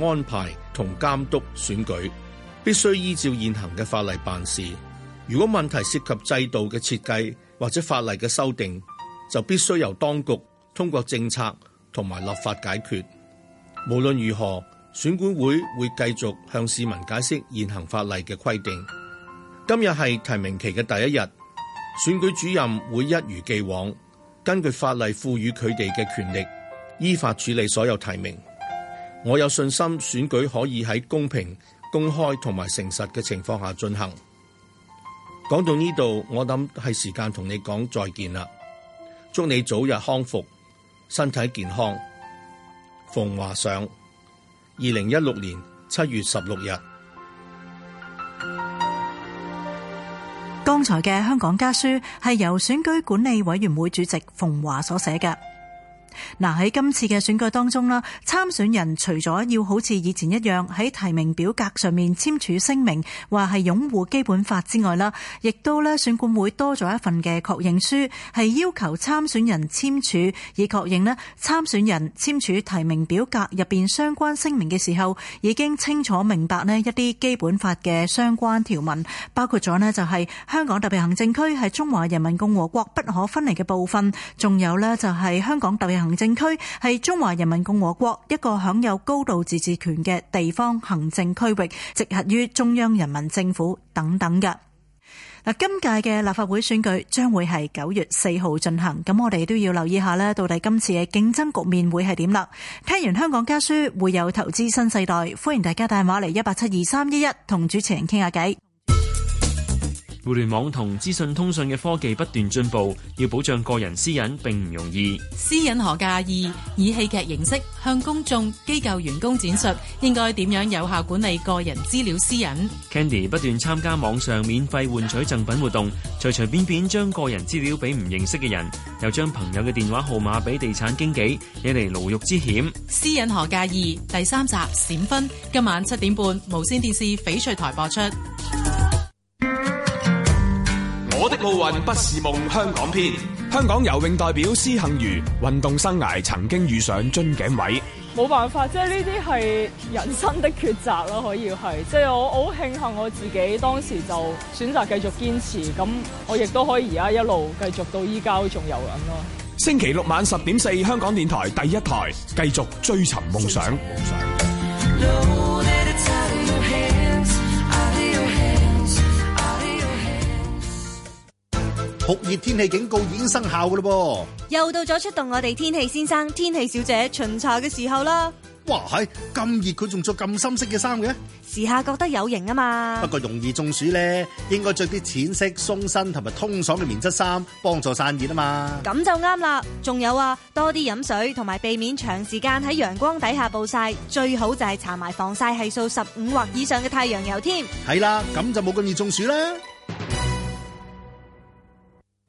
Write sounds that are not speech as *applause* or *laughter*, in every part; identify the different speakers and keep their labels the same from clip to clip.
Speaker 1: 安排同監督選舉，必須依照現行嘅法例辦事。如果問題涉及制度嘅設計或者法例嘅修訂，就必須由當局通過政策同埋立法解決。無論如何，選管會會繼續向市民解釋現行法例嘅規定。今日係提名期嘅第一日，選舉主任會一如既往，根據法例賦予佢哋嘅權力，依法處理所有提名。我有信心選舉可以喺公平、公開同埋誠實嘅情況下進行。講到呢度，我諗係時間同你講再見啦。祝你早日康復，身體健康。馮華上，二零一六年七月十六日。
Speaker 2: 剛才嘅香港家書係由選舉管理委員會主席馮華所寫嘅。嗱，喺今次嘅選舉當中啦，參選人除咗要好似以前一樣喺提名表格上面簽署聲明，話係擁護基本法之外啦，亦都咧選管會多咗一份嘅確認書，係要求參選人簽署，以確認咧參選人簽署提名表格入邊相關聲明嘅時候，已經清楚明白咧一啲基本法嘅相關條文，包括咗咧就係香港特別行政區係中華人民共和國不可分離嘅部分，仲有咧就係香港特別行政區係中華人民共和國一個享有高度自治權嘅地方行政區域，直轄於中央人民政府等等嘅。嗱，今屆嘅立法會選舉將會係九月四號進行，咁我哋都要留意下呢，到底今次嘅競爭局面會係點啦？聽完香港家書會有投資新世代，歡迎大家打電話嚟一八七二三一一同主持人傾下偈。
Speaker 3: 互聯網同資訊通訊嘅科技不斷進步，要保障個人私隱並唔容易。
Speaker 4: 私隱何介意？以戲劇形式向公眾、機構員工展述應該點樣有效管理個人資料私隱。
Speaker 3: Candy 不斷參加網上免費換取贈品活動，隨隨便便將個人資料俾唔認識嘅人，又將朋友嘅電話號碼俾地產經紀，引嚟牢獄之險。
Speaker 4: 私隱何介意？第三集閃婚，今晚七點半無線電視翡翠台播出。
Speaker 5: 我的奧運不是夢香港篇，香港游泳代表施幸余運動生涯曾經遇上樽頸位，
Speaker 6: 冇辦法，即係呢啲係人生的抉擇啦，可以係，即係我好慶幸我自己當時就選擇繼續堅持，咁我亦都可以而家一路繼續到依家仲游緊咯。
Speaker 5: 星期六晚十點四，香港電台第一台繼續追尋夢想。
Speaker 7: 酷熱天氣警告已經生效噶咯
Speaker 8: 又到咗出動我哋天氣先生、天氣小姐巡查嘅時候啦。
Speaker 7: 噃，哇係咁熱佢仲着咁深色嘅衫嘅，
Speaker 8: 時下覺得有型啊嘛
Speaker 7: 不。過容易中暑咧，應該着啲淺色、鬆身同埋通爽嘅棉質衫，幫助散熱啊嘛。
Speaker 8: 咁就啱啦。仲有啊，多啲飲水同埋避免長時間喺陽光底下暴曬，最好就係搽埋防曬係數十五或以上嘅太陽油添。
Speaker 7: 係啦，咁就冇咁易中暑啦。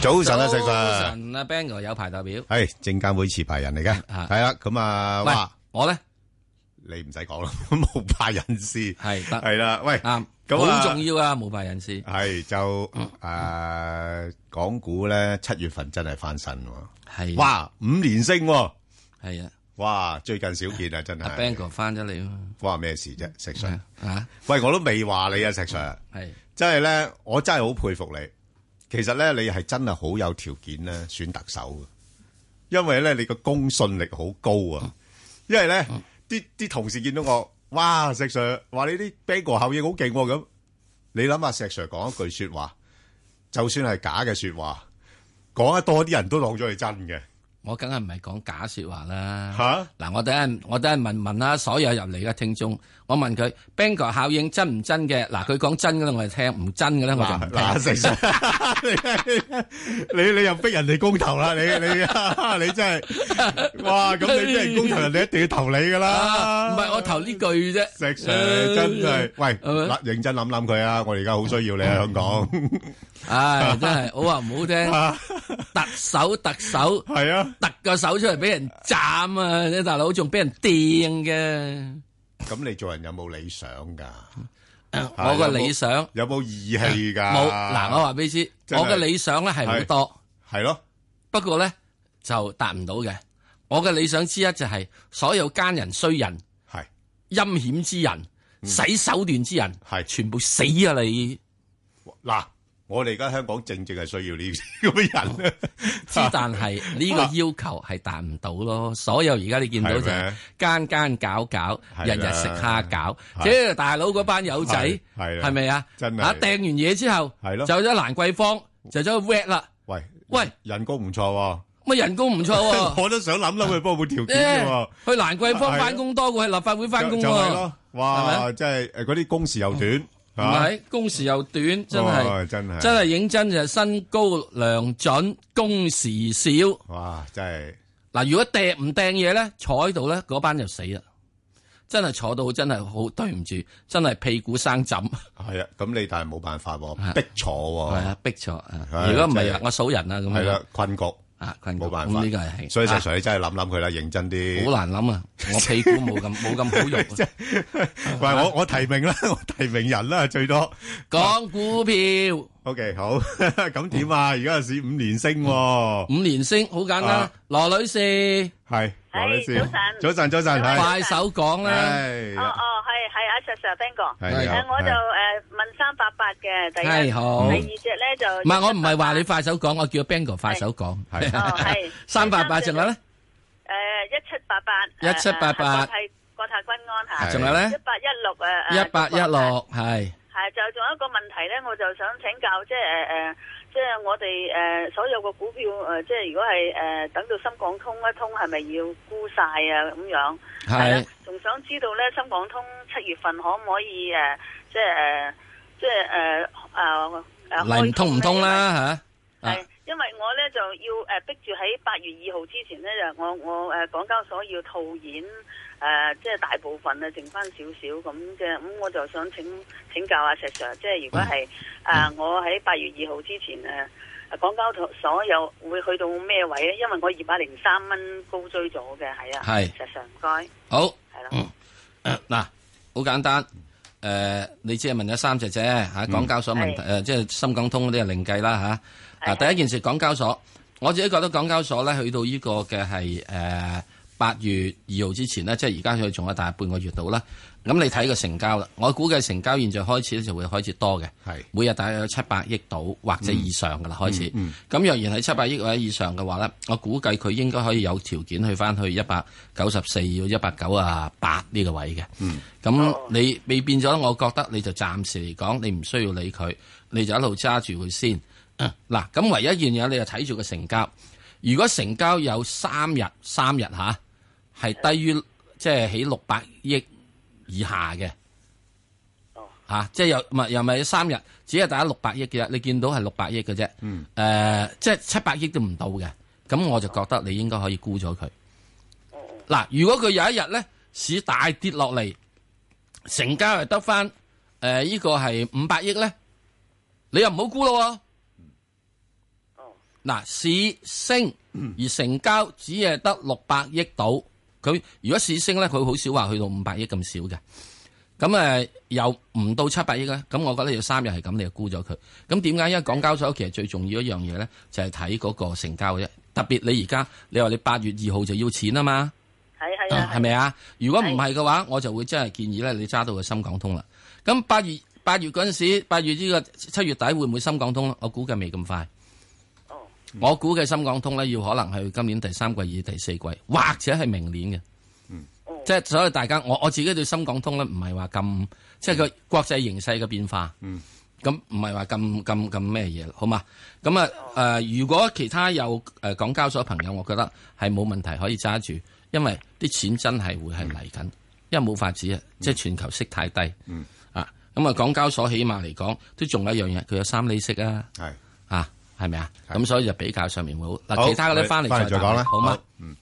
Speaker 9: 早晨啊，石 Sir
Speaker 10: 早晨啊，Bang 哥有排代表。
Speaker 9: 係證監會持牌人嚟嘅，係啦，咁啊，
Speaker 10: 喂
Speaker 9: 哇，
Speaker 10: 我咧，
Speaker 9: 你唔使講
Speaker 10: *laughs*
Speaker 9: 啦，無牌人士
Speaker 10: 係
Speaker 9: 係啦，喂，
Speaker 10: 啱，
Speaker 9: 咁啊
Speaker 10: 好重要啊，無牌人士。
Speaker 9: 係就誒，港股咧七月份真係翻身喎，
Speaker 10: 係
Speaker 9: 哇，五連升喎，
Speaker 10: 係啊，
Speaker 9: 哇，最近少見啊，真
Speaker 10: 阿 Bang
Speaker 9: 係，
Speaker 10: 哥翻咗嚟啊嘛，
Speaker 9: 關我咩事啫，石 Sir，
Speaker 10: 啊，
Speaker 9: 喂，我都未話你啊，石 Sir。
Speaker 10: 係
Speaker 9: 真係咧，我真係好佩服你。其實咧，你係真係好有條件咧選特首嘅，因為咧你個公信力好高啊。因為咧啲啲同事見到我，哇石 Sir 話你啲 b a n g 效應好勁喎咁，你諗下石 Sir 講一句說話，就算係假嘅說話，講得多啲人都當咗係真嘅。
Speaker 10: 我梗係唔係講假说話啦。吓嗱，我等陣我等陣問問啦，所有入嚟嘅聽眾，我問佢 Bang 哥效應真唔真嘅？嗱，佢講真嘅咧，我就聽；唔真嘅咧，我就唔聽。
Speaker 9: 嗱成成你你又逼人哋公投啦，你你你真係，哇！咁你逼人公投，人哋一定要投你噶啦。
Speaker 10: 唔係我投呢句啫。
Speaker 9: 石 Sir 真係，喂，嗱認真諗諗佢啊！我哋而家好需要你啊，香港。
Speaker 10: 唉，真係好話唔好聽， *laughs* 特首特首
Speaker 9: 系啊，
Speaker 10: 特個手出嚟俾人斬啊！你大佬仲俾人掟嘅。
Speaker 9: 咁你做人有冇理想㗎？
Speaker 10: 我個理想
Speaker 9: 有冇義氣㗎？
Speaker 10: 啊冇嗱，我話俾你知，
Speaker 9: 真係
Speaker 10: 我嘅理想咧係好多，
Speaker 9: 係咯。
Speaker 10: 不過咧就達唔到嘅。我嘅理想之一就係所有奸人衰人，
Speaker 9: 係嗯
Speaker 10: 陰險之人，使手段之人，
Speaker 9: 係
Speaker 10: 全部死啊你！
Speaker 9: 嗱，我哋而家香港正正係需要呢啲 *laughs* 咁嘅人啊。
Speaker 10: 哦之
Speaker 9: *laughs*
Speaker 10: 但係呢個要求係達唔到咯。所有而家你見到就
Speaker 9: 係
Speaker 10: 係
Speaker 9: 咩
Speaker 10: 奸奸搞搞，
Speaker 9: 係
Speaker 10: 日日
Speaker 9: 啦
Speaker 10: 食蝦餃，
Speaker 9: 係
Speaker 10: 即係大佬嗰班友仔
Speaker 9: 係係啦
Speaker 10: 係咪啊？
Speaker 9: 真係
Speaker 10: 啊掟完嘢之後，
Speaker 9: 係咯
Speaker 10: 走咗蘭桂坊，就走去 wet 啦。
Speaker 9: 喂
Speaker 10: 喂，
Speaker 9: 人工唔錯喎。
Speaker 10: 咪人工唔錯
Speaker 9: *laughs*
Speaker 10: 喎。
Speaker 9: 我都想諗諗佢幫冇條件嘅喎
Speaker 10: 誒。 *laughs* 去蘭桂坊翻工多過去立法會翻工
Speaker 9: 就就係
Speaker 10: 喎
Speaker 9: 咯。哇！真係誒嗰啲工時又短，
Speaker 10: 唔
Speaker 9: 嚇
Speaker 10: 係工時又短，真
Speaker 9: 哦
Speaker 10: 係
Speaker 9: 真係
Speaker 10: 真係認真就係身高量準，工時少。
Speaker 9: 哇！真係
Speaker 10: 嗱，如果掟唔掟嘢咧，坐喺度咧，嗰班就死啦。真係坐到真係好對唔住，真係屁股生枕。
Speaker 9: 係啊，咁你但係冇辦法喎，逼坐喎。
Speaker 10: 係啊，逼坐啊！如果唔係，我數人啊咁樣。
Speaker 9: 係啦，困局
Speaker 10: 啊，困
Speaker 9: 局冇辦法。
Speaker 10: 咁呢個係
Speaker 9: 所以
Speaker 10: 啊
Speaker 9: 石 Sir 你真係諗諗佢啦，認真啲。
Speaker 10: 好難諗啊！我屁股冇咁冇咁好用
Speaker 9: *laughs*
Speaker 10: 啊。
Speaker 9: 喂，我我提名啦， *laughs* 我提名人啦，最多
Speaker 10: 講股票。
Speaker 9: OK，好， *laughs* 咁點啊？而家個市五連升喎，
Speaker 10: 五連升好簡單
Speaker 9: 啊，
Speaker 10: 羅女士
Speaker 9: 係羅女士
Speaker 11: 係，
Speaker 9: 早
Speaker 11: 早
Speaker 9: 晨，早晨，係
Speaker 10: 快手講啦。
Speaker 9: 係
Speaker 11: 哦
Speaker 9: 啊
Speaker 11: 哦，系系阿 Sir Sir Ben 哥，
Speaker 10: 係
Speaker 11: 誒
Speaker 10: 有
Speaker 11: 我就
Speaker 10: 係
Speaker 11: 诶问三八八嘅，第一
Speaker 10: 係好
Speaker 11: 第二隻咧就
Speaker 10: 唔係，我唔係話你快手講，我叫 Bang 哥快手講。
Speaker 11: 哦係
Speaker 10: *laughs* 三百八仲有咧，
Speaker 11: 诶呃一七八
Speaker 10: 1788
Speaker 11: 八，系國泰君安
Speaker 10: 係
Speaker 11: 吓，
Speaker 10: 仲有呢
Speaker 11: 一八一六诶
Speaker 10: 一八一六係
Speaker 11: 系就仲有一個問題咧，我就想請教，即係诶诶，呃即係我哋诶、呃所有個股票诶、呃即係如果係诶、呃等到深港通一通，係咪要沽晒啊？咁樣係啦
Speaker 10: 係，
Speaker 11: 仲想知道咧，深港通七月份可唔可以诶、呃即係诶、呃啊即係诶诶诶
Speaker 10: 嚟唔通唔
Speaker 11: 啊
Speaker 10: 通？啦嚇。啊
Speaker 11: 系，因為我咧就要诶逼住喺八月二號之前咧，就我我诶港交所要套現诶、呃即係大部分啊，剩翻少少咁嘅，咁我就想請請教下石 Sir，即係如
Speaker 10: 嗯
Speaker 11: 果係诶、呃我喺八月二號之前诶、呃港交所又會去到咩位咧？因為我二百零三蚊高追咗嘅，係啊，
Speaker 10: 係
Speaker 11: 石 Sir 唔該。
Speaker 10: 好，係啦，嗱，好簡單，誒，你只係問咗三隻啫嚇，港交所問題誒，即係深港通嗰啲係另計啦嚇。啊，第一件事港交所，我自己覺得港交所咧去到呢個嘅係誒八月二號之前呢，即係而家佢仲有大半個月度啦。咁你睇個成交啦，我估計成交現在開始咧就會開始多嘅，
Speaker 9: 係
Speaker 10: 每日大約有七百億到或者以上噶啦開始。
Speaker 9: 嗯
Speaker 10: 咁若然喺七百億或者以上嘅話咧，我估計佢應該可以有條件去翻去一百九十四要一百九啊八呢個位嘅。
Speaker 9: 嗯
Speaker 10: 咁你未變咗，我覺得你就暫時嚟講，你唔需要理佢，你就一路揸住佢先。 *coughs* 嗱，咁唯一一樣嘢你就睇住個成交。如果成交有三日，三日吓係低於即係喺六百億以下嘅，吓、即係又唔係又唔係三日，只係打六百億嘅啫，你見到係六百億嘅啫。
Speaker 9: 嗯
Speaker 10: 誒、即係七百億都唔到嘅，咁我就覺得你應該可以沽咗佢。嗱，如果佢有一日咧市大跌落嚟，成交係得翻誒呢個係五百億咧，你又唔好沽咯喎。嗱，市升而成交只係得六百億到，佢如果市升咧，佢好少話去到五百億咁少嘅。咁誒又唔到七百億咧，咁我覺得要三日係咁，你就沽咗佢。咁點解？因為港交所其實最重要一樣嘢咧，就係睇嗰個成交嘅啫。特別你而家你話你八月二號就要錢啊嘛，
Speaker 11: 係係啊，
Speaker 10: 係咪啊？如果唔係嘅話，我就會真係建議咧，你揸到個深港通啦。咁八月八月嗰陣時，八月呢個七月底會唔會深港通咧？我估計未咁快。
Speaker 11: 哦
Speaker 10: 我估計深港通咧，要可能係今年第三季以至第四季，或者係明年嘅。
Speaker 11: 哦
Speaker 10: 即係所以大家，我我自己對深港通咧唔係話咁，即係個國際形勢嘅變化。咁唔係話咁咁咁咩嘢啦，好嘛？咁啊誒，如果其他有誒港交所朋友，我覺得係冇問題可以揸住，因為啲錢真係會係嚟緊，因為冇法子啊，即係全球息太低。
Speaker 9: 嗯
Speaker 10: 啊，咁啊，港交所起碼嚟講都仲有一樣嘢，佢有三厘息啊。
Speaker 9: 係
Speaker 10: 啊，係咪啊？咁所以就比較上面會好。
Speaker 9: 好
Speaker 10: 嗱，其他嘅咧翻嚟
Speaker 9: 返嚟再
Speaker 10: 講
Speaker 9: 講啦
Speaker 10: 好嗎
Speaker 9: 好？
Speaker 10: 嗯。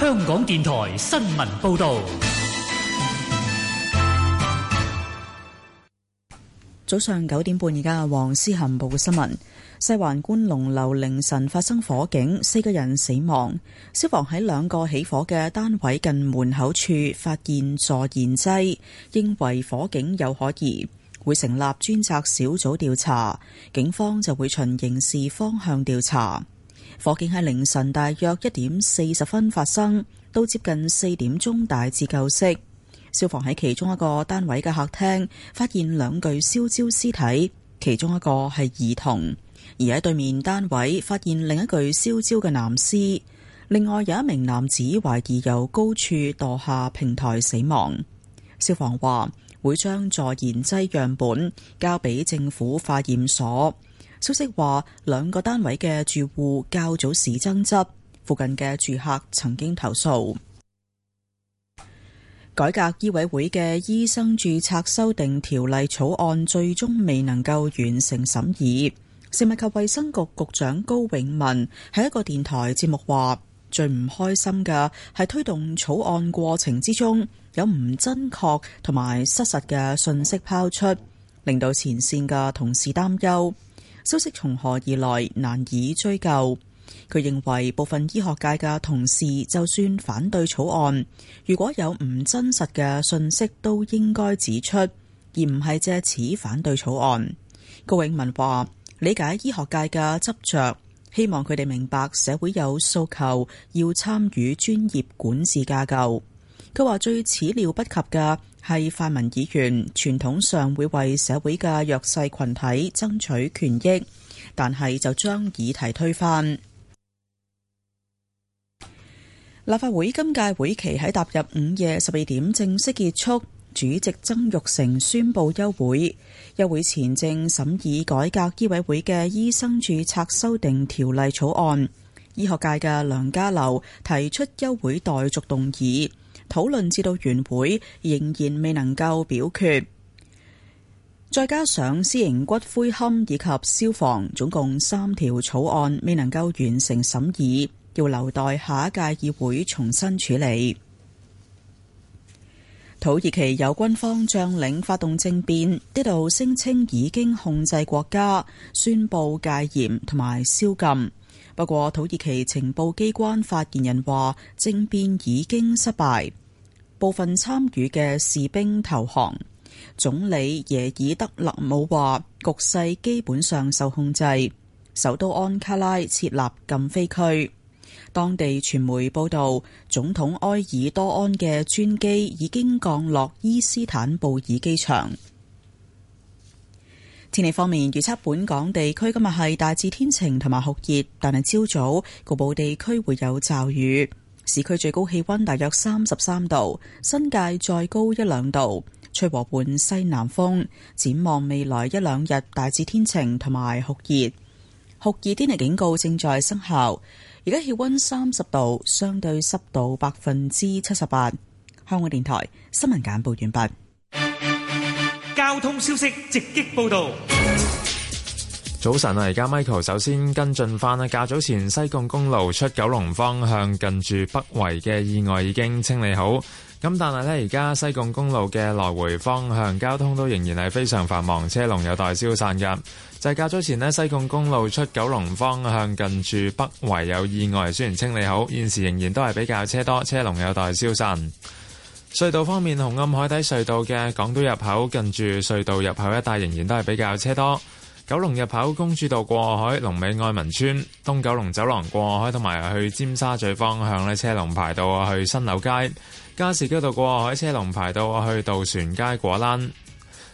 Speaker 12: 香港電台新聞報導，
Speaker 13: 早上九點半，而家黃思恒報嘅新聞：西環觀龍樓凌晨發生火警，四個人死亡。消防喺兩個起火嘅單位近門口處發現助燃劑，認為火警有可疑，會成立專責小組調查。警方就會循刑事方向調查。火警喺凌晨大約一點四十分發生，到接近四點鐘大致救熄。消防喺其中一個單位嘅客廳發現兩具燒焦屍體，其中一個係兒童；而喺對面單位發現另一具燒焦嘅男屍。另外有一名男子懷疑由高處墮下平台死亡。消防話會將助燃劑樣本交俾政府化驗所。消息話兩個單位嘅住戶較早時爭執，附近嘅住客曾經投訴。改革醫委會嘅醫生註冊修訂條例草案最終未能夠完成審議。食物及衛生局局長高永文喺一個電台節目話：最唔開心嘅係推動草案過程之中有唔真確同埋失實嘅信息拋出，令到前線嘅同事擔憂。消息從何而來，難以追究。佢認為部分醫學界嘅同事就算反對草案，如果有唔真實嘅信息，都應該指出，而唔係借此反對草案。高永文話：理解醫學界嘅執着，希望佢哋明白社會有訴求，要參與專業管治架構。佢話最始料不及嘅係泛民議員傳統上會為社會嘅弱勢群體爭取權益，但係就將議題推翻。立法會今屆會期喺踏入午夜十二點正式結束，主席曾鈺成宣布休會。休會前正審議改革醫委會嘅醫生註冊修訂條例草案，醫學界嘅梁家騮提出休會待續動議，討論至到完會仍然未能夠表決。再加上私營骨灰龕以及消防，總共三條草案未能夠完成審議，要留待下一屆議會重新處理。土耳其有軍方將領發動政變，呢度聲稱已經控制國家，宣布戒嚴同埋宵禁。不過，土耳其情報機關發言人話，政變已經失敗，部分參與嘅士兵投降。總理耶爾德勒姆話：局勢基本上受控制，首都安卡拉設立禁飛區。當地傳媒報道，總統埃爾多安嘅專機已經降落伊斯坦布爾機場。天氣方面，預測本港地區今日係大致天晴同埋酷熱，但係朝早局部地區會有驟雨。市區最高氣溫大約三十三度，新界再高一兩度，吹和緩西南風。展望未來一兩日大致天晴同埋酷熱，酷熱天氣警告正在生效。而家氣溫三十度，相對濕度百分之七十八。香港電台新聞簡報完畢。
Speaker 14: 交通消息直擊報道。
Speaker 15: 早晨啊，而家 Michael 首先跟進啊翻咧，較早前西貢公路出九龍方向近住北圍嘅意外已經清理好，咁但係呢，而家西貢公路嘅來回方向交通都仍然係非常繁忙，車龍有待消散㗎。就係較早前呢，西貢公路出九龍方向近住北圍有意外，雖然清理好，現時仍然都係比較車多，車龍有待消散。隧道方面，紅磡海底隧道嘅港島入口近住隧道入口一帶仍然都係比較車多。九龍入口公主道過海、龍尾愛民村、東九龍走廊過海同埋去尖沙咀方向呢，車龍排到去新柳街；加士居道過海車龍排到去渡船街果欄。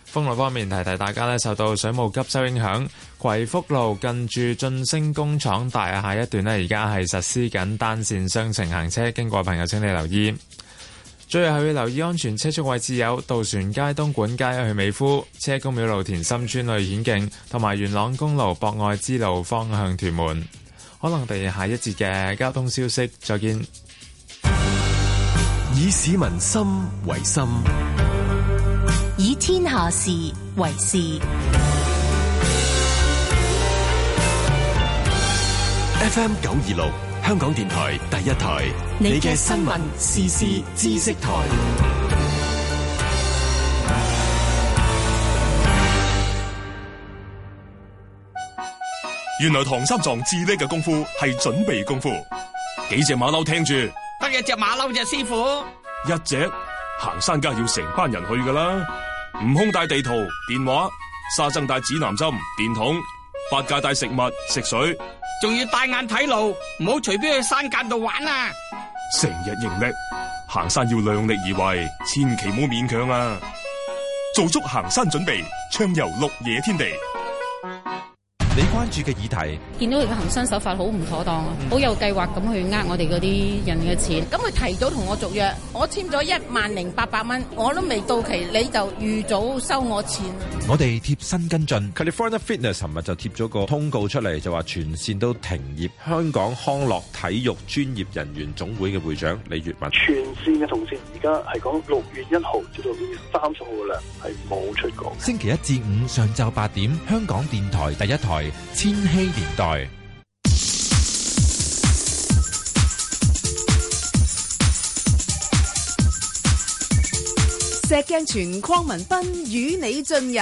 Speaker 15: 封路方面，提提大家咧，受到水務急修影響，葵福路近住晉升工廠大廈一段呢，而家係實施緊單線雙程行車，經過朋友請你留意。最後要留意安全車速位置有渡船街、東莞街去美孚、車公廟路田心村去顯徑，同埋元朗公路博愛之路方向屯門。可能我哋下一節嘅交通消息再見。
Speaker 16: 以市民心為心，
Speaker 17: 以天下事為事。
Speaker 16: FM 九二六，香港電台第一台，你嘅新聞、時事、知識台。
Speaker 18: 原來唐三藏智叻嘅功夫係準備功夫。幾隻馬騮聽住，
Speaker 19: 得一隻馬騮啫，師傅。
Speaker 18: 一隻行山梗係要成班人去噶啦。悟空帶地圖、電話，沙僧帶指南針、電筒，八戒帶食物、食水，
Speaker 19: 仲要帶眼睇路，唔好隨便去山間度玩啊！
Speaker 18: 成日盈力。行山要量力而為，千祈唔好勉強啊！做足行山準備，暢遊綠野天地。
Speaker 20: 你關注嘅議題，
Speaker 21: 見到佢嘅行山手法好唔妥當啊，好有計劃咁去呃我哋嗰啲人嘅錢。
Speaker 22: 咁佢提早同我續約，我簽咗一萬零八百蚊，我都未到期，你就預早收我錢。
Speaker 20: 我哋貼身跟進。
Speaker 23: California Fitness 尋日就貼咗個通告出嚟，就話全線都停業。香港康樂體育專業人員總會嘅會長李月文，
Speaker 24: 全線嘅同事而家係講六月一號至到六月三十號嘅量係冇出過。
Speaker 20: 星期一至五上晝八點，香港電台第一台《千禧年代》。
Speaker 25: 石鏡泉鄺民彬與你進入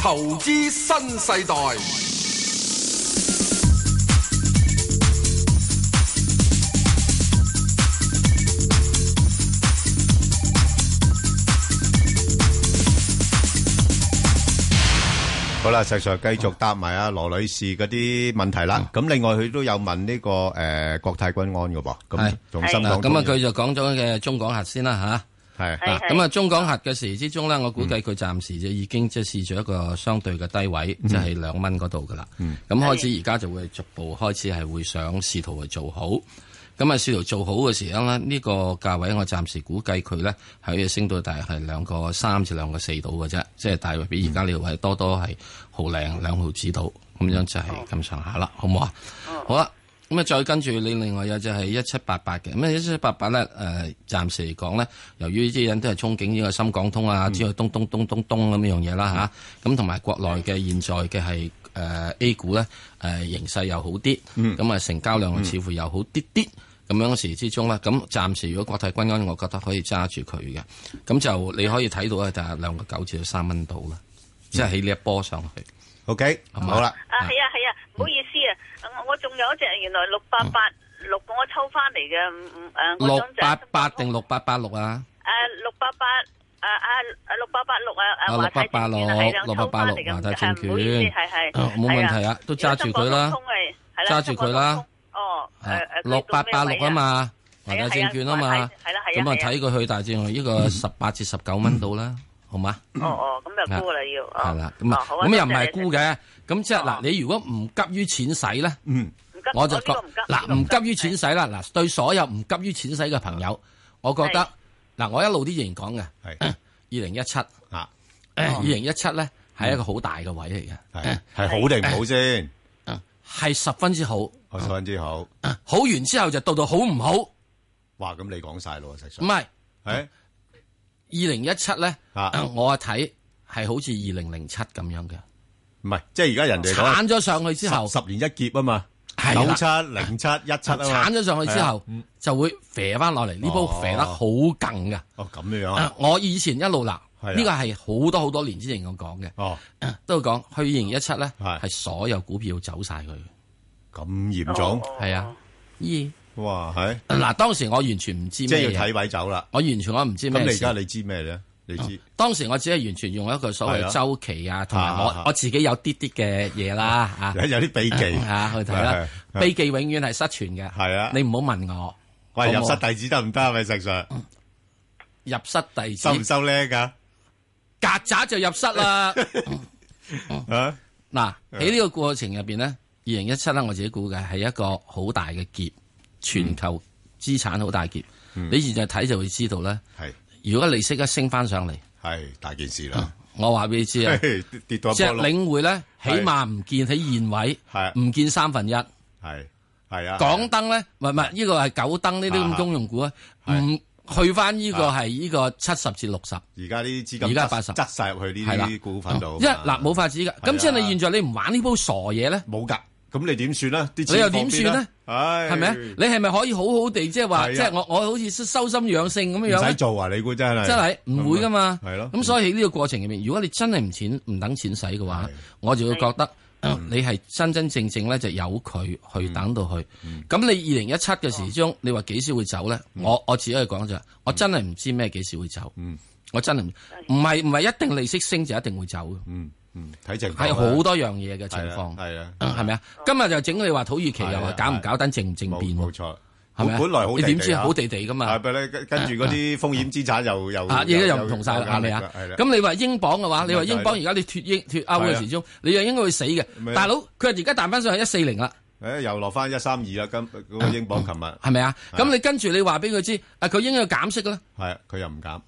Speaker 26: 投資新世代，
Speaker 9: 好啦，石 Sir 繼續答埋阿羅女士嗰啲問題啦。
Speaker 10: 嗯
Speaker 9: 咁另外佢都有問呢個誒國泰君安嘅噃，咁同深
Speaker 10: 嗱
Speaker 9: 港
Speaker 10: 咁啊，佢就講咗嘅中港核先啦
Speaker 9: 吓，係
Speaker 10: 嗱咁啊，中港核嘅時之中咧，我估計佢暫時就已經即係試咗一個相對嘅低位，即係兩蚊嗰度噶啦。
Speaker 9: 嗯
Speaker 10: 咁開始而家就會逐步開始係會想試圖去做好。咁啊，試圖做好嘅時候咧，呢個價位我暫時估計佢咧係可以升到大約係兩個三至兩個四度嘅啫，即係大約比而家呢個位多多係毫零兩毫子度，咁樣就係
Speaker 9: 哦
Speaker 10: 咁上下啦，好唔好啊？好啦，咁啊再跟住你另外有就係一七八八嘅，咁啊一七八八咧誒，暫時嚟講咧，由於呢啲人都係憧憬呢個深港通啊，之類東東東東東咁樣嘢啦吓，咁同埋國內嘅現在嘅係誒 A 股咧誒、呃形勢又好啲，咁啊、成交量似乎又好啲啲。咁樣嘅時之中啦，咁暫時如果國泰君安，我覺得可以揸住佢嘅，咁就你可以睇到咧，就係兩個九至到三蚊度啦，即係起呢一波上去。
Speaker 9: OK，
Speaker 10: 好啦，
Speaker 11: 啊，係啊，係啊，唔好意思啊，我我仲有一隻原來六八八六，我抽翻嚟嘅，唔唔誒，啊我
Speaker 10: 六
Speaker 11: 想就
Speaker 10: 八八定六八八六啊？
Speaker 11: 誒六八八誒啊六八八六啊
Speaker 10: 啊，
Speaker 11: 誒
Speaker 10: 六
Speaker 11: 華
Speaker 10: 八
Speaker 11: 泰
Speaker 10: 八
Speaker 11: 證
Speaker 10: 六
Speaker 11: 券啊係啦，，
Speaker 10: 六八八六華
Speaker 11: 抽
Speaker 10: 泰證
Speaker 11: 返嚟啊嘅唔好意
Speaker 10: 券
Speaker 11: 思，係係
Speaker 10: 啊冇問題
Speaker 11: 係
Speaker 10: 啊
Speaker 11: 啊，
Speaker 10: 都揸住佢啦
Speaker 11: 有中國港通係，係啦
Speaker 10: 揸住佢啦，
Speaker 11: 哦
Speaker 10: 啊
Speaker 11: 誒誒
Speaker 10: 六八八六啊嘛，華
Speaker 11: 係啊
Speaker 10: 泰證券啊
Speaker 11: 係
Speaker 10: 嘛
Speaker 11: 啊係啦，
Speaker 10: 咁
Speaker 11: 係啊
Speaker 10: 啊
Speaker 11: 係啊
Speaker 10: 睇佢去大致上呢個十八至十九蚊度啦，好嘛？
Speaker 11: 哦哦，咁就沽啦要，
Speaker 10: 係
Speaker 11: 哦
Speaker 10: 啦，咁
Speaker 11: 哦
Speaker 10: 啊，
Speaker 11: 好啊
Speaker 10: 咁又唔
Speaker 11: 多謝你哦
Speaker 10: 係沽嘅，咁即係嗱，你如果唔急於錢使咧，
Speaker 9: 嗯，
Speaker 10: 我就覺嗱唔急於錢使啦，嗱對所有唔急於錢使嘅朋友，我覺得嗱我一路都仍然講嘅， *coughs* 二零一七
Speaker 9: 啊，
Speaker 10: *coughs* 二零一七咧係一個好大嘅位嚟嘅，
Speaker 9: 係好定唔
Speaker 10: *coughs*
Speaker 9: 好先？哦
Speaker 10: 係十分之好，
Speaker 9: 十分之好。
Speaker 10: *coughs* 好完之後就到到好唔好，唔
Speaker 9: 哇，咁你講晒咯，石 Sir。
Speaker 10: 係，
Speaker 9: 係啊
Speaker 10: 二零一七咧，我睇係好似二零零七咁樣嘅。
Speaker 9: 唔係，即係而家人哋講
Speaker 10: 鏟咗上去之後
Speaker 9: 十十年一劫啊嘛，
Speaker 10: 係
Speaker 9: 九
Speaker 10: 啦
Speaker 9: 七、零七、一七啊哦嘛，
Speaker 10: 鏟咗上去之後，嗯就會肥翻落嚟。呢波肥得好勁噶。
Speaker 9: 哦，咁樣
Speaker 10: 啊！我以前一路嗱，
Speaker 9: 係啊
Speaker 10: 呢個係好多好多年之前我講嘅。
Speaker 9: 哦，
Speaker 10: *coughs* 都講去二零一七咧，係所有股票走晒佢。
Speaker 9: 咁嚴重？
Speaker 10: 係啊，咦？
Speaker 9: 哇，係
Speaker 10: 嗱，當時我完全唔
Speaker 9: 即
Speaker 10: 知咩嘢
Speaker 9: 係要睇位走啦。
Speaker 10: 我完全我唔知咩
Speaker 9: 咁你而
Speaker 10: 事哦
Speaker 9: 家你知咩咧？你知
Speaker 10: 當時我只係完全用一個所
Speaker 9: 係啊
Speaker 10: 謂周期啊，同埋
Speaker 9: 啊啊啊
Speaker 10: 我我自己有啲啲嘅嘢啦
Speaker 9: *laughs*
Speaker 10: 嚇，
Speaker 9: 有啲秘技
Speaker 10: *laughs* 啊去睇
Speaker 9: 係
Speaker 10: 啦
Speaker 9: 啊，係啊
Speaker 10: 秘技永遠係失傳嘅。
Speaker 9: 係啊，
Speaker 10: 你唔好問我。
Speaker 9: 喂
Speaker 10: 好唔
Speaker 9: 入
Speaker 10: 好
Speaker 9: 啊室弟子得唔得啊？喂，石 Sir，
Speaker 10: 入室弟子
Speaker 9: 收唔收啊咧？噶
Speaker 10: 曱甴就入室
Speaker 9: *laughs*
Speaker 10: 啦。
Speaker 9: 啊
Speaker 10: 嗱，喺呢個過程入边咧，二零一七咧，我自己估計係一個好大嘅劫，全球資產好大劫。
Speaker 9: 嗯
Speaker 10: 你現在睇就會知道咧。系如果利息一升翻上嚟，
Speaker 9: 系大件事啦。
Speaker 10: *laughs* 我話俾你知
Speaker 9: *laughs*
Speaker 10: 啊，
Speaker 9: 跌到一
Speaker 10: 只
Speaker 9: 波
Speaker 10: 領匯咧，起碼唔見喺現位，唔見三分一。
Speaker 9: 系系啊，
Speaker 10: 港燈咧，唔係唔係，呢個係九燈呢啲咁公用股啊，唔去翻呢個係呢個七十至六十。
Speaker 9: 啊而家啲資金
Speaker 10: 而家
Speaker 9: 擠
Speaker 10: 80
Speaker 9: 擠晒入去呢
Speaker 10: 係啦
Speaker 9: 啲股份度，
Speaker 10: 因為哦嗱冇法子㗎。咁即係你現在你唔玩呢煲傻嘢咧，
Speaker 9: 啊冇㗎。咁你點算咧？啲錢
Speaker 10: 你又
Speaker 9: 放
Speaker 10: 點算
Speaker 9: 邊
Speaker 10: 咧
Speaker 9: 呢？？唉，
Speaker 10: 係咪啊？你係咪可以好好地即係
Speaker 9: 係
Speaker 10: 話，
Speaker 9: 啊
Speaker 10: 即係我我好似收心養性咁樣
Speaker 9: 唔
Speaker 10: 樣
Speaker 9: 使
Speaker 10: 呢
Speaker 9: 做啊！你估真係啊
Speaker 10: 真係唔會噶嘛？
Speaker 9: 係咯，
Speaker 10: 咁所以喺呢個過程入面，如果你真係唔錢唔等錢使嘅話，我就會覺得。呃
Speaker 9: 嗯
Speaker 10: 你係真真正正咧，就由佢去等到佢。
Speaker 9: 嗯
Speaker 10: 咁你二零一七嘅時
Speaker 9: 哦
Speaker 10: 鐘，你話幾時會走咧？我我自己去講就係，
Speaker 9: 嗯
Speaker 10: 我真係唔知咩幾時會走。我真係唔唔係唔係一定利息升就一定會走嘅。
Speaker 9: 嗯嗯，睇情況啦
Speaker 10: 係好多樣嘢嘅情況。
Speaker 9: 係啊，
Speaker 10: 係咪啊？今日就整你話土耳其又話搞唔搞單政唔政變？冇
Speaker 9: 錯，
Speaker 10: 係咪啊？
Speaker 9: 本來好地
Speaker 10: 你
Speaker 9: 地
Speaker 10: 點知
Speaker 9: 啊
Speaker 10: 好地地噶嘛？
Speaker 9: 係咪咧？跟跟住嗰啲風險資產又又
Speaker 10: 啊，依家又唔同晒啦，係咪啊？咁你話英鎊嘅話，你話英鎊而家你脱英脱歐嘅時鐘，你又應該會死
Speaker 9: 咪
Speaker 10: 嘅。
Speaker 9: 啊
Speaker 10: 大佬，佢而家彈翻上去一四零啦，
Speaker 9: 誒又落翻一三二啦，今嗰個英鎊琴日
Speaker 10: 係咪啊？咁你跟住你話俾佢知，啊佢應該要減息啦。
Speaker 9: 係啊佢又唔減，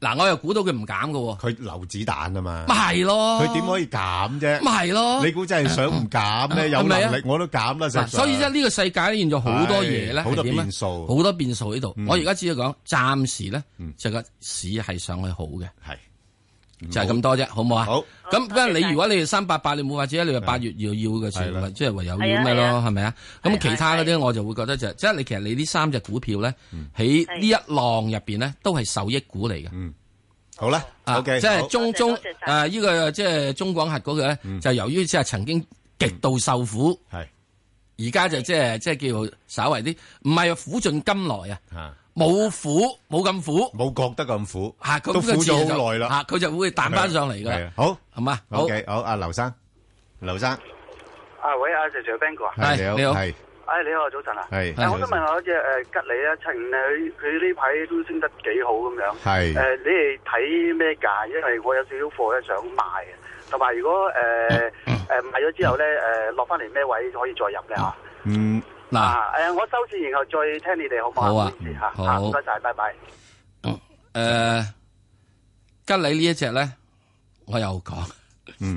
Speaker 10: 嗱我又估到佢唔減嘅喎。
Speaker 9: 佢留子彈啊嘛，
Speaker 10: 咪係咯
Speaker 9: 佢點可以減啫？
Speaker 10: 咪係咯
Speaker 9: 你估真係想唔減咧？有
Speaker 10: 係咪啊
Speaker 9: 能力我都減啦，
Speaker 10: 嗱
Speaker 9: 實
Speaker 10: 所以咧呢個世界咧現咗好多嘢咧，
Speaker 9: 係好多
Speaker 10: 係點咧
Speaker 9: 變數
Speaker 10: 好多變數喺度
Speaker 9: 嗯。
Speaker 10: 我而家只係講，暫時咧就個市係上去好嘅，
Speaker 9: 係
Speaker 10: 就係咁多啫，好唔好啊？好。咁不過你如果你哋三八八，你冇法子啊，你話八月要要嘅時候，咪即係唯有要咩
Speaker 1: 係啊係
Speaker 10: 咯，
Speaker 1: 啊
Speaker 10: 係咪啊？咁其他嗰啲我就會覺得就即係你其實你呢三隻股票咧，喺呢一浪入邊咧都係受益股嚟嘅。
Speaker 9: 嗯，好啦
Speaker 10: 啊，
Speaker 9: OK，
Speaker 10: 即係
Speaker 9: 好嗯
Speaker 10: 中中誒呢個即係中廣核嗰個咧，就由於即係曾經極度受苦，
Speaker 9: 係
Speaker 10: 而家就即係即係叫做稍為啲唔係苦盡甘來啊。
Speaker 9: 啊
Speaker 10: 冇苦，冇咁苦，
Speaker 9: 冇覺得咁苦，
Speaker 10: 嚇
Speaker 9: 都苦咗好耐啦
Speaker 10: 嚇佢就會彈翻上嚟噶
Speaker 9: 係
Speaker 10: 啦
Speaker 9: 啊，好
Speaker 10: 係嘛，好
Speaker 9: OK，好阿劉生，劉生
Speaker 1: 啊喂，阿 Sir Sir Ben 哥啊，
Speaker 9: 係你好，係
Speaker 1: 哎你好，早晨啊，
Speaker 9: 係
Speaker 1: 誒我想問下嗰只誒吉利咧，七五咧，佢佢呢排都升得幾好咁樣，誒
Speaker 9: 係
Speaker 1: 你哋睇咩價？因為我有少少貨咧想賣嘅，同埋如果
Speaker 9: 嗯
Speaker 1: 誒誒買咗之後咧誒落翻嚟咩位可以再入咧嚇？
Speaker 9: 嗯，
Speaker 10: 嗱，
Speaker 1: 啊誒我收市然後再聽你哋好唔好
Speaker 10: 好啊
Speaker 1: 唔意思嚇
Speaker 10: 好
Speaker 1: 啊唔該晒，拜拜。
Speaker 10: 誒呃吉利呢一隻咧，我又講，呃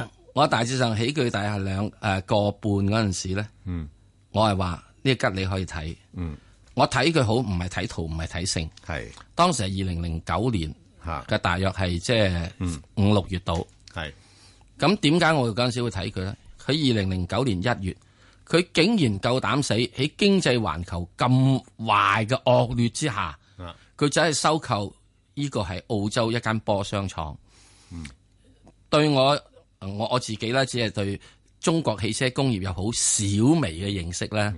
Speaker 9: 嗯，
Speaker 10: 我大致上起佢大係兩誒個半嗰陣時咧，
Speaker 9: 嗯，
Speaker 10: 我係話呢個吉利可以睇，
Speaker 9: 嗯，
Speaker 10: 我睇佢好唔係睇圖唔係睇性，
Speaker 9: 係
Speaker 10: 當時係二零零九年嘅大約係即係五六月度，
Speaker 9: 嗯係
Speaker 10: 咁點解我嗰陣時會睇佢咧？佢二零零九年一月，佢竟然夠膽死喺經濟環球咁壞嘅惡劣之下。
Speaker 9: 啊
Speaker 10: 佢就係收購呢個係澳洲一間波箱廠。
Speaker 9: 嗯，
Speaker 10: 對我我我自己咧，只係對中國汽車工業有好少微嘅認識咧。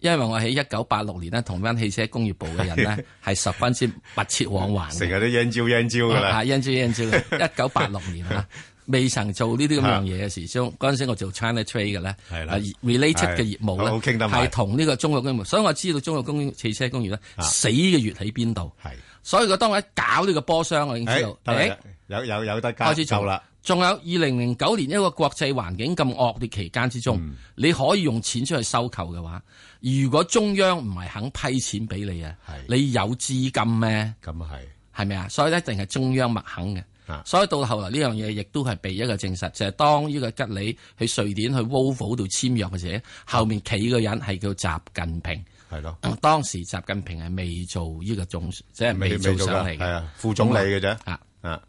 Speaker 10: 因為我喺一九八六年咧，同班汽車工業部嘅
Speaker 9: *laughs*
Speaker 10: 人咧係十分之密切往還嘅
Speaker 9: 成日都應招應招㗎啦
Speaker 10: 啊，，因招因
Speaker 9: *laughs*
Speaker 10: 招嘅，一九八六年啊，未曾做呢啲咁樣嘢嘅時鐘，嗰陣時我做 China Trade 嘅咧，
Speaker 9: 啊係啦
Speaker 10: 啊 related 嘅
Speaker 9: 係
Speaker 10: 業務
Speaker 9: 好
Speaker 10: 咧，
Speaker 9: 傾得埋啊
Speaker 10: 係同呢個中國工業，所以我知道中國工業汽車工業咧死嘅月喺邊度。
Speaker 9: 係，
Speaker 10: 所以佢當我一搞呢個波箱，我已經知道，
Speaker 9: 誒得
Speaker 10: 誒
Speaker 9: 啦有有有得加
Speaker 10: 開始做
Speaker 9: 夠啦，。
Speaker 10: 仲有二零零九年一個國際環境咁惡劣期間之中，
Speaker 9: 嗯
Speaker 10: 你可以用錢出去收購嘅話，如果中央唔係肯批錢俾你啊，你有資金咩？
Speaker 9: 咁啊
Speaker 10: 係，係咪啊？所以一定係中央默肯嘅。所以到後來呢樣嘢亦都係被一個證實，就係、當呢個吉利去瑞典去 Volvo 度簽約嘅時候，後面企嘅人係叫習近平。
Speaker 9: 啊
Speaker 10: 嗯
Speaker 9: 係咯。
Speaker 10: 當時習近平係未做呢個總，即係
Speaker 9: 未
Speaker 10: 未
Speaker 9: 未
Speaker 10: 做
Speaker 9: 做
Speaker 10: 上嚟
Speaker 9: 㗎
Speaker 10: 嘅，
Speaker 9: 係啊副總理嘅啫
Speaker 10: 啊
Speaker 9: 啊！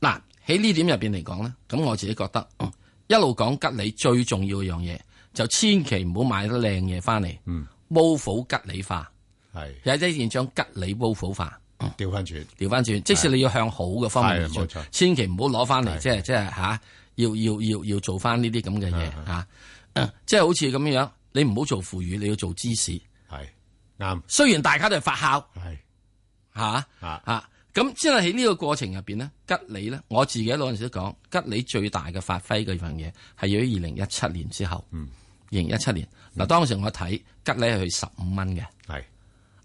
Speaker 10: 嗱喺呢點入邊嚟講咧，咁我自己覺得嗯一路講吉利最重要嘅樣嘢，就千祈唔好買得靚嘢翻嚟。
Speaker 9: 嗯
Speaker 10: v o l 吉利化
Speaker 9: 係
Speaker 10: 有啲現象吉利 v o l 化。
Speaker 9: 調翻轉，
Speaker 10: 調翻轉，即使你要向好嘅方面而做
Speaker 9: 係冇錯，
Speaker 10: 千祈唔好攞翻嚟，即係即係嚇，要要要要做翻呢啲咁嘅嘢嚇，啊即係好似咁樣，你唔好做腐乳，你要做芝士，
Speaker 9: 係啱。
Speaker 10: 雖然大家都係發酵，
Speaker 9: 係
Speaker 10: 嚇
Speaker 9: 啊
Speaker 10: 嚇，咁即係喺呢個過程入邊呢，吉利呢，我自己嗰陣時都講，吉利最大嘅發揮嘅樣嘢係要喺二零一七年之後，
Speaker 9: 嗯，
Speaker 10: 二零一七年嗱，當時我睇吉利係去十五蚊嘅，
Speaker 9: 係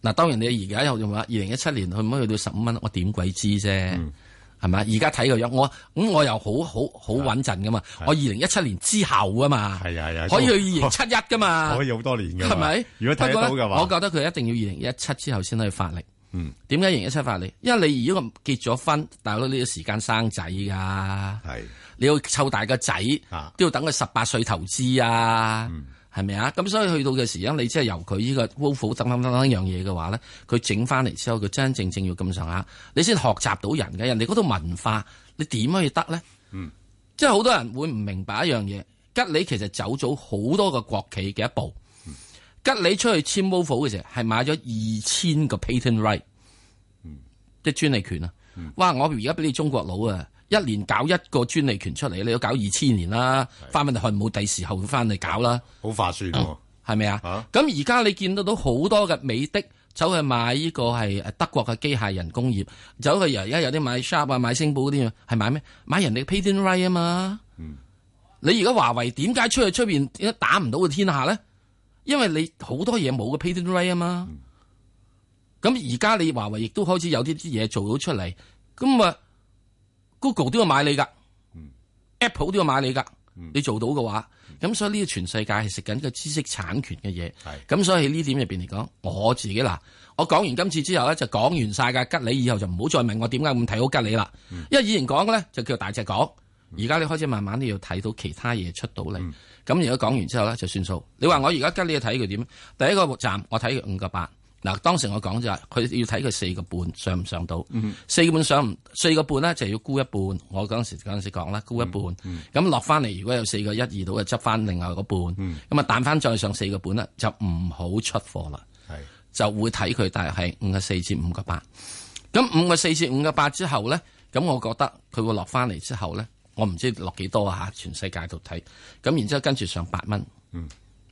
Speaker 10: 嗱，當然你而家又用話二零一七年去唔可以去到十五蚊，我點鬼知啫？
Speaker 9: 嗯
Speaker 10: 係咪？而家睇個樣，我咁我又好好好穩陣噶嘛。我二零一七年之後啊嘛，
Speaker 9: 啊係啊係啊，
Speaker 10: 可以去二零七一噶嘛，
Speaker 9: 可以好多年噶，
Speaker 10: 係咪？
Speaker 9: 如果睇得到
Speaker 10: 不過
Speaker 9: 嘅
Speaker 10: 呢
Speaker 9: 話，
Speaker 10: 我覺得佢一定要二零一七之後先可以發力。
Speaker 9: 嗯，
Speaker 10: 點解二零一七發力？因為你如果結咗婚，大佬呢個時間生仔噶，
Speaker 9: 係啊
Speaker 10: 你要湊大個仔，都要等佢十八歲投資啊，
Speaker 9: 嗯
Speaker 10: 係咪啊？咁所以去到嘅時候，你即係由佢呢個 Wolf 等等等等樣嘢嘅話咧，佢整翻嚟之後，佢真真正正要咁上下，你先學習到人嘅人哋嗰度文化，你點可以得咧？
Speaker 9: 嗯，
Speaker 10: 即係好多人會唔明白一樣嘢，吉利其實走咗好多個國企嘅一步。吉利出去簽 Wolf 嘅時候，係買咗二千個 patent right，即係專利權啊！哇！我而家俾你中國佬啊，一年搞一個專利權出嚟，你都搞二千年啦，翻返去冇第時候翻嚟搞啦，
Speaker 9: 好化算喎，
Speaker 10: 係咪啊？咁而家你見得到好多嘅美的走去買呢個係誒德國嘅機械人工業，走去而家有啲買 Sharp 啊、買星寶嗰啲啊，係買咩？買人哋嘅 patent right 啊嘛。
Speaker 9: 嗯
Speaker 10: 你而家華為點解出去出邊點解打唔到個天下咧？因為你好多嘢冇個 patent right 啊嘛。
Speaker 9: 嗯
Speaker 10: 咁而家你華為亦都開始有啲啲嘢做到出嚟，咁啊 Google 都要買你噶、a p p l e 都要買你噶，你做到嘅話，咁所以呢個全世界係食緊個知識產權嘅嘢。咁所以喺呢點入邊嚟講，我自己嗱，我講完今次之後咧，就講完晒㗎吉利，以後就唔好再問我點解咁睇好吉利啦。因為以前講嘅咧就叫大隻講，而家你開始慢慢都要睇到其他嘢出到嚟。咁而家講完之後咧就算數。你話我而家吉利睇佢點？第一個站我睇佢五個八。嗱，當時我講就係佢要睇佢四個半上唔上到，四個半上唔四個半咧就要沽一半。我嗰陣時嗰陣時講啦，沽一半。
Speaker 9: 嗯
Speaker 10: 咁落翻嚟，如果有四個一二到，就執翻另外嗰半。咁啊彈翻再上四個半咧，就唔好出貨啦。就會睇佢大約係五個四至五個八。咁五個四至五個八之後咧，咁我覺得佢會落翻嚟之後咧，我唔知落幾多啊嚇，全世界度睇。咁然之後跟住上八蚊，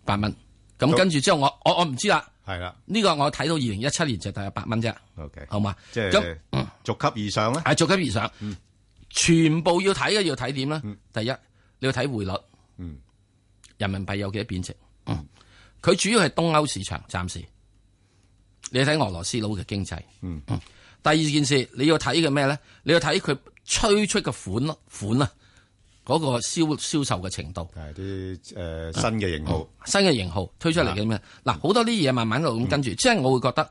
Speaker 10: 八蚊。咁跟住之後我我我唔知啦。
Speaker 9: 係啦，
Speaker 10: 呢個我睇到二零一七年就大約八蚊啫。
Speaker 9: OK，
Speaker 10: 好嘛？
Speaker 9: 即
Speaker 10: 咁嗯
Speaker 9: 係逐級而上咧，啊嗯
Speaker 10: 係逐級而上，全部要睇嘅要睇點咧？第一你要睇匯率，
Speaker 9: 嗯，
Speaker 10: 人民幣有幾多貶值？嗯，佢主要係東歐市場，暫時你睇俄羅斯佬嘅經濟。
Speaker 9: 嗯，
Speaker 10: 第二件事你要睇嘅咩咧？你要睇佢吹出嘅款咯，款啊，嗰、個銷銷售嘅程度。
Speaker 9: 係
Speaker 10: 嗯
Speaker 9: 啲誒新嘅型號，嗯
Speaker 10: 新嘅型號推出嚟嘅咩？嗱，好多啲嘢慢慢就咁跟住，即係我會覺得，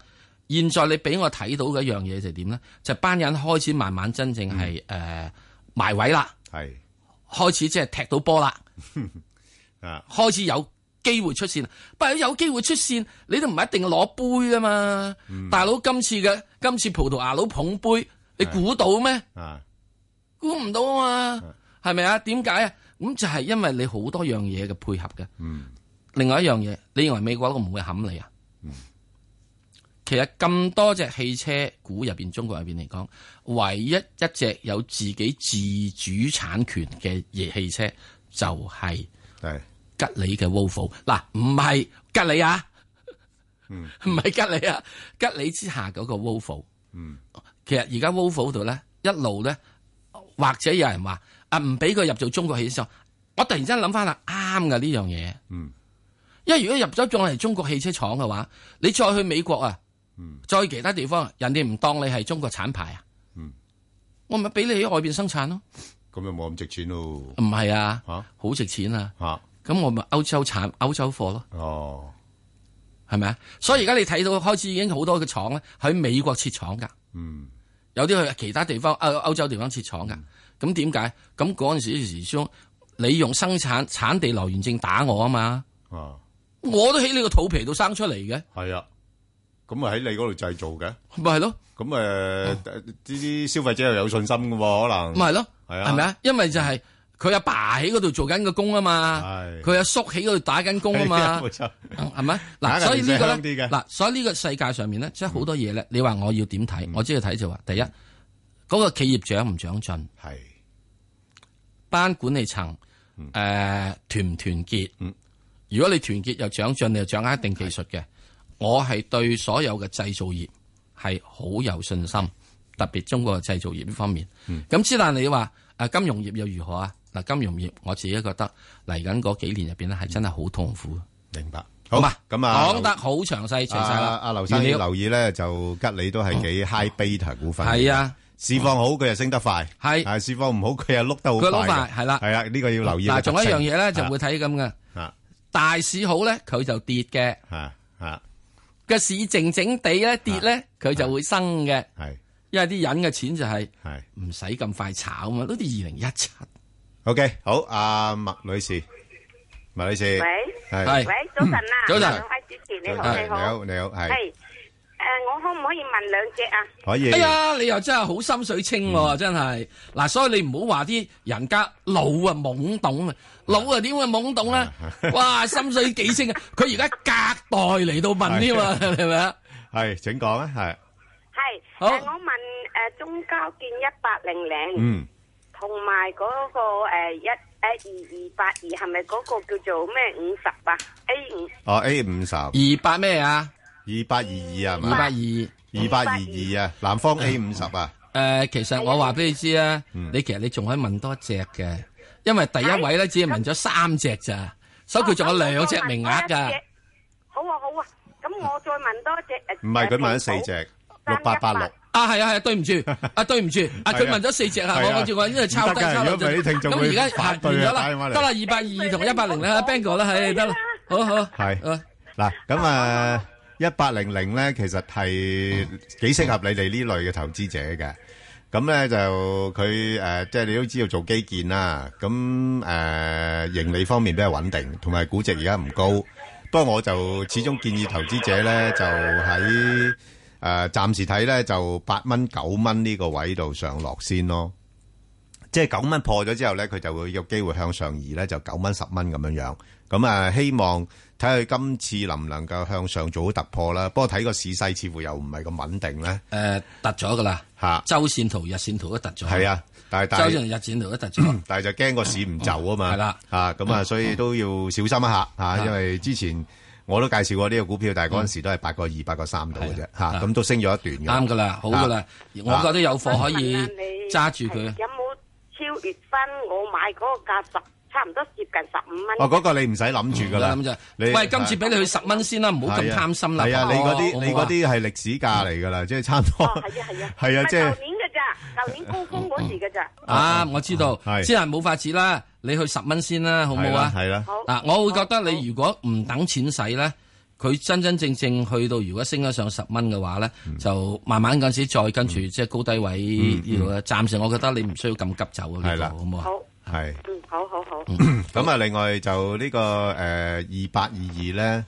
Speaker 10: 現在你俾我睇到嘅一樣嘢就係點咧？就係班人開始慢慢真正係誒埋位啦，
Speaker 9: 嗯係
Speaker 10: 開始即係踢到波啦，
Speaker 9: *laughs* 啊，
Speaker 10: 開始有機會出線。不過有機會出線，你都唔係一定攞杯噶嘛。
Speaker 9: 嗯
Speaker 10: 大佬今次嘅今次葡萄牙佬捧杯，你估到咩？
Speaker 9: 啊，
Speaker 10: 估唔到啊嘛，係咪啊？點解啊？咁就係因為你好多樣嘢嘅配合嘅。
Speaker 9: 嗯，
Speaker 10: 另外一樣嘢，你認為美國佬唔會冚你啊？其實咁多隻汽車股入邊，中國入邊嚟講，唯一一隻有自己自主產權嘅嘢汽車就係吉利嘅 Volvo。嗱，唔係吉利啊，唔係吉利啊，吉利之下嗰個 Volvo。
Speaker 9: 嗯，
Speaker 10: 其實而家 Volvo 度咧，一路咧，或者有人話啊，唔俾佢入做中國汽車廠，我突然之間諗翻啦，啱㗎呢樣嘢。
Speaker 9: 嗯，
Speaker 10: 因為如果入咗仲係中國汽車廠嘅話，你再去美國啊，再去其他地方，人哋唔當你係中國產牌啊。
Speaker 9: 嗯，
Speaker 10: 我咪俾你喺外邊生產咯。
Speaker 9: *laughs* 咁又冇咁值錢咯，唔
Speaker 10: 係啊，好值錢啊。
Speaker 9: 嚇，
Speaker 10: 咁我咪歐洲產歐洲貨咯。
Speaker 9: 哦，
Speaker 10: 係咪啊？所以而家你睇到開始已經好多嘅廠咧喺美國設廠㗎。
Speaker 9: 嗯，
Speaker 10: 有啲去其他地方啊歐歐洲地方設廠㗎。咁點解？咁嗰陣時時將你用生產產地來源證打我啊嘛，
Speaker 9: 啊，
Speaker 10: 我都喺你個肚皮度生出嚟嘅。
Speaker 9: 係啊，咁啊喺你嗰度製造嘅，
Speaker 10: 咪係咯，
Speaker 9: 咁誒呢啲消費者又有信心嘅喎，可能
Speaker 10: 咪係咯，
Speaker 9: 係啊，
Speaker 10: 係咪啊？因為就係佢阿爸喺嗰度做緊個工啊嘛，佢阿叔喺嗰度打緊工啊
Speaker 9: *laughs* 係啊
Speaker 10: 嘛，
Speaker 9: 冇錯
Speaker 10: 係咪？
Speaker 9: 打
Speaker 10: 嗱，
Speaker 9: 緊
Speaker 10: 所以呢個
Speaker 9: 香啲
Speaker 10: 咧，
Speaker 9: 嘅嗯
Speaker 10: 嗱，所以呢個世界上面咧，即係好多嘢咧，你話我要點睇？我只要睇就話，第一，嗰個企業長唔長進，
Speaker 9: 係嗯
Speaker 10: 班管理層誒團唔團結？如果你團結又長進，你又掌握一定技術嘅，我係對所有嘅製造業係好有信心，特別中國嘅製造業呢方面。咁之但你話誒金融業又如何啊啊？嗱，金融業我自己覺得嚟緊嗰幾年入邊咧係真係好痛苦。
Speaker 9: 明白。好
Speaker 10: 嘛，
Speaker 9: 咁啊
Speaker 10: 講得好詳細，詳細
Speaker 9: 啊
Speaker 10: 啦。
Speaker 9: 阿劉生
Speaker 10: 完
Speaker 9: 要
Speaker 10: 了
Speaker 9: 留意咧，就吉利都係幾 high beta 股份嚟㗎。
Speaker 10: 係啊
Speaker 9: 市況好佢又升得快，
Speaker 10: 係
Speaker 9: 啊市況唔好佢又碌得好
Speaker 10: 佢
Speaker 9: 快嘅。
Speaker 10: 攞埋係啦，
Speaker 9: 係啊，呢個要留意
Speaker 10: 嗱，
Speaker 9: 嘅
Speaker 10: 仲
Speaker 9: 特
Speaker 10: 有一
Speaker 9: 性。
Speaker 10: 樣嘢咧，就會睇咁嘅
Speaker 9: 啊。
Speaker 10: 大市好咧，佢就跌嘅。
Speaker 9: 啊啊，
Speaker 10: 個市靜靜地咧跌咧，佢就會生嘅。
Speaker 9: 啊係，
Speaker 10: 因為啲人嘅錢就係
Speaker 9: 係
Speaker 10: 唔使咁快炒嘛，好似二零一七。
Speaker 9: OK，好，阿麥女士，麥女士，
Speaker 27: 喂，
Speaker 9: 係
Speaker 27: 喂，早晨啊，
Speaker 9: 早晨
Speaker 27: 兩位主持你好，
Speaker 9: 係
Speaker 27: 你
Speaker 9: 你
Speaker 27: 好，
Speaker 9: 好你好係
Speaker 27: 係，诶，我可唔可以問兩隻啊？
Speaker 9: 可以
Speaker 10: 哎呀，你又真係好心水清喎，真係。嗱，所以你唔好話啲人家老啊懵懂啊，老啊點會懵懂咧？哇，心水幾
Speaker 9: *laughs*
Speaker 10: 清啊！佢而家隔代嚟到問添嘛，
Speaker 9: 係
Speaker 10: *laughs* 係咪啊？
Speaker 9: 係，請講啊，係，
Speaker 27: 係，
Speaker 10: 好
Speaker 27: 誒我問诶中交建一八零零，
Speaker 9: 嗯，
Speaker 27: 同埋嗰個诶一诶二二八二係咪嗰個叫做咩五十啊？A 五
Speaker 9: 哦 A 五十，二
Speaker 10: 八咩啊？
Speaker 9: 二八二二啊，係嘛？
Speaker 10: 二百二，
Speaker 9: 二八二二啊，南方 A 五十啊，
Speaker 10: 誒，其實我話俾你知啊，你其實你仲可以問多隻嘅，因為第一位咧只係問咗三隻咋，所以佢仲有兩隻名額㗎。
Speaker 27: 好啊好啊，咁我再問多隻诶，
Speaker 9: 唔係佢問咗四隻，六八八六。
Speaker 10: 啊，係啊，係啊，
Speaker 9: *laughs*
Speaker 10: 對唔住，啊，對唔住，啊，佢
Speaker 9: 係啊
Speaker 10: 問咗四隻啊，
Speaker 9: 係啊
Speaker 10: 我我仲話因為抄低
Speaker 9: 唔得㗎
Speaker 10: 抄
Speaker 9: 如果唔係啲聽眾
Speaker 10: 咁
Speaker 9: 會
Speaker 10: 而家
Speaker 9: 反
Speaker 10: 係
Speaker 9: 對
Speaker 10: 完
Speaker 9: 啊
Speaker 10: 咗
Speaker 9: 打電話
Speaker 10: 啦，
Speaker 9: 嚟
Speaker 10: 得啦，二百二同一百 *laughs* 零啦，Bang 哥啦，係得啦，好好， *laughs*
Speaker 9: 係。嗱，咁啊，1800呢，其實係幾適合你哋呢類嘅投資者嘅。咁呢，就佢，呃，即係你都知道做基建啦，咁，呃，盈利方面比較穩定，同埋估值而家唔高。不過我就始終建議投資者呢，就喺，呃，暫時睇呢，就8蚊、九蚊呢個位度上落先咯。即係九蚊破咗之後咧，佢就會有機會向上移咧，就九蚊十蚊咁樣樣。咁啊，希望睇佢今次能唔能夠向上做到突破啦。不過睇個市勢似乎又唔係咁穩定咧。
Speaker 10: 誒，突咗㗎啦，
Speaker 9: 嚇，
Speaker 10: 周線圖、日線圖都突咗，
Speaker 9: 係啊，但係嗯但
Speaker 10: 周線圖、
Speaker 9: 係
Speaker 10: 日線圖都突咗，
Speaker 9: 但係就驚個市唔就啊嘛。
Speaker 10: 係啦，
Speaker 9: 嚇咁啊，所以都要小心一下嚇，
Speaker 10: 嗯
Speaker 9: 因為之前我都介紹過呢個股票，但係嗰陣時都係八個二、八個三度嘅啫嚇，咁都升咗一段嘅。
Speaker 10: 嗯啊
Speaker 9: 啊
Speaker 10: 啱㗎啦，好㗎啦，我覺得有貨可以揸住佢。
Speaker 27: 有冇超越翻我買嗰個價十，差唔多接近十五蚊？
Speaker 9: 哦，嗰個你唔使諗住㗎啦，
Speaker 10: 唔使諗住
Speaker 9: 你
Speaker 10: 嗯
Speaker 9: 啊
Speaker 10: 喂今次俾你去十蚊先啦唔好咁
Speaker 9: 係啊
Speaker 10: 貪心啦
Speaker 9: 係啊，你嗰
Speaker 10: 我嗯
Speaker 9: 啲你
Speaker 10: 我話
Speaker 9: 嗰啲係歷史價嚟㗎啦，即係差唔多。
Speaker 27: 係啊係啊，
Speaker 9: 係啊
Speaker 27: 唔
Speaker 9: 即係
Speaker 27: 舊年嘅咋，舊年高峰嗰時嘅咋。
Speaker 10: 啊，我知道，之係冇法子啦，你去十蚊先啦，好唔好啊？
Speaker 9: 係啦
Speaker 27: 係
Speaker 10: 嗱，我會覺得你如果唔等錢使咧，佢真真正正去到如果升咗上十蚊嘅話咧，
Speaker 9: 嗯
Speaker 10: 就慢慢嗰陣時再跟住即係高低位呢度咧。暫時我覺得你唔需要咁急走啊，呢
Speaker 9: 係啦
Speaker 10: 度好唔好啊？
Speaker 9: 係。
Speaker 28: Ừ,
Speaker 27: 嗯，好好好。
Speaker 9: 咁啊，另外就呢個诶二八二二咧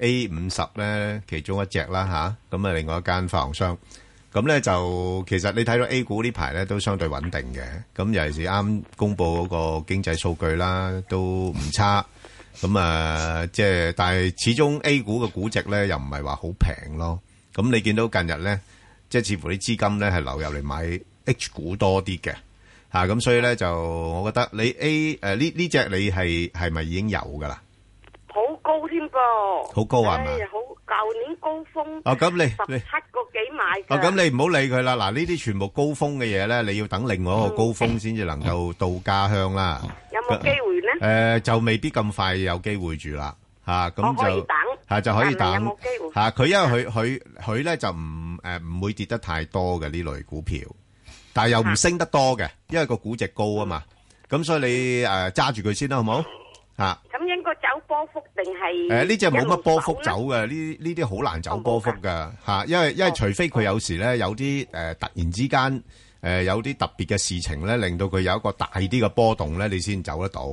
Speaker 9: A 五十咧，其中一隻啦吓，咁啊，另外一間發行商，咁咧就其實你睇到 A 股呢排咧都相對穩定嘅，咁尤其是啱公布嗰個經濟數據啦，都唔差。咁啊，即係但係始終 A 股嘅估值咧又唔係話好平咯。咁你見到近日咧，即係似乎啲資金咧係流入嚟買 H 股多啲嘅。吓咁、所以咧就我覺得你 A 誒呢呢只你係係咪已經有㗎啦？
Speaker 27: 好高添噃，
Speaker 9: 好高啊係嘛
Speaker 27: 唉好，舊年高峰
Speaker 9: 哦咁你
Speaker 27: 十
Speaker 9: 你
Speaker 27: 七個幾買㗎
Speaker 9: 哦，咁你唔好理佢啦。嗱，呢啲全部高峰嘅嘢咧，你要等另外一個高峰先至能夠到家鄉啦。
Speaker 27: 有冇機會呢
Speaker 9: 誒、就未必咁快有機會住啦，嚇、咁
Speaker 27: 我可以
Speaker 9: 就
Speaker 27: 等
Speaker 9: 嚇、就可以等
Speaker 27: 但係有冇機會
Speaker 9: 嚇佢、因為佢佢佢咧就唔誒唔會跌得太多嘅呢類股票，但係又唔升得多嘅，因為個估值高啊嘛。咁所以你誒揸住佢先啦，好冇嚇？
Speaker 27: 咁應該走波幅定係？
Speaker 9: 诶，呢
Speaker 28: Dạ,
Speaker 9: 只冇乜波幅走嘅，呢哦啊呢啲好難走波幅嘅吓，因為因为除非佢有時咧有啲诶突然之間诶有啲特別嘅事情咧，令到佢有一個大啲嘅波動咧，你先走得到。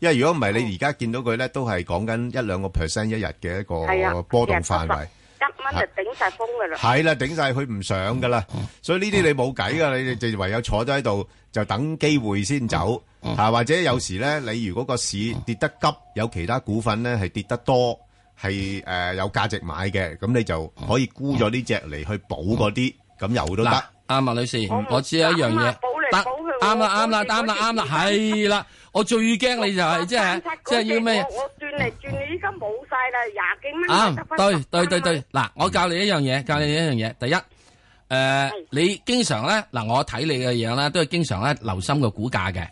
Speaker 9: 因為如果唔係，你而家見到佢咧都係講緊一兩個 percent 一日嘅一
Speaker 27: 係啊
Speaker 10: 哦
Speaker 9: 個波動範圍。
Speaker 27: 一蚊就頂晒風㗎啦。
Speaker 9: 係啦，頂晒佢唔上噶啦，所以呢啲你冇計噶，你哋就唯有坐咗喺度就等機會先走吓、啊或者有時咧，你如果個市跌得急，有其他股份咧係跌得多，係诶、呃有價值買嘅，咁你就可以沽咗呢只嚟去補嗰啲，咁有都
Speaker 10: 嗱
Speaker 9: 得。，
Speaker 10: 啱啊，女士，我知有一樣嘢，得啱啦，啱啦，啱啦，啱啦，係啦， *laughs* 我最驚你就係即係即係要咩？
Speaker 27: 我轉嚟轉去，依家冇晒啦，廿
Speaker 28: dạ,
Speaker 27: 幾蚊
Speaker 10: 啱
Speaker 27: 得，返
Speaker 10: 對
Speaker 27: 十
Speaker 10: 對對對，嗱，我教你一樣嘢，教你一樣嘢。第一，誒，你經常咧，嗱，我睇你嘅樣咧，都係經常咧留心個股價嘅，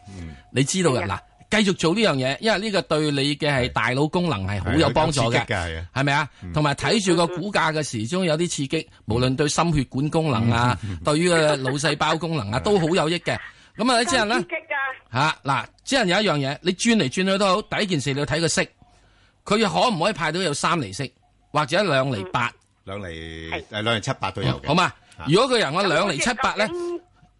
Speaker 10: 你知道嘅。嗱，繼續做呢樣嘢，因為呢個對你嘅係大腦功能係好有幫助
Speaker 9: 係有
Speaker 10: 嘅
Speaker 9: 刺激㗎係啊，
Speaker 10: 係咪啊？同埋睇住個股價嘅時鐘有啲刺激，無論對心血管功能啊，對於個腦細胞功能啊，都好有益嘅。咁啊，之後咧吓嗱，之後有一樣嘢，你轉嚟轉去都好，第一件事你要睇個息，佢可唔可以派到有三厘息或者兩厘八？嗯
Speaker 9: 兩厘誒兩厘七八都有嘅。
Speaker 10: 好嘛？如果佢人我兩厘七八咧，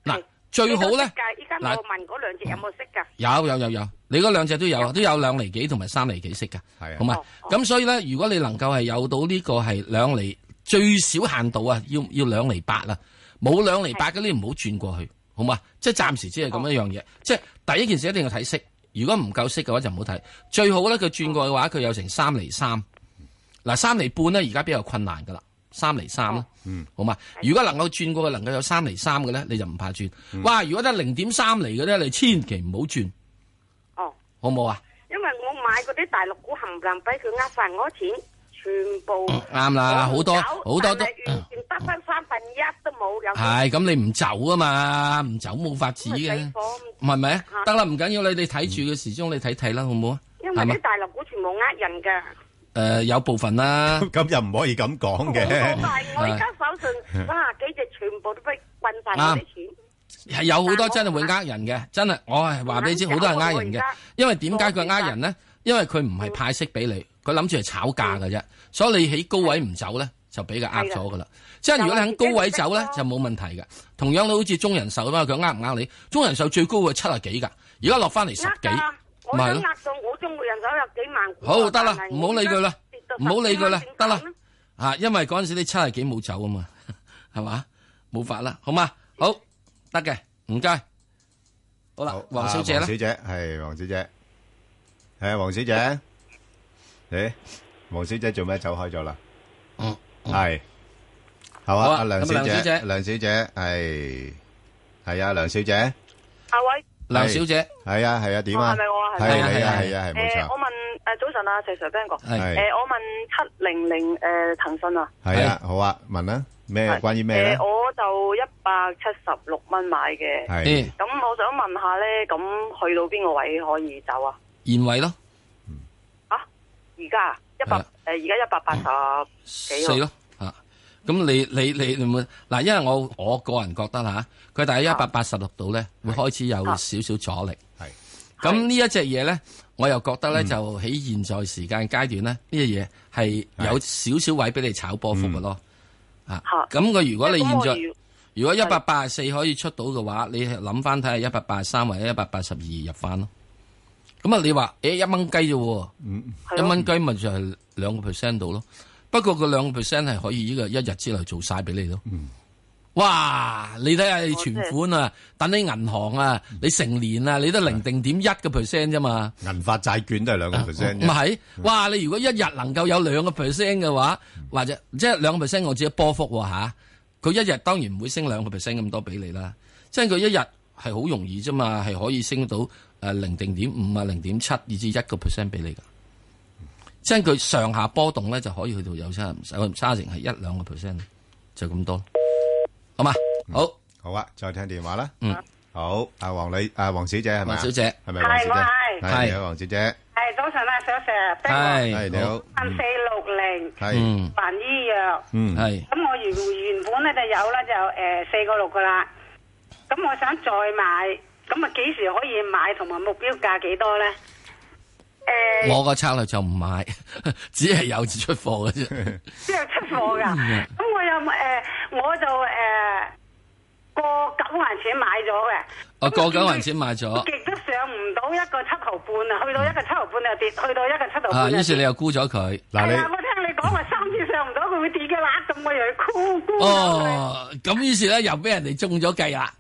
Speaker 10: 嗱最好咧。
Speaker 27: 依家我問嗰兩隻有冇息
Speaker 28: à?
Speaker 27: 㗎？
Speaker 10: 有有有有，你嗰兩隻都有，都有兩厘幾同埋三厘幾息噶，好嘛？咁所以咧，如果你能夠係有到呢個係兩厘最少限度啊，要要兩厘八啦，冇兩厘八嘅你唔好轉過去，好嘛？即係暫時只係咁一樣嘢，即係第一件事一定要睇息，如果唔夠息嘅話就唔好睇，最好咧佢轉過去嘅話佢有成三厘三，嗱三厘半咧而家比較困難噶啦。三厘三啦，
Speaker 9: 嗯，
Speaker 10: 好嘛？如果能夠轉過去，能夠有三厘三嘅咧，你就唔怕轉。哇！如果得零點三厘嘅咧，你千祈唔好轉。
Speaker 28: Ờ.
Speaker 27: 哦，
Speaker 10: 好冇啊？
Speaker 27: 因為我買嗰啲大陸股冚唪唥俾佢呃晒我錢，全部
Speaker 10: 啱
Speaker 27: 啊
Speaker 10: 啦好多好多都
Speaker 27: 都完全得翻三分一都冇有。
Speaker 10: 係咁，你唔走啊嘛？唔走冇法子嘅，唔係咪啊？得啦，唔緊要，你你睇住嘅時鐘，你睇睇啦，好唔好啊？
Speaker 27: 因為
Speaker 10: 係嘛
Speaker 27: 啲？大陸股全部呃人㗎。
Speaker 10: 誒，有部分啦，
Speaker 9: 咁又唔可以咁講
Speaker 27: 好大，我
Speaker 10: À.
Speaker 27: 而家手信哇幾隻全部都俾棍晒我啲錢。
Speaker 10: 係有好多真係會呃人嘅，真係我係話俾你知，好多人呃人嘅。因為點解佢呃人呢？因為佢唔係派息俾你，佢諗住係炒價
Speaker 27: 嗯
Speaker 10: 嘅啫。所以你喺高位唔走呢，就俾佢呃咗噶啦。即係如果你喺高位走呢，就冇問題嘅。同樣你好似中人壽咁啊，佢呃唔呃你？中人壽最高嘅七啊幾㗎，而家落翻嚟十幾
Speaker 27: 呃㗎，我
Speaker 10: 咪
Speaker 27: 都
Speaker 10: 係
Speaker 27: 呃
Speaker 10: 咯
Speaker 27: 到我中國人手有幾萬股。
Speaker 10: 好得啦
Speaker 27: 但，係
Speaker 10: 唔好
Speaker 27: 我
Speaker 10: 理佢啦
Speaker 27: 跌到，
Speaker 10: 唔好理佢啦
Speaker 27: 15，
Speaker 10: 得啦，啊，因為嗰阵时你七廿幾冇走啊嘛， *laughs* 係嘛，冇法啦，好嘛，好得嘅，唔該，好啦，黃小姐
Speaker 9: 啊
Speaker 10: 啦
Speaker 9: 黃，小姐係黃小姐，係啊，黃小姐，誒，黃小姐做咩走開咗啦？
Speaker 10: 嗯，
Speaker 9: 係，好
Speaker 10: 好啊
Speaker 9: 啊，阿梁
Speaker 10: 咁
Speaker 9: 小
Speaker 10: 啊梁小
Speaker 9: 姐
Speaker 10: 姐，
Speaker 9: 梁小姐係係啊，梁小姐，
Speaker 28: 阿偉，
Speaker 10: 梁小姐，
Speaker 9: 係啊係啊，點啊？
Speaker 28: 係咪我啊？
Speaker 9: 係
Speaker 28: 咪
Speaker 9: 你啊，係啊，係冇
Speaker 28: 誒
Speaker 9: 錯
Speaker 28: 我。問誒早晨啊，石 Sir Ben 哥，誒
Speaker 9: 係
Speaker 28: 我問七零零誒騰訊啊，
Speaker 9: 系啊，好啊，问啦，咩
Speaker 28: 係
Speaker 9: 关于咩咧
Speaker 28: 誒？我就一百七十六蚊買嘅，
Speaker 9: 係
Speaker 28: 咁我想問下咧，咁去到邊個位可以走啊？
Speaker 10: 贤惠咯，
Speaker 28: 而家啊一百誒而家一百八十幾
Speaker 10: 四咯，啊，咁你你你你會嗱，因為我我個人覺得吓，佢大概一百八十六度咧，會開始有少少阻力，
Speaker 9: 係，
Speaker 10: 咁呢一隻嘢咧，我又覺得咧就喺現在時間階段咧，呢只嘢係有少少位俾你炒波幅嘅咯。啊，咁佢如果你
Speaker 28: 咁
Speaker 10: 現
Speaker 28: 我
Speaker 10: 在
Speaker 28: 如
Speaker 10: 如果一百八十四可以出到嘅話，你係諗翻睇下一百八十三或者一百八十二入翻咯。咁啊，你話誒一蚊雞啫喎，一蚊雞咪就係兩個 percent 度咯。不過個兩個 percent 係可以呢個一日之內做晒俾你咯。
Speaker 9: 嗯
Speaker 10: 哇！你睇下你存款啊，等你銀行啊，
Speaker 9: 嗯
Speaker 10: 你成年啊，你都零定點一嘅 percent 啫嘛。
Speaker 9: 銀發債券都係兩個 percent 嗯
Speaker 10: 唔係，哇！你如果一日能夠有兩個 percent 嘅話，或者即係兩個 percent，我只係波幅喎吓。佢一日當然唔會升兩個 percent 咁多俾你啦，即係佢一日係好容易啫嘛，係可以升到誒零定點五啊、零點七以至一個 percent 俾你噶。即係佢上下波動咧，就可以去到有差唔有差成係一兩個 percent，就咁多，好嘛？
Speaker 9: Ừ.
Speaker 10: 好，
Speaker 9: 好啊，再聽電話啦。
Speaker 10: 嗯，
Speaker 9: 好，阿黃女，阿黃小姐係咪啊？
Speaker 10: 黃小姐
Speaker 9: 係咪黃小姐？
Speaker 29: 係我係
Speaker 9: 你好，黃小姐。
Speaker 29: 系早晨啊，小 Sir，
Speaker 9: 係你好。
Speaker 29: 三四六零，
Speaker 9: 係
Speaker 29: 凡醫藥，
Speaker 9: 嗯
Speaker 10: 係
Speaker 29: 咁我原原本咧就有啦，就诶四個六噶啦，咁我想再買，咁啊幾時可以買，同埋目標價幾多咧？诶、
Speaker 10: 我個策略就唔買， *laughs* 只係有出貨嘅
Speaker 1: *laughs*
Speaker 10: 啫。
Speaker 29: 即係出貨㗎。
Speaker 10: 嗯
Speaker 29: 咁我有诶、我就诶、過过九銀錢買咗嘅。啊
Speaker 10: 我哦過九銀錢買咗。
Speaker 29: 極都上唔到一個七毫半啊，去到一個七毫半就跌，去到一個七毫
Speaker 10: 啊，於
Speaker 29: 半就跌
Speaker 10: 是你又沽咗佢。
Speaker 29: 係啊，我聽你講話三次上唔到佢會跌嘅話，咁我又要箍沽
Speaker 10: Ờ.
Speaker 29: 咗佢。
Speaker 10: 哦，咁於是咧又俾人哋中咗計啦。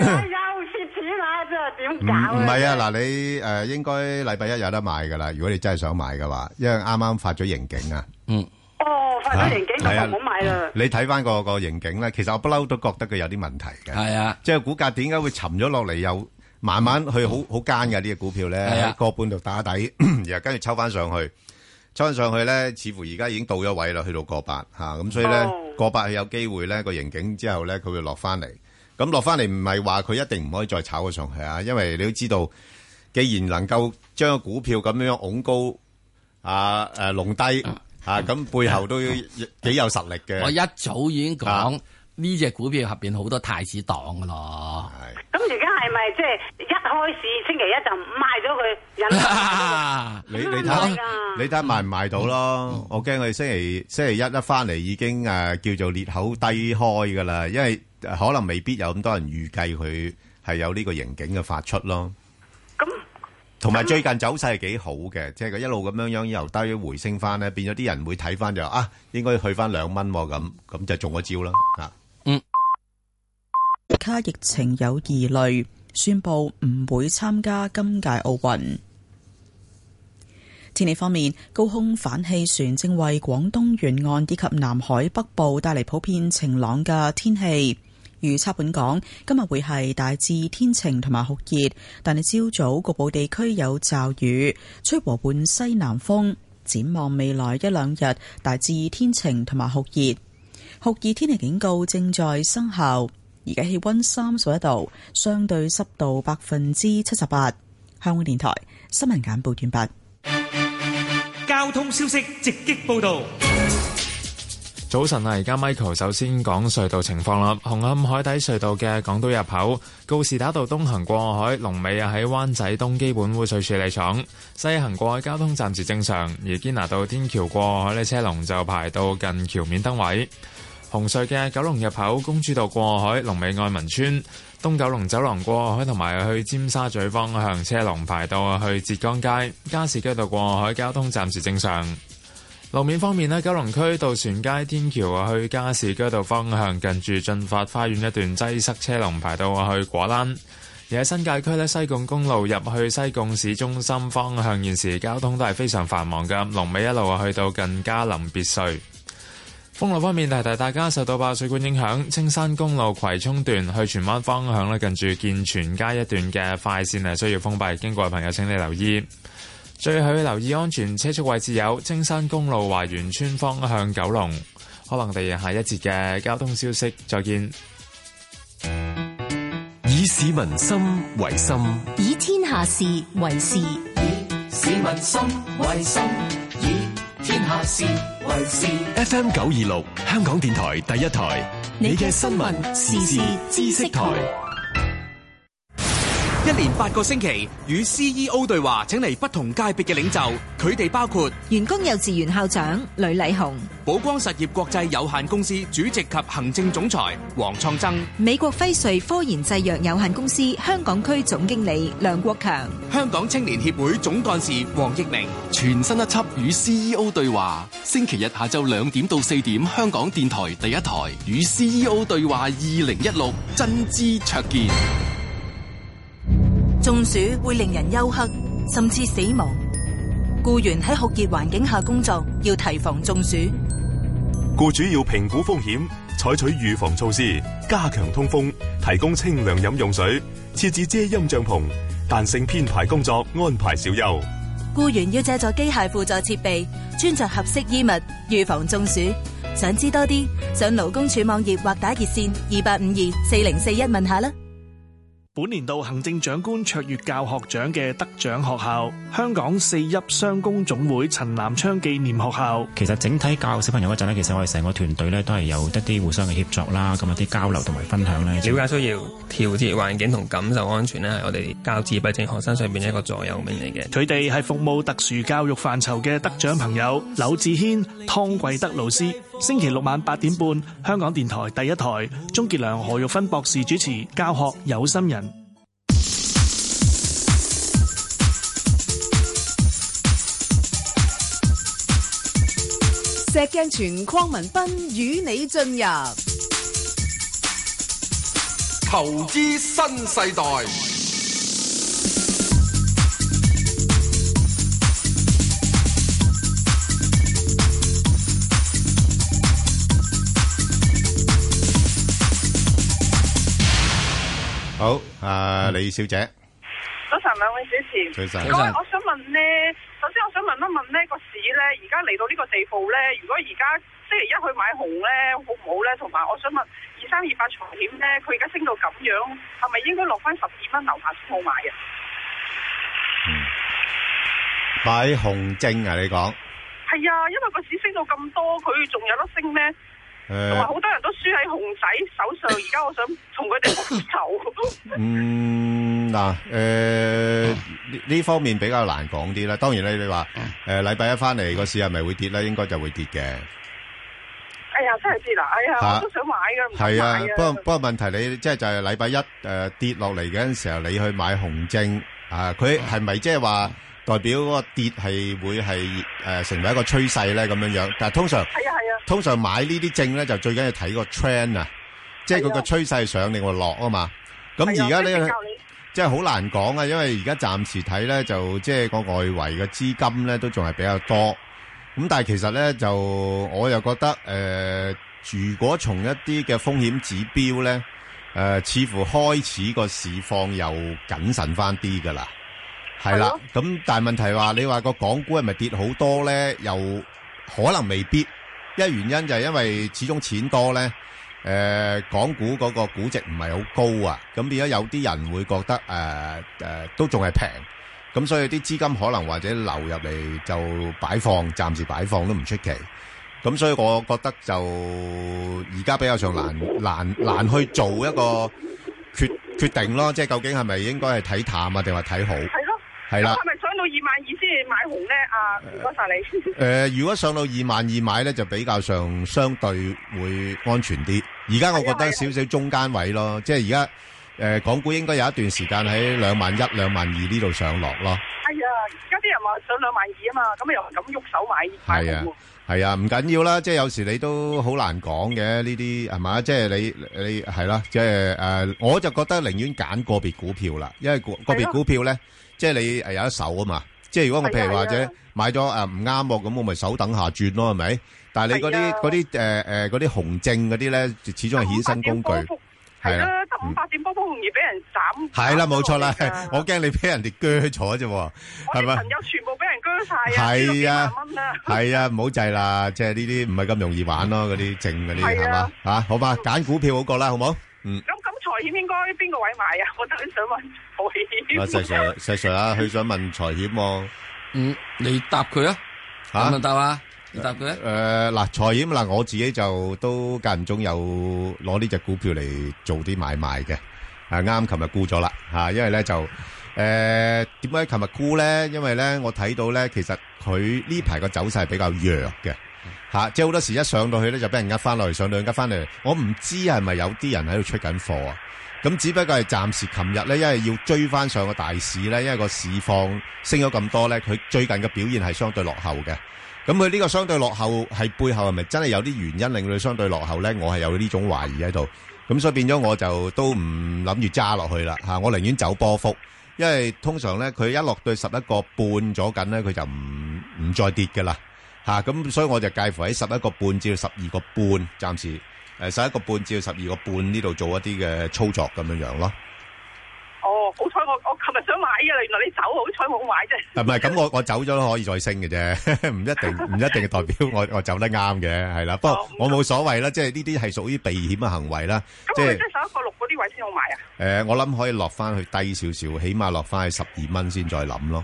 Speaker 29: 係啊，又蝕錢啦，真係點
Speaker 9: 唔
Speaker 29: 搞
Speaker 9: 唔
Speaker 29: 啊？
Speaker 9: 係啊，嗱，你誒應該禮拜一有得買㗎啦。如果你真係想買嘅話，因為啱啱發咗刑警啊。
Speaker 10: 嗯。
Speaker 29: 哦，發咗年紀
Speaker 9: 係啊
Speaker 29: 咁就唔好買啦。
Speaker 9: 你睇翻個個刑景咧，其實我不嬲都覺得佢有啲問題嘅。
Speaker 10: 係啊，
Speaker 9: 即係股價點解會沉咗落嚟，又慢慢去好好奸嘅呢只股票咧，
Speaker 10: 係啊
Speaker 9: 喺個半度打底， *clears throat* 然後跟住抽翻上去，抽翻上去咧，似乎而家已經到咗位啦，去到個八嚇，咁所以咧個八係有機會咧個刑景之後咧，佢會落翻嚟。咁落翻嚟唔係話佢一定唔可以再炒咗上去啊，因為你都知道。既然能夠將個股票咁樣拱高啊誒弄低啊，咁背後都幾有實力嘅。
Speaker 10: 我一早已經
Speaker 1: 啊
Speaker 10: 講呢只股票入邊好多太子黨噶咯。
Speaker 29: 咁而家係咪即係一開始星期一就賣咗佢
Speaker 9: *laughs*
Speaker 29: 引
Speaker 9: 你你睇，你睇賣唔賣到咯？我驚佢星期星期一一翻嚟已經誒叫做裂口低開噶啦，因為可能未必有咁多人預計佢係有呢個刑警嘅發出咯。咁同埋最近走勢係幾好嘅，即係佢一路咁樣樣由低回升翻咧，變咗啲人會睇翻就啊，應該去翻兩蚊喎咁，咁就中咗招啦啊！
Speaker 13: 卡疫情有疑慮，宣布唔會參加今屆奧運。天氣方面，高空反氣旋正為廣東沿岸以及南海北部帶嚟普遍晴朗嘅天氣。預測本港今日會係大致天晴同埋酷熱，但係朝早局部地區有驟雨，吹和緩西南風。展望未來一兩日，大致天晴同埋酷熱。酷熱天氣警告正在生效。而家氣溫三十一度，相對濕度百分之七十八。香港電台新聞簡報完畢。
Speaker 14: 交通消息直擊報道。
Speaker 15: 早晨啊，而家 Michael 首先講隧道情況啦。紅磡海底隧道嘅港島入口，告士打道東行過海，龍尾啊喺灣仔東基本污水處理廠；西行過海交通暫時正常。而堅拿道天橋過海呢車龍就排到近橋面燈位。紅隧嘅九龍入口公主道過海，龍尾愛民村；東九龍走廊過海同埋去尖沙咀方向車龍排到去浙江街；加士居道過海交通暫時正常。路面方面呢，九龍區渡船街天橋去加士居道方向近住進發花園一段擠塞車龍排到去果欄。而喺新界區呢，西貢公路入去西貢市中心方向，現時交通都係非常繁忙嘅，龍尾一路去到近嘉林別墅。封路方面，提提大家受到爆水管影響，青山公路葵涌段去荃灣方向咧，近住健全街一段嘅快線係需要封閉，經過嘅朋友請你留意。最後要留意安全車速位置有青山公路華園村方向九龍。可能我哋下一節嘅交通消息再見。
Speaker 16: 以市民心為心，
Speaker 30: 以天下事為事，
Speaker 31: 市民心為心，以天下事為事。
Speaker 16: FM 九二六，香港電台第一台，你嘅新聞時事知識台。
Speaker 21: 一連八個星期與 CEO 對話，請嚟不同界別嘅領袖，佢哋包括
Speaker 17: 員工幼稚園校長呂麗紅、
Speaker 21: 寶光實業國際有限公司主席及行政總裁黃創增、
Speaker 17: 美國輝瑞科研製藥有限公司香港區總經理梁國強。
Speaker 21: 香港青年協會總幹事黃益明、
Speaker 16: 全新一輯與 CEO 對話，星期日下晝兩點到四點，香港電台第一台與 CEO 對話二零一六，真知灼見。
Speaker 32: 中暑會令人休克，甚至死亡。僱員喺酷熱環境下工作，要提防中暑。
Speaker 18: 僱主要評估風險，採取預防措施，加強通風，提供清涼飲用水，設置遮陰帳篷，彈性編排工作，安排小休。
Speaker 32: 僱員要借助機械輔助設備，穿着合適衣物，預防中暑。想知多啲，上勞工處網頁或打熱線二八五二四零四一問下啦。
Speaker 33: 本年度行政長官卓越教學獎嘅得獎學校，香港四邑商工總會陳南昌紀念學校。
Speaker 34: 其實整體教小朋友嗰陣咧，其實我哋成個團隊咧都係有一啲互相嘅協作啦，咁有啲交流同埋分享咧。
Speaker 3: 了解需要、調節環境同感受安全咧，係我哋教自閉症學生上邊一個座右銘嚟嘅。
Speaker 33: 佢哋係服務特殊教育範疇嘅得獎朋友柳志軒、湯貴德老師。星期六晚八點半，香港電台第一台，鍾傑良、何玉芬博士主持《教學有心人》。
Speaker 25: 石鏡泉鄺民彬與你進入
Speaker 26: 投資新世代。
Speaker 9: 好，啊李小姐，
Speaker 35: 早晨兩位主持，
Speaker 9: 早晨
Speaker 35: 各位我想問呢，首先我想問一問呢個市呢，而家嚟到呢個地步呢，如果而家星期一去買紅呢，好唔好呢？同埋我想問二三二八財險啊呢，佢而家升到咁樣，係咪應該落翻十二蚊樓下先好買嘅？
Speaker 9: 買紅證啊！你講
Speaker 35: 係啊，因為個市升到咁多，佢仲有得升咩？同埋
Speaker 9: 誒
Speaker 35: 好多人都輸喺熊仔手上，而家我想同佢哋復仇。
Speaker 9: *laughs* 嗯嗱誒呢呢方面比較難講啲啦。當然咧，你話誒禮拜一翻嚟個市係咪會跌咧？應該就會跌嘅。
Speaker 35: 哎呀，真係知啦！哎呀，
Speaker 9: 嚇
Speaker 35: 我都想買㗎，唔
Speaker 9: 係啊
Speaker 35: 敢買，
Speaker 9: 不過不過問題你即係就係禮拜一誒跌落嚟嗰陣時候，你去買紅證啊，佢係咪即係話代表嗰個跌係會係誒呃成為一個趨勢咧咁樣樣？但係通常
Speaker 35: 係啊係啊，
Speaker 9: 通常買呢啲證咧就最緊要睇個 trend 啊，即係佢個趨勢上定話落啊嘛。咁而家
Speaker 35: 係啊
Speaker 9: 呢
Speaker 35: 教你，
Speaker 9: 即係好難講啊，因為而家暫時睇咧就即係個外圍嘅資金咧都仲係比較多。咁但係其實咧就我又覺得誒、呃如果從一啲嘅風險指標咧，誒、似乎開始個市況又謹慎翻啲㗎啦，係啦。咁但係問題話你話個港股係咪跌好多咧？又可能未必，一原因就係因為始終錢多咧。誒、港股嗰個估值唔係好高啊，咁變咗有啲人會覺得誒誒、都仲係平。咁所以啲資金可能或者流入嚟就擺放，暫時擺放都唔出奇。咁所以我覺得就而家比較上難難難去做一個決決定咯，即係究竟係咪應該係睇淡啊，定係睇好？
Speaker 35: 係咯，
Speaker 9: 係啦
Speaker 35: 咁係咪上到二萬二先買紅咧？啊，唔該晒你。 *laughs*
Speaker 9: 誒、呃如果上到二萬二買咧，就比較上相對會安全啲。而家我覺得少少中間位咯，即係而家誒呃港股應該有一段時間喺兩萬一、兩萬二呢度上落咯。
Speaker 35: 哎呀，而家啲人話上兩萬二啊嘛，咁又唔敢喐手買買
Speaker 9: 係啊
Speaker 35: 紅喎。，
Speaker 9: 係啊，唔緊要啦，即係有時你都好難講嘅呢啲係嘛，即係你你係啦，即係诶、呃我就覺得寧願揀個別股票啦，因為個個別股票咧，即係你呃有一手啊嘛，即係如果啊我譬如或者買咗诶唔啱喎，咁我咪手等下轉咯，係咪？但係你嗰啊啲嗰啲诶诶嗰啲紅證嗰啲咧，始終係衍生工具，係啊
Speaker 35: 係
Speaker 9: 啦。
Speaker 35: 啦，得五百點波波容易俾人斬。
Speaker 9: 係啦，冇錯啦
Speaker 35: 斬咗嚟㗎，
Speaker 9: *laughs* 我驚你俾人哋鋸咗啫喎，
Speaker 35: 我
Speaker 9: 係
Speaker 35: 啲
Speaker 9: 咪
Speaker 35: 朋？友全部俾人鋸晒啊，輸咗幾
Speaker 9: 係啊
Speaker 35: 萬蚊啊！，
Speaker 9: 係啊，唔好制啦，即係呢啲唔係咁容易玩咯，嗰啲證嗰啲
Speaker 35: 係啊
Speaker 9: 係嘛吓，好嘛，揀股票好過啦，好冇？嗯，
Speaker 35: *laughs* 咁咁財險應該邊個位買啊？我特別想問
Speaker 9: 阿石
Speaker 35: 財險。
Speaker 9: Sir，石 Sir 啊，佢想問財險喎。
Speaker 10: 嗯，你答佢啊，
Speaker 9: 吓，
Speaker 10: 有冇答啊？你答佢啊。
Speaker 9: 诶，嗱，財險嗱，我自己就都間唔中有攞呢只股票嚟做啲買賣嘅，啊啱，琴日沽咗啦吓，因為咧就诶點解琴日沽咧？因為咧我睇到咧，其實佢呢排個走勢係比較弱嘅吓、即係好多時一上到去咧就俾人呃翻落嚟，上到去呃翻嚟，我唔知係咪有啲人喺度出緊貨啊？咁只不過係暫時琴日咧，因為要追翻上個大市咧，因為個市況升咗咁多咧，佢最近嘅表現係相對落後嘅。咁佢呢個相對落後係背後係咪真係有啲原因令佢相對落後咧？我係有呢種懷疑喺度。咁所以變咗我就都唔諗住揸落去啦嚇，我寧願走波幅，因為通常咧佢一落到十一個半咗緊咧，佢就唔唔再跌噶啦嚇。咁、所以我就介乎喺十一個半至到十二個半，暫時誒十一個半至到十二個半呢度做一啲嘅操作咁樣啊樣咯。
Speaker 35: 哦，好彩我我琴日想買啊，原來你走，好彩冇買啫。 *laughs*
Speaker 9: 唔係咁，我我走咗都可以再升嘅啫， *laughs* 唔一
Speaker 35: *laughs*
Speaker 9: 定唔一定代表我我走得啱嘅，係啦。不過我冇所謂啦，即係呢啲係屬於避險嘅行為啦。即
Speaker 35: 咁係咪
Speaker 9: 係
Speaker 35: 即係十一個六嗰啲位先好買啊？
Speaker 9: 诶、我諗可以落翻去低少少，起碼落翻去十二蚊先再諗咯。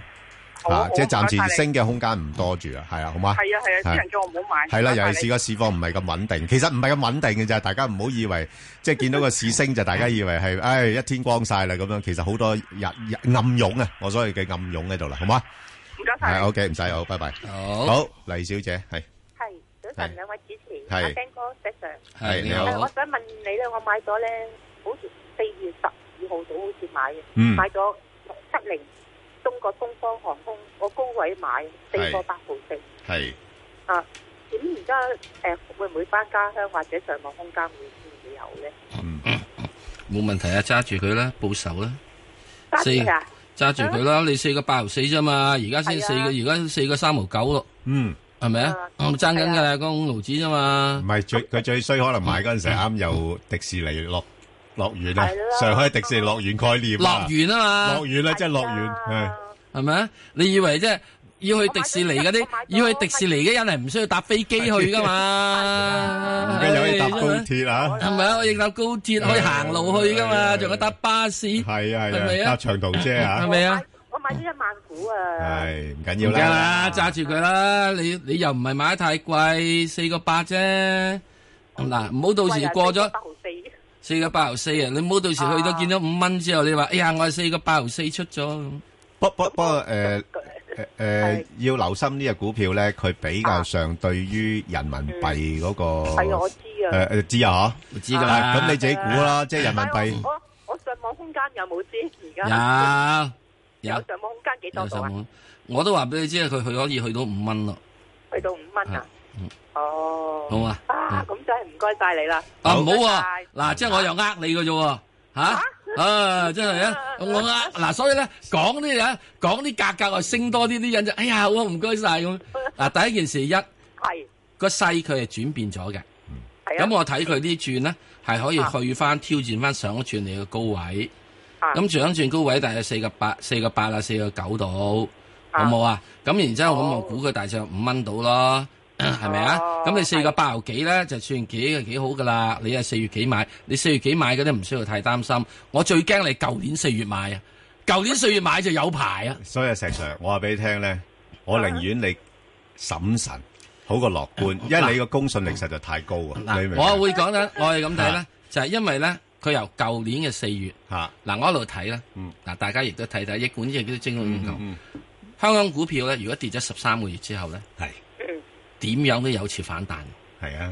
Speaker 9: 啊，即係暫時升嘅空間唔多住啊，係啊，好
Speaker 35: 係
Speaker 9: 嘛？
Speaker 35: 啊係啊，啲人叫我唔好買。
Speaker 9: 系啦，尤其是
Speaker 35: 個
Speaker 9: 個市況唔係咁穩定，其實唔係咁穩定嘅咋，大家唔好以為即係見到個市升就大家以為係，唉一天光晒啦咁樣，其實好多日日暗湧啊，我所謂嘅暗湧喺度啦，好嘛？
Speaker 1: 唔該晒
Speaker 9: 係啊 OK，唔使好，拜拜。
Speaker 10: 好
Speaker 9: 好，黎小姐係
Speaker 1: 系早晨，兩位主持，
Speaker 9: 係
Speaker 1: 阿 Ben 哥、石 Sir，
Speaker 9: 係你好
Speaker 28: Ờ,
Speaker 1: 誒我想問你咧，我買咗咧，好似四月十二號到好似買嘅，
Speaker 9: 嗯
Speaker 1: 買咗六七零中國東方航空，我高位買四個八毫四
Speaker 9: 係。
Speaker 28: Ờ,
Speaker 1: 啊，點而家誒會唔會翻家鄉或者上網空間會先會有咧？
Speaker 10: 嗯冇問題啊，揸住佢啦，報仇啦，
Speaker 1: 揸
Speaker 10: 四
Speaker 1: 住啊，
Speaker 10: 揸住佢啦，你四個八毫四啫嘛，而家先四個，而家四個三毫九咯，
Speaker 9: 嗯，
Speaker 10: 係咪啊？我爭緊㗎啦，嗰五毫子啫嘛，
Speaker 9: 唔係最佢最衰可能買 *laughs* 嗰陣時啱有迪士尼樂樂園啊
Speaker 10: 係啦，
Speaker 9: 上海迪士尼樂園概念
Speaker 10: 樂
Speaker 9: 啊，
Speaker 10: 園啊嘛，
Speaker 9: 樂園啦，即係樂園係。
Speaker 10: 係咪啊？你以為即係要去迪士尼嗰啲，要去迪士尼嘅人係唔需要搭飛機去噶嘛？
Speaker 9: 啊而家有去搭高鐵啊，
Speaker 10: 係咪啊？我亦搭高鐵可以行路去噶嘛，仲有搭巴士，係
Speaker 9: 係啊係
Speaker 10: 係咪
Speaker 9: 啊，
Speaker 10: 啊
Speaker 9: 搭長途車啊，
Speaker 10: 係咪啊？
Speaker 1: 我買買咗一萬股啊！
Speaker 9: 系唔緊
Speaker 10: 而
Speaker 9: 要
Speaker 10: 家
Speaker 9: 啦。
Speaker 10: 啦，揸住佢啦，你你又唔係買得太貴，四個八啫。嗱，唔好到時過咗
Speaker 1: 八毫四，
Speaker 10: 四個八毫四啊，你唔好到時去到見到五蚊之後，你話哎呀，我係四個八毫四出咗咁。
Speaker 9: 不不不過誒誒誒，要留心呢只股票咧，佢比較上對於人民幣嗰個
Speaker 1: 係啊我知啊
Speaker 9: 誒誒知啊
Speaker 10: 嚇，
Speaker 1: 知㗎啦
Speaker 9: 啊咁你自己估
Speaker 28: Ờ,
Speaker 9: 啦，即係人民
Speaker 1: 但係
Speaker 9: 幣
Speaker 1: 我我我上網空間有冇知？而
Speaker 10: Dạ.
Speaker 1: 家有上網空
Speaker 10: 有有
Speaker 1: 間幾多
Speaker 10: 有十
Speaker 28: à?
Speaker 1: 度啊？
Speaker 10: 蚊，我都話俾你知，佢佢可以去到五蚊咯。
Speaker 1: 去到五蚊啊！哦，
Speaker 10: 好啊
Speaker 1: 啊，咁真係唔該晒你啦。
Speaker 10: 啊唔好啊！嗱，即係我又呃你嘅啫喎，吓啊！真係啊，我
Speaker 1: *laughs*
Speaker 10: 呃嗱，所以咧講啲嘢，講啲價格啊升多啲，啲人就哎呀，好啊唔該
Speaker 1: *laughs*
Speaker 10: 晒咁。嗱，第一件事一
Speaker 1: 係嗯啊
Speaker 10: 個勢佢係轉變咗嘅，咁我睇佢呢轉咧係可以去翻挑戰翻上一轉你嘅高位，咁上一轉高位大約四個八、四個八啊、四個九度，好冇啊？咁然之後咁我估佢大約五蚊到咯。 *clears throat* 係咪啊？咁你四個八毫幾咧，就算幾幾好噶啦。你係四月幾買，你四月幾買嗰啲唔需要太擔心。我最驚你舊年四月買啊，舊年四月買就有排啊。
Speaker 9: 所以啊石 Sir，我話俾你聽咧，我寧願你審慎好過樂觀，因為你個公信力實在太高啊！你明唔明
Speaker 10: 我會講咧，我係咁睇咧，就係因為咧，佢由舊年嘅四月，
Speaker 9: 啊
Speaker 10: 嗱我一路睇咧，
Speaker 9: 嗯
Speaker 10: 嗱大家亦都睇睇，亦管亦都精準唔同。香港股票咧，如果跌咗十三個月之後咧，
Speaker 9: 係
Speaker 10: 點樣都有次反彈。
Speaker 9: 係啊，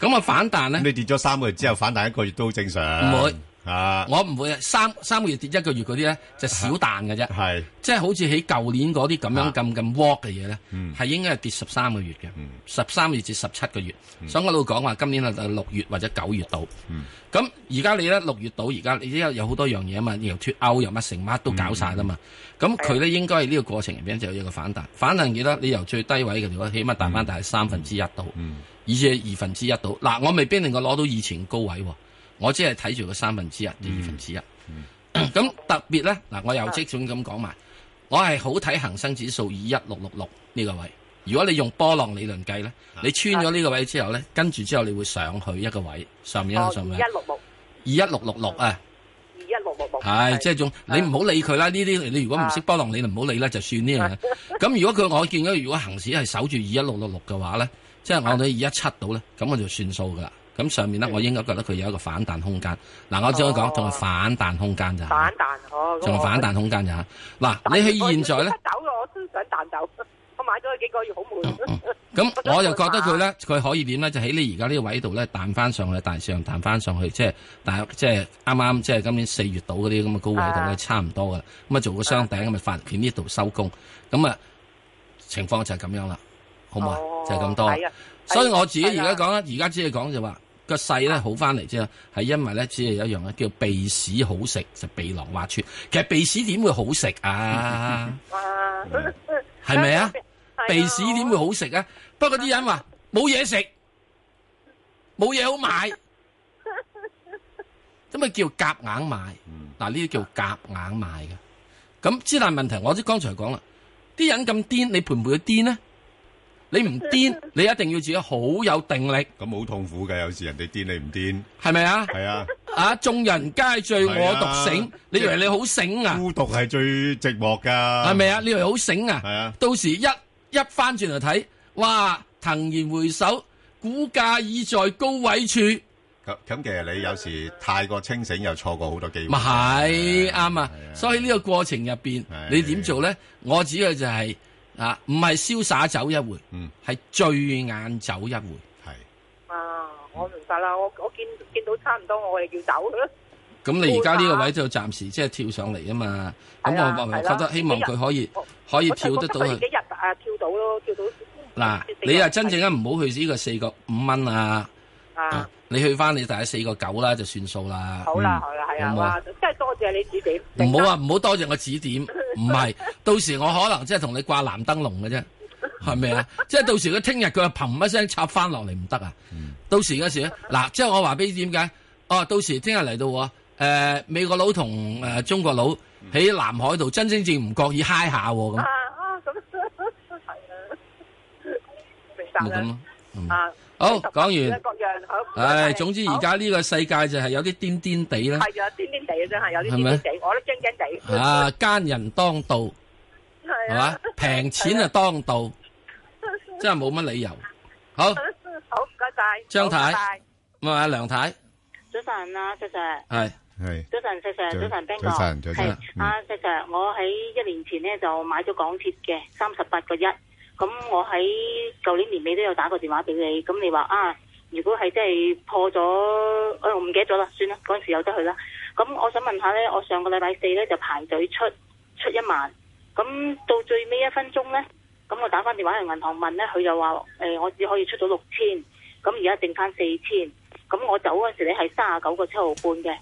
Speaker 10: 咁啊反彈咧，
Speaker 9: 你跌咗三個月之後反彈一個月都好正常。
Speaker 10: 唔會
Speaker 9: 啊，
Speaker 10: 我唔會啊，三三個月跌一個月嗰啲咧，就少彈嘅啫。
Speaker 9: 啊係，啊
Speaker 10: 即係好似喺舊年嗰啲咁樣咁咁 walk 嘅嘢咧，
Speaker 9: 嗯
Speaker 10: 係應該係跌十三個月嘅，十三個月至十七個月。所以我老講話今年係六月或者九月度。
Speaker 9: 嗯
Speaker 10: 咁而家你咧六月度，而家你有有好多樣嘢啊嘛，又脱歐又乜成乜都搞晒啦嘛。咁佢咧應該係呢個過程入邊就有一個反彈，反彈幾多？你由最低位嘅如果起碼大翻大係三分之一度，以至係二分之一度。嗱，我未必能夠攞到以前高位喎，我只係睇住個三分之一至二分之一。 *clears throat* 咁特別咧，嗱，我又即管咁講埋，我係好睇恒生指數二一六六六呢個位。如果你用波浪理論計咧，你穿咗呢個位之後咧，跟住之後你會上去一個位，上面一個
Speaker 1: 哦，
Speaker 10: 上
Speaker 1: 二
Speaker 10: 面
Speaker 1: 一六六，
Speaker 10: 二一六六六啊，
Speaker 1: 二一六六六，啊
Speaker 10: 係即係仲你唔好理佢啦。呢啲你如果唔識波浪理論，唔好理啦，就算呢樣
Speaker 1: 啊
Speaker 10: 嘢。咁如果佢我見到如果恒指係守住二一六六六嘅話咧，即係我哋二一七到咧，咁我就算數噶啦。咁上
Speaker 1: 嗯
Speaker 10: 面咧，我應該覺得佢有一個反彈空間。嗱，我只可以講仲係反彈空間咋。
Speaker 1: 哦反彈哦，
Speaker 10: 仲有反彈空間咋？嗱，你喺現在咧，
Speaker 1: 走嘅，我都想彈走。 *laughs* 我買咗佢幾個月好 *laughs* 悶。
Speaker 10: 咁我又覺得佢咧，佢可以點咧？就喺你而家呢個位度咧，彈翻上去，大上彈翻上去，即係大約即係啱啱即係今年四月度嗰啲咁嘅高位度咧，
Speaker 27: 啊
Speaker 10: 差唔多噶啦。咁啊做個雙頂咁啊發片呢度收工，咁啊情況就係咁樣啦，好唔好啊？就係咁多啦
Speaker 27: 係啊。
Speaker 10: 所以我自己而家講咧，而家只係講就話個勢咧好翻嚟之後，係因為咧只係有一樣咧叫鼻屎好食，就鼻囊滑出。其實鼻屎點會好食啊？
Speaker 28: *laughs*
Speaker 10: *laughs* 係
Speaker 1: *laughs*
Speaker 10: 咪啊？鼻屎點會好食啊？不過啲人話冇嘢食，冇嘢 *laughs* 好買，咁咪叫夾硬買。嗱，呢啲叫夾硬買嘅。咁之但問題，我啲剛才講啦，啲人咁癲，你陪唔陪佢癲呢？你唔 *laughs* 癲，你一定要自己好有定力。
Speaker 9: 咁好痛苦嘅，有時人哋癲你唔癲，
Speaker 10: 係咪啊？
Speaker 9: 係啊，
Speaker 10: 啊，眾人皆醉我
Speaker 9: 係啊
Speaker 10: 獨醒，你以為你好醒啊？
Speaker 9: 孤獨係最寂寞㗎，
Speaker 10: 係咪啊？你以為好醒啊？
Speaker 9: 係啊，
Speaker 10: 到時一一翻轉頭睇，哇！騰然回首，股價已在高位處，
Speaker 9: 咁咁其實你有時太過清醒又錯過好多機會
Speaker 10: 咪。係啱啊！所以呢個過程入邊，你點做咧？我只係就啊係、啊，唔係瀟灑走一回，係醉眼走一回。
Speaker 1: 啊，我明白啦，我我見見到差唔多，我哋要走啦。
Speaker 10: 咁你而家呢個位就暫時即係跳上嚟啊嘛，咁
Speaker 1: 係啦
Speaker 10: 我我
Speaker 1: 係
Speaker 10: 覺
Speaker 1: 啦
Speaker 10: 得希望佢可以可以跳得到
Speaker 1: 我就覺佢
Speaker 10: 去
Speaker 1: 幾。日啊跳到咯，跳到
Speaker 10: 嗱，你啊真正啊唔好去呢個四個五蚊啊，
Speaker 1: 啊，
Speaker 10: 你去翻你大概四個九啦就算數啦。
Speaker 1: 好啦好啦，係啊，
Speaker 10: 好唔好啊
Speaker 1: 哇，真係多謝你指點。
Speaker 10: 唔好啊話唔好多謝我指點，唔係，到時我可能即係同你掛藍燈籠嘅啫，係咪啊？即係到時佢聽日佢又砰一聲插翻落嚟唔得啊！到時嗰時咧，嗱，即係我話俾你知點解？哦，到時聽日嚟到喎，誒、美國佬同誒中國佬喺南海度真真正唔覺意嗨下喎咁
Speaker 1: 啊，啊咁， *laughs* 係啊，明白
Speaker 10: 咪咁
Speaker 1: 啦
Speaker 10: 咯。。嗯
Speaker 1: 啊，
Speaker 10: 好
Speaker 1: 咁
Speaker 10: 講完
Speaker 1: 各樣好。
Speaker 10: 唉，總之而家呢個世界就係有啲癲癲地啦，
Speaker 1: 係啊，癲癲地啊，真係有啲
Speaker 10: 係咪
Speaker 1: 癲癲地，我都驚驚地。
Speaker 10: 啊，奸人當道，系嘛？平錢啊當道，
Speaker 27: *laughs*
Speaker 10: 真係冇乜理由。好，
Speaker 27: 好唔該晒，
Speaker 10: 張太
Speaker 27: 唔該晒
Speaker 10: 咁啊，梁太
Speaker 27: 早晨啊，石 Sir，
Speaker 10: 係
Speaker 9: 系
Speaker 27: 早晨石 Sir，
Speaker 10: 早
Speaker 27: 早晨 Ben 哥，
Speaker 10: 早晨早晨嗯
Speaker 27: 係啊石 Sir，我喺一年前咧就買咗港鐵嘅三十八個一，咁我喺舊年年尾都有打過電話俾你，咁你話啊，如果係真係破咗，誒、哎我唔記得咗啦，算啦，嗰陣時有得去啦。咁我想問下咧，我上個禮拜四咧就排隊出出一萬，咁到最尾一分鐘咧，咁我打翻電話去銀行問咧，佢就話誒、我只可以出到六千，咁而家剩翻四千，咁我走嗰陣時你係三十九個七毫半嘅，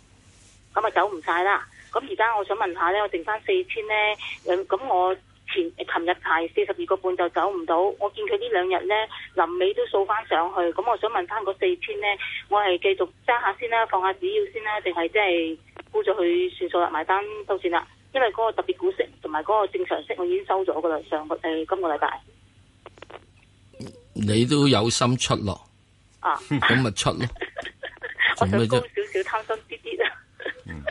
Speaker 27: 咁啊走唔晒啦。咁而家我想問下咧，我剩翻四千咧，誒咁我前呃琴日排四十二個半就走唔到，我見佢呢兩日咧臨尾都掃翻上去，咁我想問翻嗰四千咧，我係繼續揸下先啦，放下紙要先啦，定係即係沽咗佢算數啦，埋單收線啦？因為嗰個特別股息同埋嗰個正常息我已經收咗噶啦，上個誒、呃今個禮拜
Speaker 10: 你都有心出咯，
Speaker 27: 啊，
Speaker 10: 咁咪出咯。
Speaker 27: *laughs* 我
Speaker 10: 做
Speaker 27: 想
Speaker 10: 咩
Speaker 27: 高
Speaker 10: 啫
Speaker 27: 少？少貪心啲啲啦，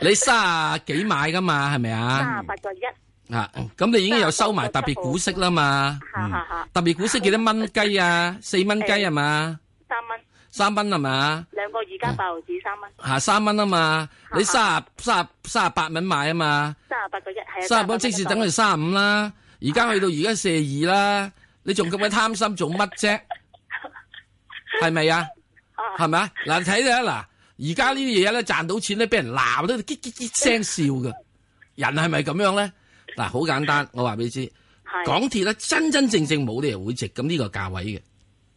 Speaker 27: *laughs*
Speaker 10: 你卅幾買噶嘛？係咪
Speaker 27: 三十
Speaker 10: 啊？
Speaker 27: 八個一，
Speaker 10: 啊，咁你已經有收埋特別股息啦嘛？嗯
Speaker 27: 哈哈哈，
Speaker 10: 特別股息幾多蚊雞啊？四蚊雞係嘛？
Speaker 27: 三蚊
Speaker 10: 三蚊係嘛？
Speaker 27: 兩個二加八毫子三蚊，
Speaker 10: 吓三蚊啊嘛？你卅卅卅八蚊買啊嘛？
Speaker 27: 三十八個一係啊，
Speaker 10: 三十蚊即使等佢三十五啦，而家去到而家四二啦，你仲咁鬼貪心做乜 *laughs* 啫？係咪啊？係咪啊？嗱，你睇睇啊，嗱，而家呢啲嘢咧賺到錢咧，俾人鬧都叽叽叽聲笑嘅，人係咪咁樣咧？嗱，好簡單，我話俾你知，港鐵咧真真正正冇理由會值咁呢個價位嘅。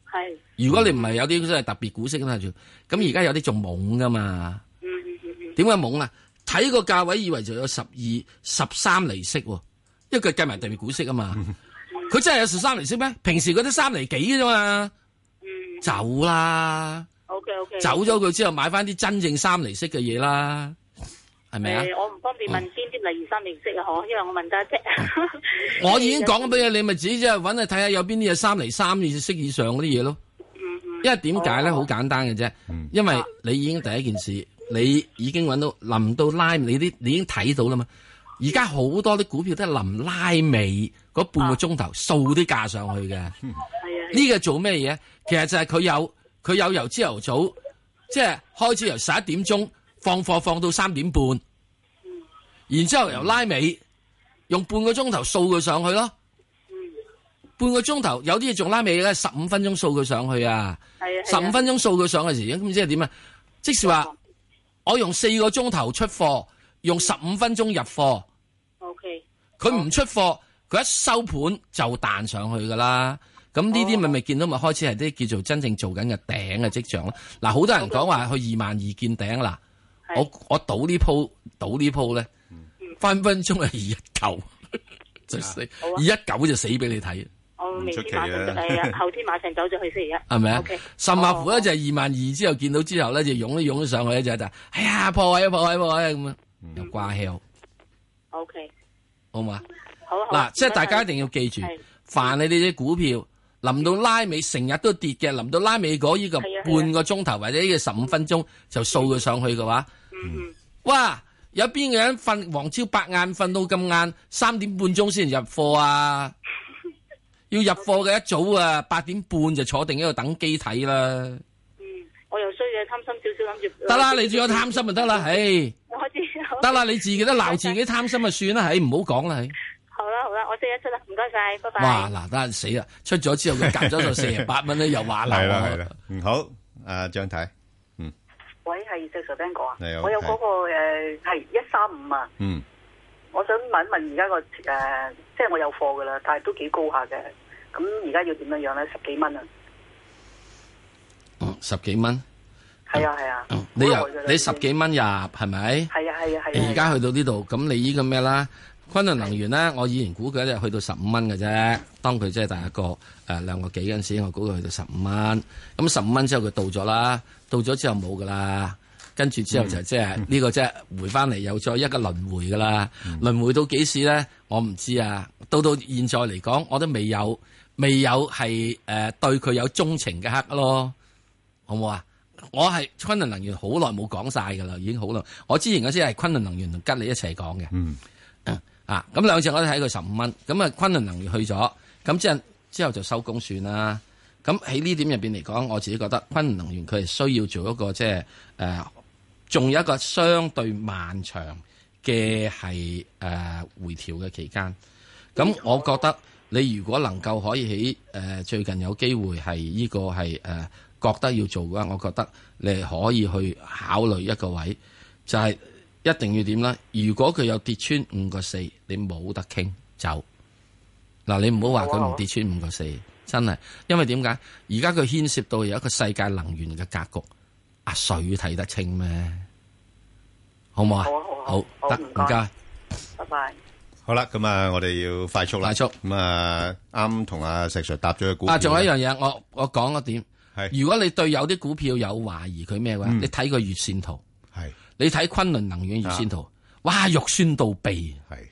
Speaker 27: 係，
Speaker 10: 如果你唔係有啲真係特別股息咁住，咁而家有啲仲懵噶嘛？
Speaker 27: 嗯嗯嗯嗯，
Speaker 10: 點解懵啊？睇個價位以為就有十二、十三厘息喎，因為佢計埋特別股息啊嘛。
Speaker 27: 嗯
Speaker 10: 佢真係有十三厘息咩？平時嗰啲三厘幾嘅啫嘛。
Speaker 27: 嗯
Speaker 10: 走啦，
Speaker 27: ，OK OK，
Speaker 10: 走咗佢之後買翻啲真正三厘息嘅嘢啦，係咪啊？
Speaker 27: 誒呃我唔方便問邊啲例如三零息啊，可，因為我問得啫。
Speaker 10: 哦我已經講咗俾你，你咪自己即係揾去睇下有邊啲嘢三厘三厘息以上嗰啲嘢咯。因為點解咧？好簡單嘅啫，因為你已經第一件事，你已經揾到臨到拉，你啲你已經睇到啦嘛。而家好多啲股票都係臨拉尾嗰半個鐘頭掃啲價上去嘅。呢個做咩嘢？其實就係佢有佢有由朝頭早，即係開始由十一點鐘放貨放到三點半，然之後由拉尾用半個鐘頭掃佢上去咯。半個鐘頭，有啲嘢仲拉尾咧，十五分鐘掃佢上去啊！十
Speaker 27: 係啊，
Speaker 10: 五分鐘掃佢上嘅時，咁即係點啊？即是話我用四個鐘頭出貨，用十五分鐘入貨，
Speaker 27: O K，
Speaker 10: 佢唔出貨，佢一收盤就彈上去噶啦。咁呢啲咪咪見到咪開始係啲叫做真正做緊嘅頂嘅跡象咯。嗱，好多人講話去二萬二見頂啦，
Speaker 27: 係
Speaker 10: 我我賭呢鋪賭呢鋪咧，分分鐘係二一九 *laughs* 就死，二一九就死俾你睇。
Speaker 27: 我明
Speaker 10: 出
Speaker 27: 天
Speaker 10: 奇
Speaker 27: 馬上
Speaker 10: 啊 *laughs*
Speaker 27: 係啊，後天馬上走咗去星期一，
Speaker 10: 係咪啊
Speaker 27: O K，？
Speaker 10: 甚或乎咧就係二萬二之後見到之後咧就湧都湧咗上去咧就係就係哎呀破位啊破位啊破位啊咁樣又掛翹，
Speaker 27: O K，
Speaker 10: 好嘛？
Speaker 27: 好好
Speaker 10: 嗱，即係大家一定要記住，凡你哋啲股票臨到拉尾成日都跌嘅，臨到拉尾嗰依個
Speaker 27: 係啊係啊
Speaker 10: 半個鐘頭或者呢個十五分鐘就掃佢上去嘅話，哇！有邊個人瞓黃朝白晏瞓到咁晏，三點半鐘先入貨
Speaker 27: *laughs*
Speaker 10: 啊？要入貨嘅一早啊，八點半就坐定喺度等機睇
Speaker 27: *laughs*
Speaker 10: 啦。
Speaker 27: 我又衰嘅，貪心少少諗住呃
Speaker 10: 得啦，你仲有貪心就得啦，唉，
Speaker 27: 我開始
Speaker 10: 得啦，你自己都鬧自己貪心就算啦，唉，唔好講啦，唉，
Speaker 27: 好啦好啦，我即係一出啦，唔該晒，拜拜。
Speaker 10: 哇，嗱，得人死啦，出咗之後佢夾咗就四十
Speaker 28: *laughs*
Speaker 10: 八蚊咧，又話鬧
Speaker 9: 係啦係
Speaker 10: 我
Speaker 9: 啦，嗯好，阿張太，
Speaker 28: 喂，係石 Sir Ben 哥啊
Speaker 9: 你好，
Speaker 28: 我有嗰、個誒係一三五啊，
Speaker 9: 嗯，
Speaker 28: 我想問一問而家個誒，即係我有貨噶啦，但係都幾高下嘅，咁而家要點樣樣咧？十幾蚊啊，
Speaker 10: 嗯十幾蚊，
Speaker 28: 係啊係啊，
Speaker 10: 哦你
Speaker 28: 好
Speaker 10: 由
Speaker 28: 耐㗎啦
Speaker 10: 你十幾蚊入係咪？
Speaker 28: 係啊係啊係啊，
Speaker 10: 而家去到呢度，咁你呢個咩啦？昆侖能源咧，我以前估計咧去到十五蚊嘅啫。當佢即係大一個誒兩個幾嗰陣時，我估佢去到十五蚊。咁十五蚊之後佢到咗啦，到咗之後冇噶啦。跟住之後就即係呢個即係回翻嚟又再一個輪迴噶啦。輪迴到幾時咧？我唔知啊。到到現在嚟講，我都未有未有係誒、呃、對佢有鍾情嘅刻咯。好唔好啊？我係昆侖能源好耐冇講晒㗎啦，已經好耐。我之前嗰啲係昆侖能源同吉利一齊講嘅。嗯，啊，咁兩隻我都睇佢十五蚊，咁啊昆侖能源去咗，咁之後之後就收工算啦。咁喺呢點入邊嚟講，我自己覺得昆侖能源佢係需要做一個即係誒，仲、有一個相對漫長嘅係誒回調嘅期間。咁我覺得你如果能夠可以喺誒、呃最近有機會係呢個係誒、呃、覺得要做嘅話，我覺得你可以去考慮一個位，就係、一定要點啦。如果佢有跌穿五個四，你冇得傾走。嗱，你唔好話佢唔跌穿五個四，真係，因為點解？而家佢牽涉到有一個世界能源嘅格局，阿水睇得清咩？好唔好啊？好
Speaker 28: 好
Speaker 10: 得
Speaker 28: 唔
Speaker 10: 唔
Speaker 28: 該
Speaker 10: 該。
Speaker 28: 拜拜。
Speaker 9: 好啦，咁啊，我哋要快速啦，快速咁啊，啱同阿石 Sir 答咗個股票
Speaker 10: 啊，仲有一樣嘢，我我講一點，如果你對有啲股票有懷疑佢咩嘅話，
Speaker 9: 嗯
Speaker 10: 你睇個月線圖，
Speaker 9: 係
Speaker 10: 你睇昆侖能源月線
Speaker 9: 啊
Speaker 10: 圖，哇，肉酸到痹，
Speaker 9: 係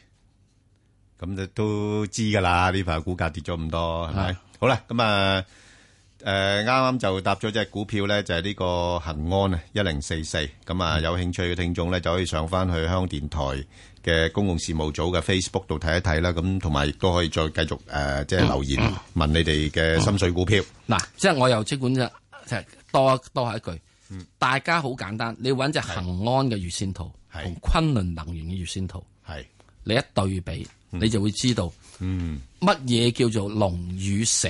Speaker 9: 咁就都知噶啦，呢排股價跌咗咁多，係咪？好啦，咁啊，誒啱啱就搭咗只股票咧，就係呢個恒安啊，一零四四。咁啊，有興趣嘅聽眾咧，就可以上翻去香港電台嘅公共事務組嘅 Facebook 度睇一睇啦。咁同埋亦都可以再繼續誒，即係留言問你哋嘅心水股票。
Speaker 10: 嗱，即係我又即管啫，即係多多下一句，
Speaker 9: 嗯
Speaker 10: 大家好簡單，你揾只恒安嘅月線圖同昆侖能源嘅月線圖，
Speaker 9: 係
Speaker 10: 你一對比，你就會知道
Speaker 9: 嗯，
Speaker 10: 乜嘢叫做龍與蛇。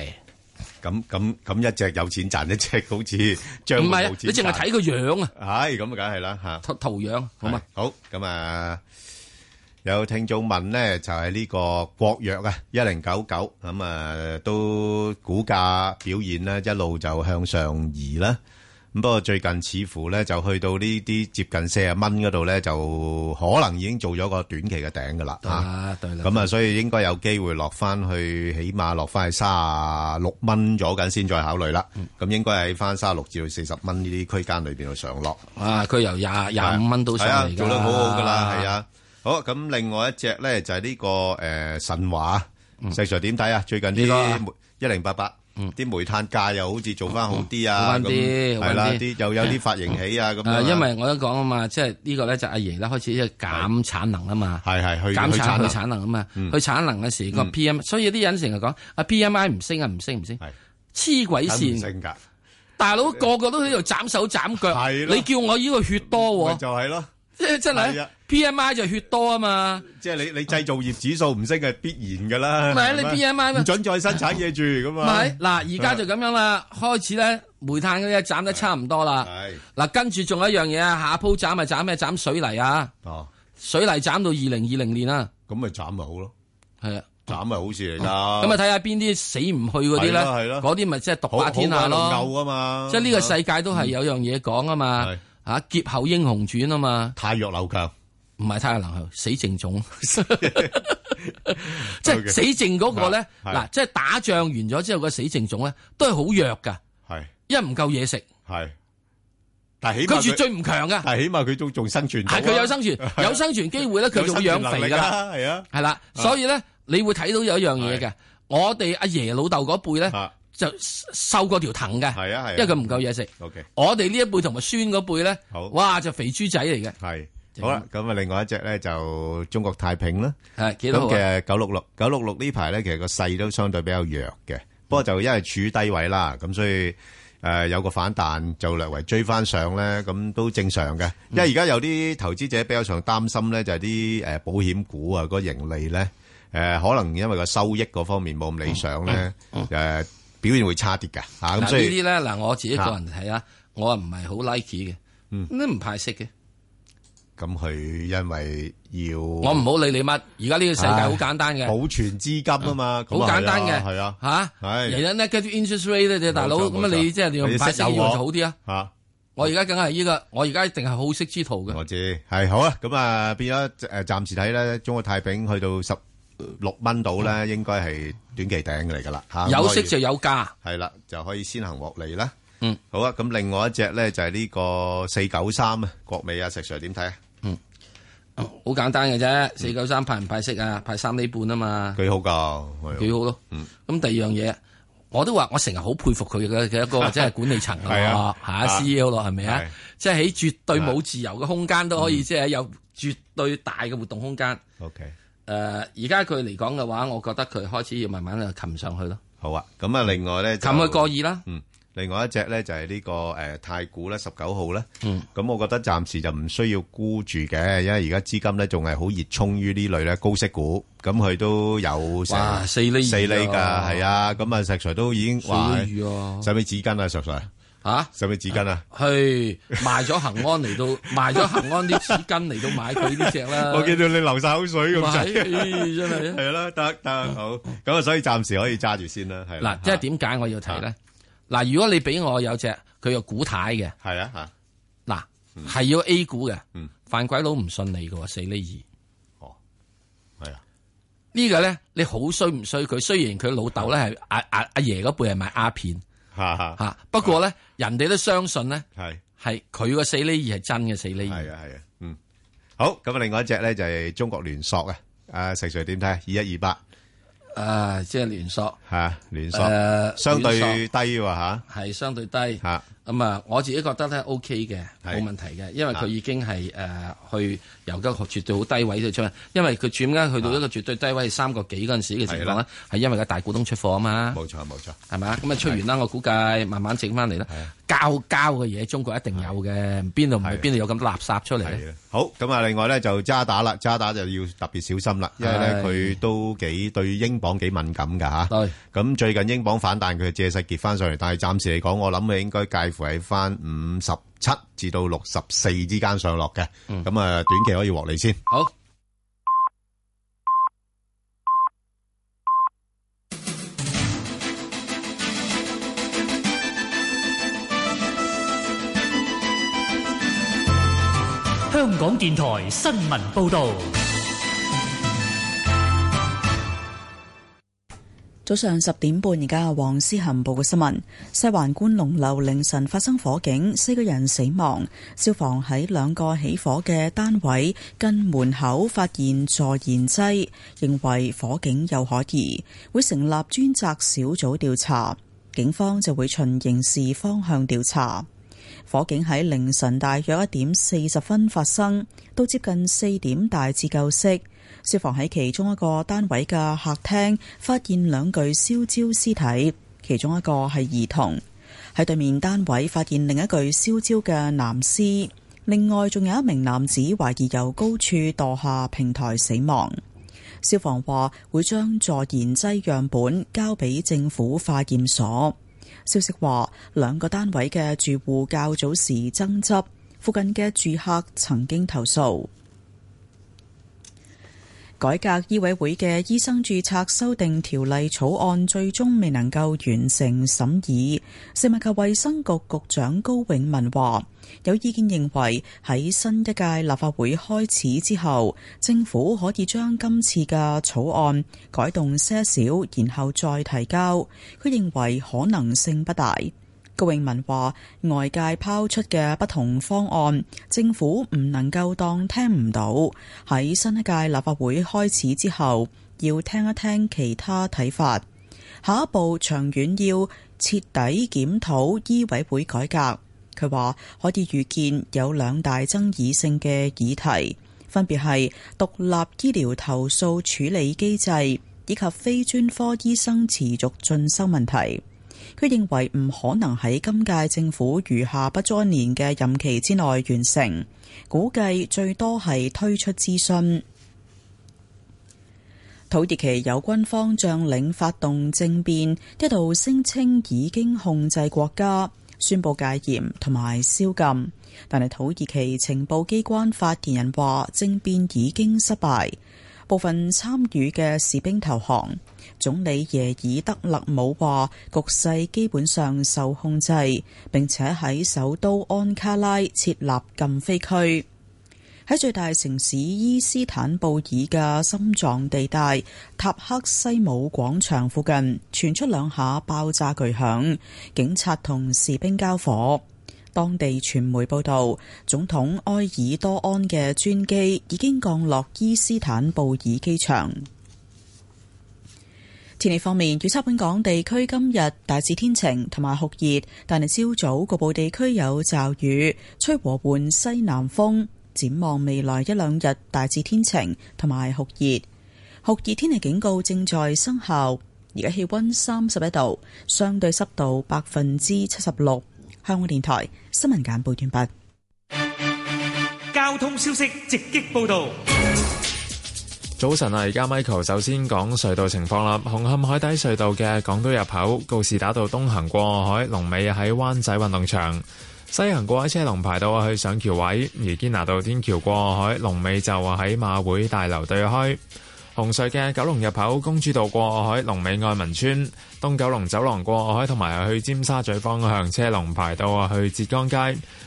Speaker 9: 咁咁咁一隻有錢賺，一隻好似將
Speaker 10: 唔係啊你淨係睇個樣
Speaker 9: 啊，係咁啊，梗係啦吓，
Speaker 10: 圖圖樣好嘛？
Speaker 9: 好咁啊，有聽眾問咧，就係呢個國藥啊，一零九九咁啊，都股價表現咧一路就向上移啦。咁不過最近似乎咧就去到呢啲接近四十蚊嗰度咧，就可能已經做咗個短期嘅頂噶啦。
Speaker 10: 啊，對啦。
Speaker 9: 咁啊，所以應該有機會落翻去，起碼落翻去卅六蚊咗緊先再考慮啦。咁應該喺翻卅六至到四十蚊呢啲區間裏邊去上落。
Speaker 10: 啊，佢由廿廿五蚊到上
Speaker 9: 係啊
Speaker 10: 嚟㗎
Speaker 9: 做得好好噶啦，係啊。好，咁另外一隻咧就係呢個誒神華，石 Sir 點睇啊？最近啲一零八八。啲煤炭價又好似做翻好啲
Speaker 10: 好
Speaker 9: 啊，
Speaker 10: 翻啲，
Speaker 9: 咁
Speaker 10: 好
Speaker 9: 係啦，
Speaker 10: 翻
Speaker 9: 啲又有啲發型起啊，咁
Speaker 10: 誒
Speaker 9: 樣
Speaker 10: 因為我都講啊嘛，即係呢個咧就阿爺咧開始即係減產能啊嘛，
Speaker 9: 嗯係係去
Speaker 10: 減
Speaker 9: 去產
Speaker 10: 產
Speaker 9: 能
Speaker 10: 去產能啊嘛，
Speaker 9: 嗯
Speaker 10: 去產能嘅時個
Speaker 9: 嗯
Speaker 10: P M，所以啲人成日講啊 P M I 唔升啊唔升唔升，黐鬼
Speaker 9: 唔
Speaker 10: 線，
Speaker 9: 升㗎，
Speaker 10: 大佬個個都喺度斬手斬腳，
Speaker 9: 係咯
Speaker 10: 你叫我呢個血多
Speaker 9: 咪
Speaker 10: 喎，
Speaker 9: 就係咯，
Speaker 10: 即係 *laughs* 真
Speaker 9: 係
Speaker 10: 係
Speaker 9: 啊
Speaker 10: P M I 就血多啊嘛，
Speaker 9: 即係你你製造業指數唔升係必然噶啦，
Speaker 10: 咪係啊你
Speaker 9: 係
Speaker 10: PMI 咪
Speaker 9: 唔准再生產嘢住咁啊，
Speaker 10: 咪嗱而家就咁樣啦，開始咧煤炭嗰啲斬得差唔多啦，嗱跟住仲有一樣嘢啊，下鋪斬咪斬咩斬水泥啊，
Speaker 9: 哦，
Speaker 10: 水泥斬到二零二零年啊，
Speaker 9: 咁咪斬咪好咯，
Speaker 10: 係啊，
Speaker 9: 斬咪好事嚟㗎。
Speaker 10: 咁啊睇下邊啲死唔去嗰啲咧，
Speaker 9: 係咯係咯
Speaker 10: 嗰啲咪即係獨霸天下
Speaker 9: 好好鬼
Speaker 10: 咯。
Speaker 9: 能夠啊嘛嗯
Speaker 10: 即係呢個世界都係有樣嘢講啊嘛，嚇劫後英雄傳啊嘛，
Speaker 9: 太弱流強，
Speaker 10: 唔係太弱流強，死
Speaker 9: *laughs*
Speaker 10: 剩種，即係
Speaker 9: Okay
Speaker 10: 死剩嗰個咧，
Speaker 9: 係
Speaker 10: 嗱，即係打仗完咗之後個死剩種咧，都係好弱噶，
Speaker 9: 係
Speaker 10: 因為唔夠嘢食，
Speaker 9: 係，但係起碼
Speaker 10: 佢絕對唔強噶，
Speaker 9: 但係起碼佢都仲生存到啊，
Speaker 10: 係佢有
Speaker 9: *laughs*
Speaker 10: 生存，有生存機會咧，佢就會養肥噶啦。
Speaker 9: 係啊，
Speaker 10: 系啦，所以咧，你會睇到有一樣嘢嘅，我哋阿爺老豆嗰輩咧就瘦過條藤嘅，
Speaker 9: 啊係啊係啊
Speaker 10: 因為佢唔夠嘢食。
Speaker 9: OK
Speaker 10: 我哋呢一輩同埋孫嗰輩咧，哇就肥豬仔嚟嘅，
Speaker 9: 係好啦，咁啊，另外一隻咧就中國太平啦，
Speaker 10: 係幾多號
Speaker 9: 咁
Speaker 10: 啊
Speaker 9: 嘅九六六九六六呢排咧，其實個勢都相對比較弱嘅，不過就因為處於低位啦，咁所以誒有個反彈就略為追翻上咧，咁都正常嘅。因為而家有啲投資者比較上擔心咧，就係啲誒保險股啊個盈利咧，誒可能因為個收益嗰方面冇咁理想咧，誒表現會差啲嘅嚇，
Speaker 10: 嗱
Speaker 9: 啊咁
Speaker 10: 呢
Speaker 9: 所
Speaker 10: 啲
Speaker 9: 以
Speaker 10: 咧嗱，我自己個人睇啊，我唔係好 like 嘅，
Speaker 9: 嗯
Speaker 10: 都唔派息嘅，
Speaker 9: 哦咁佢因為要
Speaker 10: 我唔好理你乜。而家呢個世界好簡單嘅，
Speaker 9: 唉保存資金啊嘛，咁
Speaker 10: 好
Speaker 9: 啊
Speaker 10: 簡單嘅，
Speaker 9: 係啊，
Speaker 10: 嚇。
Speaker 9: 係
Speaker 10: 人家 negative interest rate 咧，大佬
Speaker 9: 冇錯
Speaker 10: 咁
Speaker 9: 冇
Speaker 10: 啊，
Speaker 9: 錯
Speaker 10: 你即係你用派息要
Speaker 9: 你識有我
Speaker 10: 就好啲啊。
Speaker 9: 嚇。
Speaker 10: 我而家梗係呢個，我而家一定係好息之徒嘅。
Speaker 9: 我知係好啦，咁啊變咗誒，暫時睇咧，中國太平去到十六蚊度咧，應該係短期頂嚟噶啦嚇。
Speaker 10: 有息就有價，
Speaker 9: 係啦，就可以先行獲利啦。
Speaker 10: 嗯，
Speaker 9: 好啊，咁另外一隻咧就係呢個四九三啊，國美啊，石 Sir 點睇啊？
Speaker 10: 好簡單嘅啫。四九三派唔派息啊？派三厘半啊嘛。
Speaker 9: 幾好㗎，啊嗯
Speaker 10: 幾好咯。咁第二樣嘢，我都話我成日好佩服佢嘅嘅一
Speaker 9: *laughs*
Speaker 10: 個即係管理層
Speaker 9: 係啊
Speaker 10: 啊，嚇
Speaker 9: 啊
Speaker 10: CEO 咯，係咪啊
Speaker 9: 係？嗯
Speaker 10: 即係喺絕對冇自由嘅空間都可以，即係有絕對大嘅活動空間。
Speaker 9: OK，
Speaker 10: 而家佢嚟講嘅話，我覺得佢開始要慢慢就擒上去咯。
Speaker 9: 好啊，咁啊，另外咧，
Speaker 10: 琴日過二啦。
Speaker 9: 嗯，另外一隻咧就係呢、個誒太古啦，十九號啦。
Speaker 10: 嗯，
Speaker 9: 咁我覺得暫時就唔需要沽住嘅，因為而家資金咧仲係好熱衷於呢類咧高息股，咁佢都有成
Speaker 10: 哇四厘二
Speaker 9: 四厘㗎，
Speaker 10: 啊
Speaker 9: 係啊，咁啊石 Sir 都已經話
Speaker 10: 四厘二啊
Speaker 9: 使唔使紙巾啊石 Sir？
Speaker 10: 嚇，
Speaker 9: 使唔使紙巾啊？
Speaker 10: 去賣咗恒安嚟到賣咗恒安啲紙巾嚟到買佢呢只
Speaker 9: *laughs*
Speaker 10: 啦。
Speaker 9: 我見到你流晒口水咁滯，
Speaker 10: 喂真
Speaker 9: *laughs*
Speaker 10: 係
Speaker 9: 係啦，得得好，咁啊，所以暫時可以揸住先啦，係啦
Speaker 10: 嗱，即係點解我要睇咧？嗱，如果你俾我有隻佢有股太嘅，
Speaker 9: 係啊嚇，
Speaker 10: 嗱係要 A 股嘅
Speaker 9: 嗯，
Speaker 10: 犯鬼佬唔信你嘅喎，四厘二。
Speaker 9: 哦，係啊，
Speaker 10: 呢個咧你好衰唔衰佢？雖然佢老豆咧係阿阿阿爺嗰輩係賣鴉片，
Speaker 9: 嚇嚇
Speaker 10: 嚇，不過咧人哋都相信咧
Speaker 9: 係
Speaker 10: 係佢個四厘二係真嘅四厘二。
Speaker 9: 係啊係啊，嗯，好，咁啊，另外一隻咧就係中國聯塑啊，啊石 Sir 點睇？二一二八。
Speaker 10: 啊，即係聯索
Speaker 9: 吓，聯塑
Speaker 10: 誒
Speaker 9: 相對
Speaker 10: 聯
Speaker 9: 低喎吓，
Speaker 10: 係相對低
Speaker 9: 吓。
Speaker 10: 咁啊，我自己覺得咧 OK 嘅，冇
Speaker 9: 係
Speaker 10: 問題嘅，因為佢
Speaker 9: 啊
Speaker 10: 已經係誒去由個絕對好低位就出嚟，因為佢轉間去到一個絕對低位三個幾嗰陣時嘅情況
Speaker 9: 係
Speaker 10: 咧
Speaker 9: 啦，
Speaker 10: 係因為個大股東出貨啊嘛。
Speaker 9: 冇錯冇錯，
Speaker 10: 係咪啊？咁啊出完啦，我估計慢慢整翻嚟啦。交交嘅嘢，中國一定有嘅，邊度唔係邊度有咁多垃圾出嚟咧？
Speaker 9: 好咁啊！另外咧就渣打啦，渣打就要特別小心啦，因為咧
Speaker 10: 係
Speaker 9: 佢都幾對英鎊幾敏感噶吓。
Speaker 10: 對
Speaker 9: 咁最近英鎊反彈，佢借勢結翻上嚟，但係暫時嚟講，我諗佢應該介乎喺翻五十七至到六十四之間上落嘅。咁啊，短期可以獲利先。
Speaker 10: 好。
Speaker 12: 香港電台新聞報導，
Speaker 13: 早上十點半，而家黃思恒報嘅新聞：西環觀龍樓凌晨發生火警，四個人死亡。消防喺兩個起火嘅單位近門口發現助燃劑，認為火警有可疑，會成立專責小組調查。警方就會循刑事方向調查。火警喺凌晨大約一點四十分發生，到接近四點大致救熄。消防喺其中一個單位嘅客廳發現兩具燒焦屍體，其中一個係兒童。喺對面單位發現另一具燒焦嘅男屍，另外仲有一名男子懷疑由高處墮下平台死亡。消防話會將助燃劑樣本交俾政府化驗所。消息話，兩個單位嘅住戶較早時爭執，附近嘅住客曾經投訴。改革醫委會嘅醫生註冊修訂條例草案最終未能夠完成審議，食物及衛生局局長高永文話：有意見認為喺新一屆立法會開始之後，政府可以將今次嘅草案改動些少，然後再提交。佢認為可能性不大。高永文話：外界拋出嘅不同方案，政府唔能夠當聽唔到。喺新一屆立法會開始之後，要聽一聽其他睇法。下一步長遠要徹底檢討醫委會改革。佢話可以預見有兩大爭議性嘅議題，分別係獨立醫療投訴處理機制以及非專科醫生持續進修問題。佢認為唔可能喺今屆政府餘下不多年嘅任期之內完成，估計最多係推出諮詢。土耳其有軍方將領發動政變，一度聲稱已經控制國家，宣布戒嚴同埋宵禁。但係土耳其情報機關發言人話，政變已經失敗，部分參與嘅士兵投降。總理耶爾德勒姆話，局勢基本上受控制，並且喺首都安卡拉設立禁飛區。喺最大城市伊斯坦布爾嘅心臟地帶塔克西姆廣場附近，傳出兩下爆炸巨響，警察同士兵交火。當地傳媒報道，總統埃爾多安嘅專機已經降落伊斯坦布爾機場。天氣方面，預測本港地區今日大致天晴同埋酷熱，但係朝早局部地區有驟雨，吹和緩西南風。展望未來一兩日大致天晴同埋酷熱。酷熱天氣警告正在生效，而家氣温三十一度，相對濕度百分之七十六。香港電台新聞簡報完畢。
Speaker 14: 交通消息直擊報道。
Speaker 15: 早晨啊，而家 Michael 首先講隧道情況啦。紅磡海底隧道嘅港島入口告士打道東行過海，龍尾喺灣仔運動場；西行過海車龍排到去上橋位，而堅拿道天橋過海，龍尾就喺馬會大樓對開。紅隧嘅九龍入口公主道過海，龍尾愛民村；東九龍走廊過海同埋去尖沙咀方向，車龍排到去浙江街；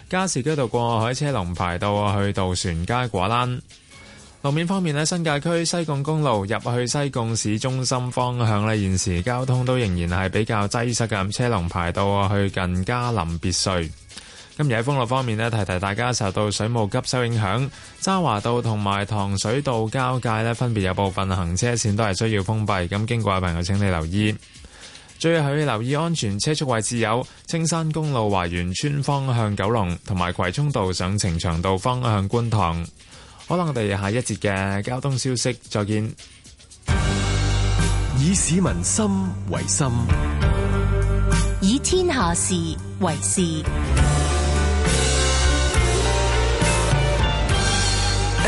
Speaker 15: 加士居道過海車龍排到去渡船街果欄。路面方面咧，新界區西貢公路入去西貢市中心方向咧，現時交通都仍然係比較擠塞嘅，車龍排到啊去近嘉林別墅。今日喺封路方面咧，提提大家受到水務急修影響，渣華道同埋糖水道交界咧，分別有部分行車線都係需要封閉，咁經過嘅朋友請你留意。最後要留意安全車速位置有青山公路華園村方向九龍，同埋葵涌道上呈祥道方向觀塘。可能我哋下一節嘅交通消息再見。
Speaker 16: 以市民心為心，
Speaker 17: 以天下事為事。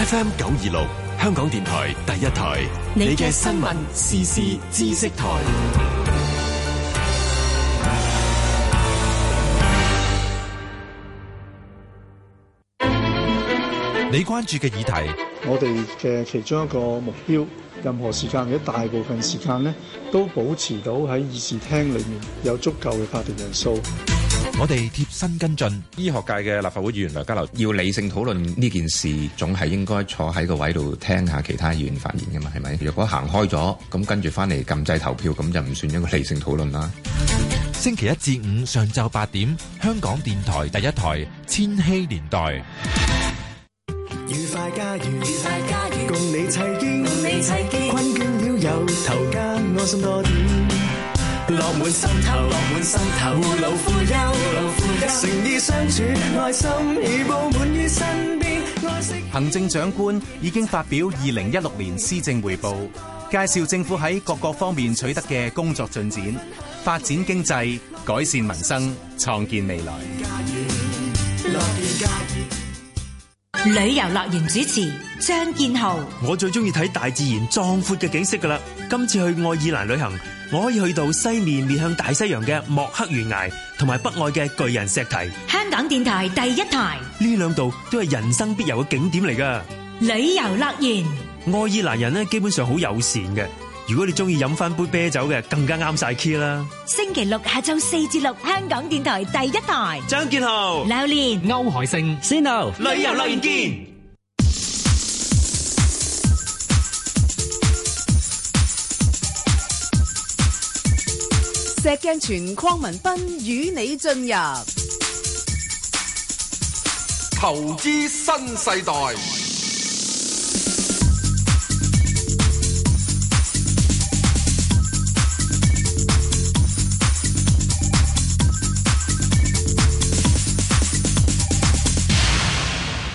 Speaker 16: FM 九二六香港電台第一台，你嘅新聞時事知識台。
Speaker 36: 你關注嘅議題，
Speaker 37: 我哋嘅其中一個目標，任何時間或者大部分時間呢，都保持到喺議事廳裏面有足夠嘅法定人數。
Speaker 36: 我哋貼身跟進。
Speaker 19: 醫學界嘅立法會議員梁家騮要理性討論呢件事，總係應該坐喺個位度聽下其他議員發言㗎嘛，係咪？如果行開咗，咁跟住翻嚟撳掣投票，咁就唔算一個理性討論啦。
Speaker 36: 星期一至五上晝八點，香港電台第一台《千禧年代》。
Speaker 20: 愉快家園，愉快家園，共你齊建，共你齊建，困倦了有頭家，安心多點。樂滿心頭，樂滿心頭，護老護幼，護老護幼，誠意相處，愛心已布滿於身邊，愛惜。
Speaker 21: 行政長官已經發表二零一六年施政匯報，介紹政府喺各個方面取得嘅工作進展，發展經濟，改善民生，創建未來。樂
Speaker 20: 建家園。
Speaker 17: 旅遊樂園主持張建豪，
Speaker 22: 我最中意睇大自然壯闊嘅景色噶啦。今次去愛爾蘭旅行，我可以去到西面面向大西洋嘅莫克懸崖，同埋北愛嘅巨人石堤。
Speaker 17: 香港電台第一台
Speaker 22: 呢兩度都係人生必遊嘅景點嚟噶。
Speaker 17: 旅遊樂園，
Speaker 22: 愛爾蘭人呢基本上好友善嘅。如果你中意飲翻杯啤酒嘅，更加啱晒 key 啦。
Speaker 17: 星期六下晝四至六，香港電台第一台
Speaker 22: 張建豪、
Speaker 17: 榴蓮、
Speaker 38: 歐海星、Sino
Speaker 22: 旅遊樂園見。
Speaker 25: 石鏡泉鄺民彬與你進入
Speaker 26: 投資新世代。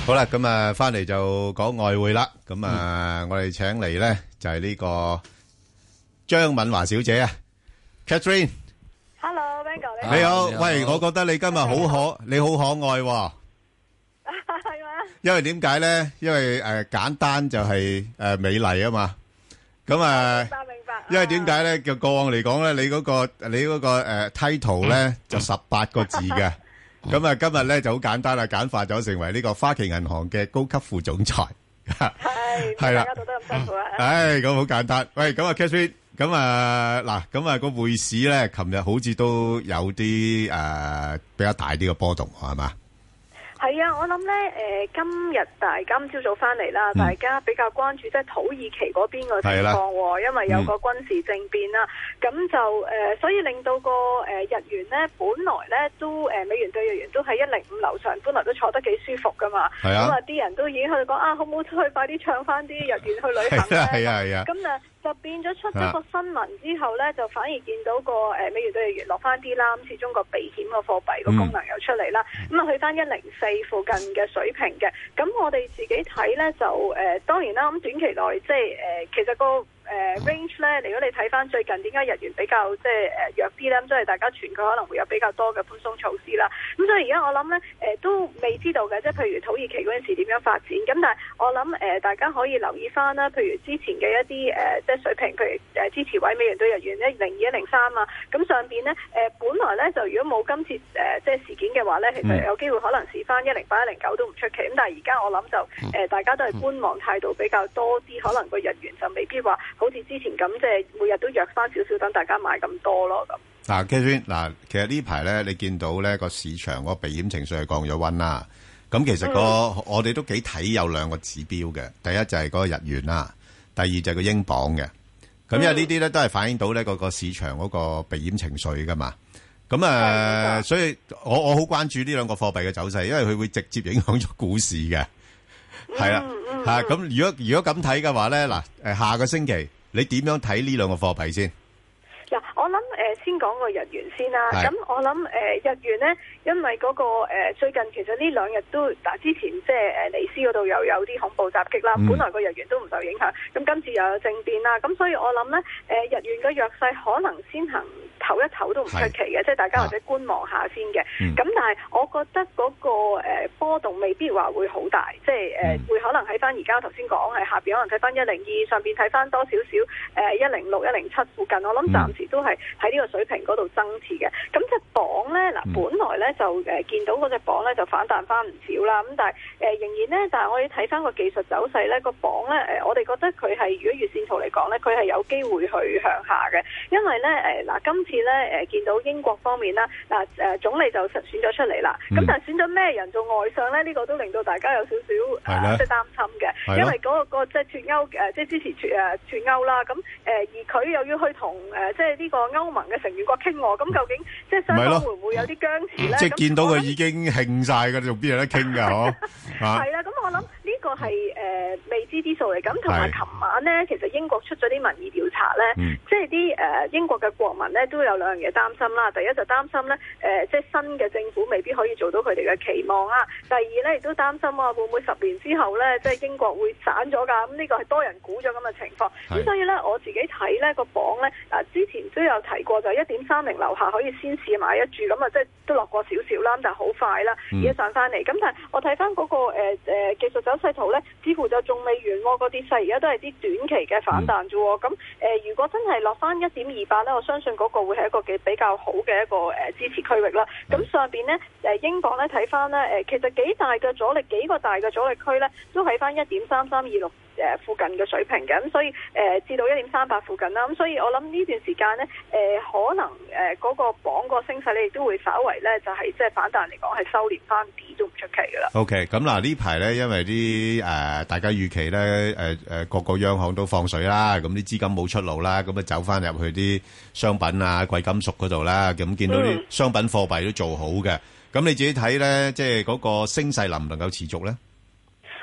Speaker 9: 好啦，咁啊，翻嚟就講外匯啦。咁啊，我哋請嚟咧就係呢個張敏華小姐啊，Catherine，
Speaker 24: Hello，Bang 哥你
Speaker 9: 啊你好。喂，我覺得你今日
Speaker 24: *laughs*
Speaker 9: 好可，你好可愛喎。
Speaker 24: 係嘛？
Speaker 9: 因為點解咧？因為誒簡單就係誒美麗啊嘛。咁啊，
Speaker 24: 明白明白。
Speaker 9: 因為點解咧？就過往嚟講咧，你嗰個你嗰個誒 title 咧就十八個字
Speaker 24: *laughs*
Speaker 9: 嘅。咁啊，今日咧就好簡單啦，簡化咗成為呢個花旗銀行嘅高級副總裁。 *laughs*
Speaker 24: 係
Speaker 9: 係啦嗯
Speaker 24: 大家做得咁辛苦啊！
Speaker 9: 唉，咁好簡單。喂，咁啊，Catherine，咁啊嗱，咁啊個匯市咧，琴日好似都有啲誒比較大啲嘅波動，係嘛？
Speaker 24: 係啊，我諗呢，誒、今日大家今朝早翻嚟啦，大家比較關注即係土耳其嗰邊個情
Speaker 9: 嗯係啦
Speaker 24: 況喎，因為有個軍事政變啦，咁、就誒、呃所以令到個誒、呃日元呢，本來呢都誒、呃美元對日元都喺一零五樓上，本來都坐得幾舒服噶嘛，咁
Speaker 9: 係啊
Speaker 24: 啊啲人都已經去講啊，好唔好去快啲唱翻啲日元去旅行
Speaker 9: *laughs* 係啊
Speaker 24: 呢？
Speaker 9: 係啊係啊
Speaker 24: 咁啊就變咗出咗個新聞之後呢，就反而見到個誒美元對日元落翻啲啦，咁始終個避險個貨幣個功能又出嚟啦，咁啊去翻一零四附近嘅水平嘅。咁我哋自己睇呢，就誒、呃、當然啦，咁短期內即係誒、呃其實個。誒 range 咧，如果你睇翻最近點解日元比較即係誒弱啲咧，咁所以大家全佢可能會有比較多嘅寬鬆措施啦。咁所以而家我諗咧誒都未知道嘅，即係譬如土耳其嗰陣時點樣發展。咁但係我諗誒、呃大家可以留意翻啦，譬如之前嘅一啲誒、呃即係水平，譬如誒、呃支持位美元對日元咧零二一零三啊，咁上邊咧誒本來咧就如果冇今次誒、呃即係事件嘅話咧，其
Speaker 6: 嗯
Speaker 24: 實有機會可能試翻一零八一零九都唔出奇。咁但係而家我諗就誒、呃大家都係觀望態度比較多啲，可能個日元就未必話好似之前咁，即係每日都弱翻少少，等大家買咁多咯咁。
Speaker 9: 嗱，Katherine，嗱，其實呢排咧，你見到咧個市場嗰個避險情緒係降咗温啦。咁其實個、我哋都幾睇有兩個指標嘅，第一就係嗰個日元啦，第二就係個英鎊嘅。咁因為呢啲咧都係反映到咧個個市場嗰個避險情緒噶嘛。咁誒、呃所以我我好關注呢兩個貨幣嘅走勢，因為佢會直接影響咗股市嘅。係啦，嚇咁如果如果咁睇嘅話咧，嗱誒下個星期你點樣睇呢兩個貨幣先？
Speaker 24: 嗱，我諗誒、呃先講個日元先啦。
Speaker 9: 係
Speaker 24: 咁我諗誒、呃日元呢，因為嗰、個、呃、最近其實呢兩日都嗱，之前即係誒呃尼斯嗰度又有啲恐怖襲擊啦，
Speaker 6: 嗯
Speaker 24: 本來個日元都唔受影響，咁今次又有政變啦，咁所以我諗呢，誒、日元嘅弱勢可能先行唞一唞都唔出奇嘅，即係大家或者觀望下先嘅。咁、但係我覺得嗰、個、呃、波動未必話會好大，即係誒、呃會可能喺翻而家頭先講係下邊可能睇翻一零二，上邊睇翻多少少誒一零六、一零七附近，我諗暫時。時都係喺呢個水平嗰度增持嘅。咁只鎊咧，嗱，本來咧就誒、呃、見到嗰隻鎊咧就反彈翻唔少啦。咁但係誒、呃仍然咧，但係我哋睇翻個技術走勢咧，個鎊咧誒，我哋覺得佢係如果月線圖嚟講咧，佢係有機會去向下嘅，因為咧誒嗱，今次咧誒、呃見到英國方面啦，嗱、誒總理就實選咗出嚟啦。咁、
Speaker 6: 嗯
Speaker 24: 但係選咗咩人做外相咧？呢、個都令到大家有少少
Speaker 6: 係
Speaker 24: 誒
Speaker 6: 咧
Speaker 24: 即係擔心嘅，
Speaker 6: 係
Speaker 24: 因
Speaker 6: 咯
Speaker 24: 為嗰、個、個即係脱歐誒、呃即係支持脱誒脱歐啦。咁誒、呃而佢又要去同誒、呃即係呢個歐盟嘅成員國傾喎。咁究竟即係雙
Speaker 9: 咪咯嗯
Speaker 24: 方會唔會有啲僵持咧？
Speaker 9: 即
Speaker 24: 咁
Speaker 9: 係見到佢已經興晒㗎，仲邊有得傾
Speaker 24: *laughs*
Speaker 9: 㗎？嗬啊
Speaker 24: 係啦，咁我諗呢個係誒、呃未知之數嚟，咁同埋
Speaker 9: 係
Speaker 24: 琴晚呢，其實英國出咗啲民意調查呢，
Speaker 6: 嗯
Speaker 24: 即係啲誒英國嘅國民呢都有兩樣嘢擔心啦。第一就擔心呢，誒、即係新嘅政府未必可以做到佢哋嘅期望啦。第二呢，亦都擔心啊，會唔會十年之後呢，即係英國會散咗㗎？咁呢個係多人估咗咁嘅情況。
Speaker 6: 係
Speaker 24: 咁所以呢，我自己睇呢個榜呢，嗱之前都有提過，就一點三零樓下可以先試買一注，咁啊即係都落過少少啦，咁但係好快啦，
Speaker 6: 嗯
Speaker 24: 而家上翻嚟。咁但係我睇翻嗰個誒、呃、技術走勢圖咧，似乎就仲未完喎，個跌勢而家都係啲短期嘅反彈啫喎。咁誒、呃如果真係落翻一點二八咧，我相信嗰個會係一個幾比較好嘅一個誒、呃支持區域啦。咁上邊咧誒英鎊咧睇翻咧誒，其實幾大嘅阻力，幾個大嘅阻力區咧，都喺翻一點三三二六。誒、呃附近嘅水平嘅，咁所以誒、呃至到一點三八附近啦，咁所以我諗呢段時間呢，誒、可能誒嗰、個榜個升勢咧，亦都會稍為咧就係即係反彈嚟講係收斂翻啲都唔出奇噶啦。
Speaker 9: OK，咁嗱呢排咧，因為啲誒、呃大家預期咧誒誒各個央行都放水啦，咁啲資金冇出路啦，咁啊走翻入去啲商品啊、貴金屬嗰度啦，咁見到啲商品貨幣都做好嘅，咁你自己睇咧，即係嗰個升勢能唔能夠持續咧？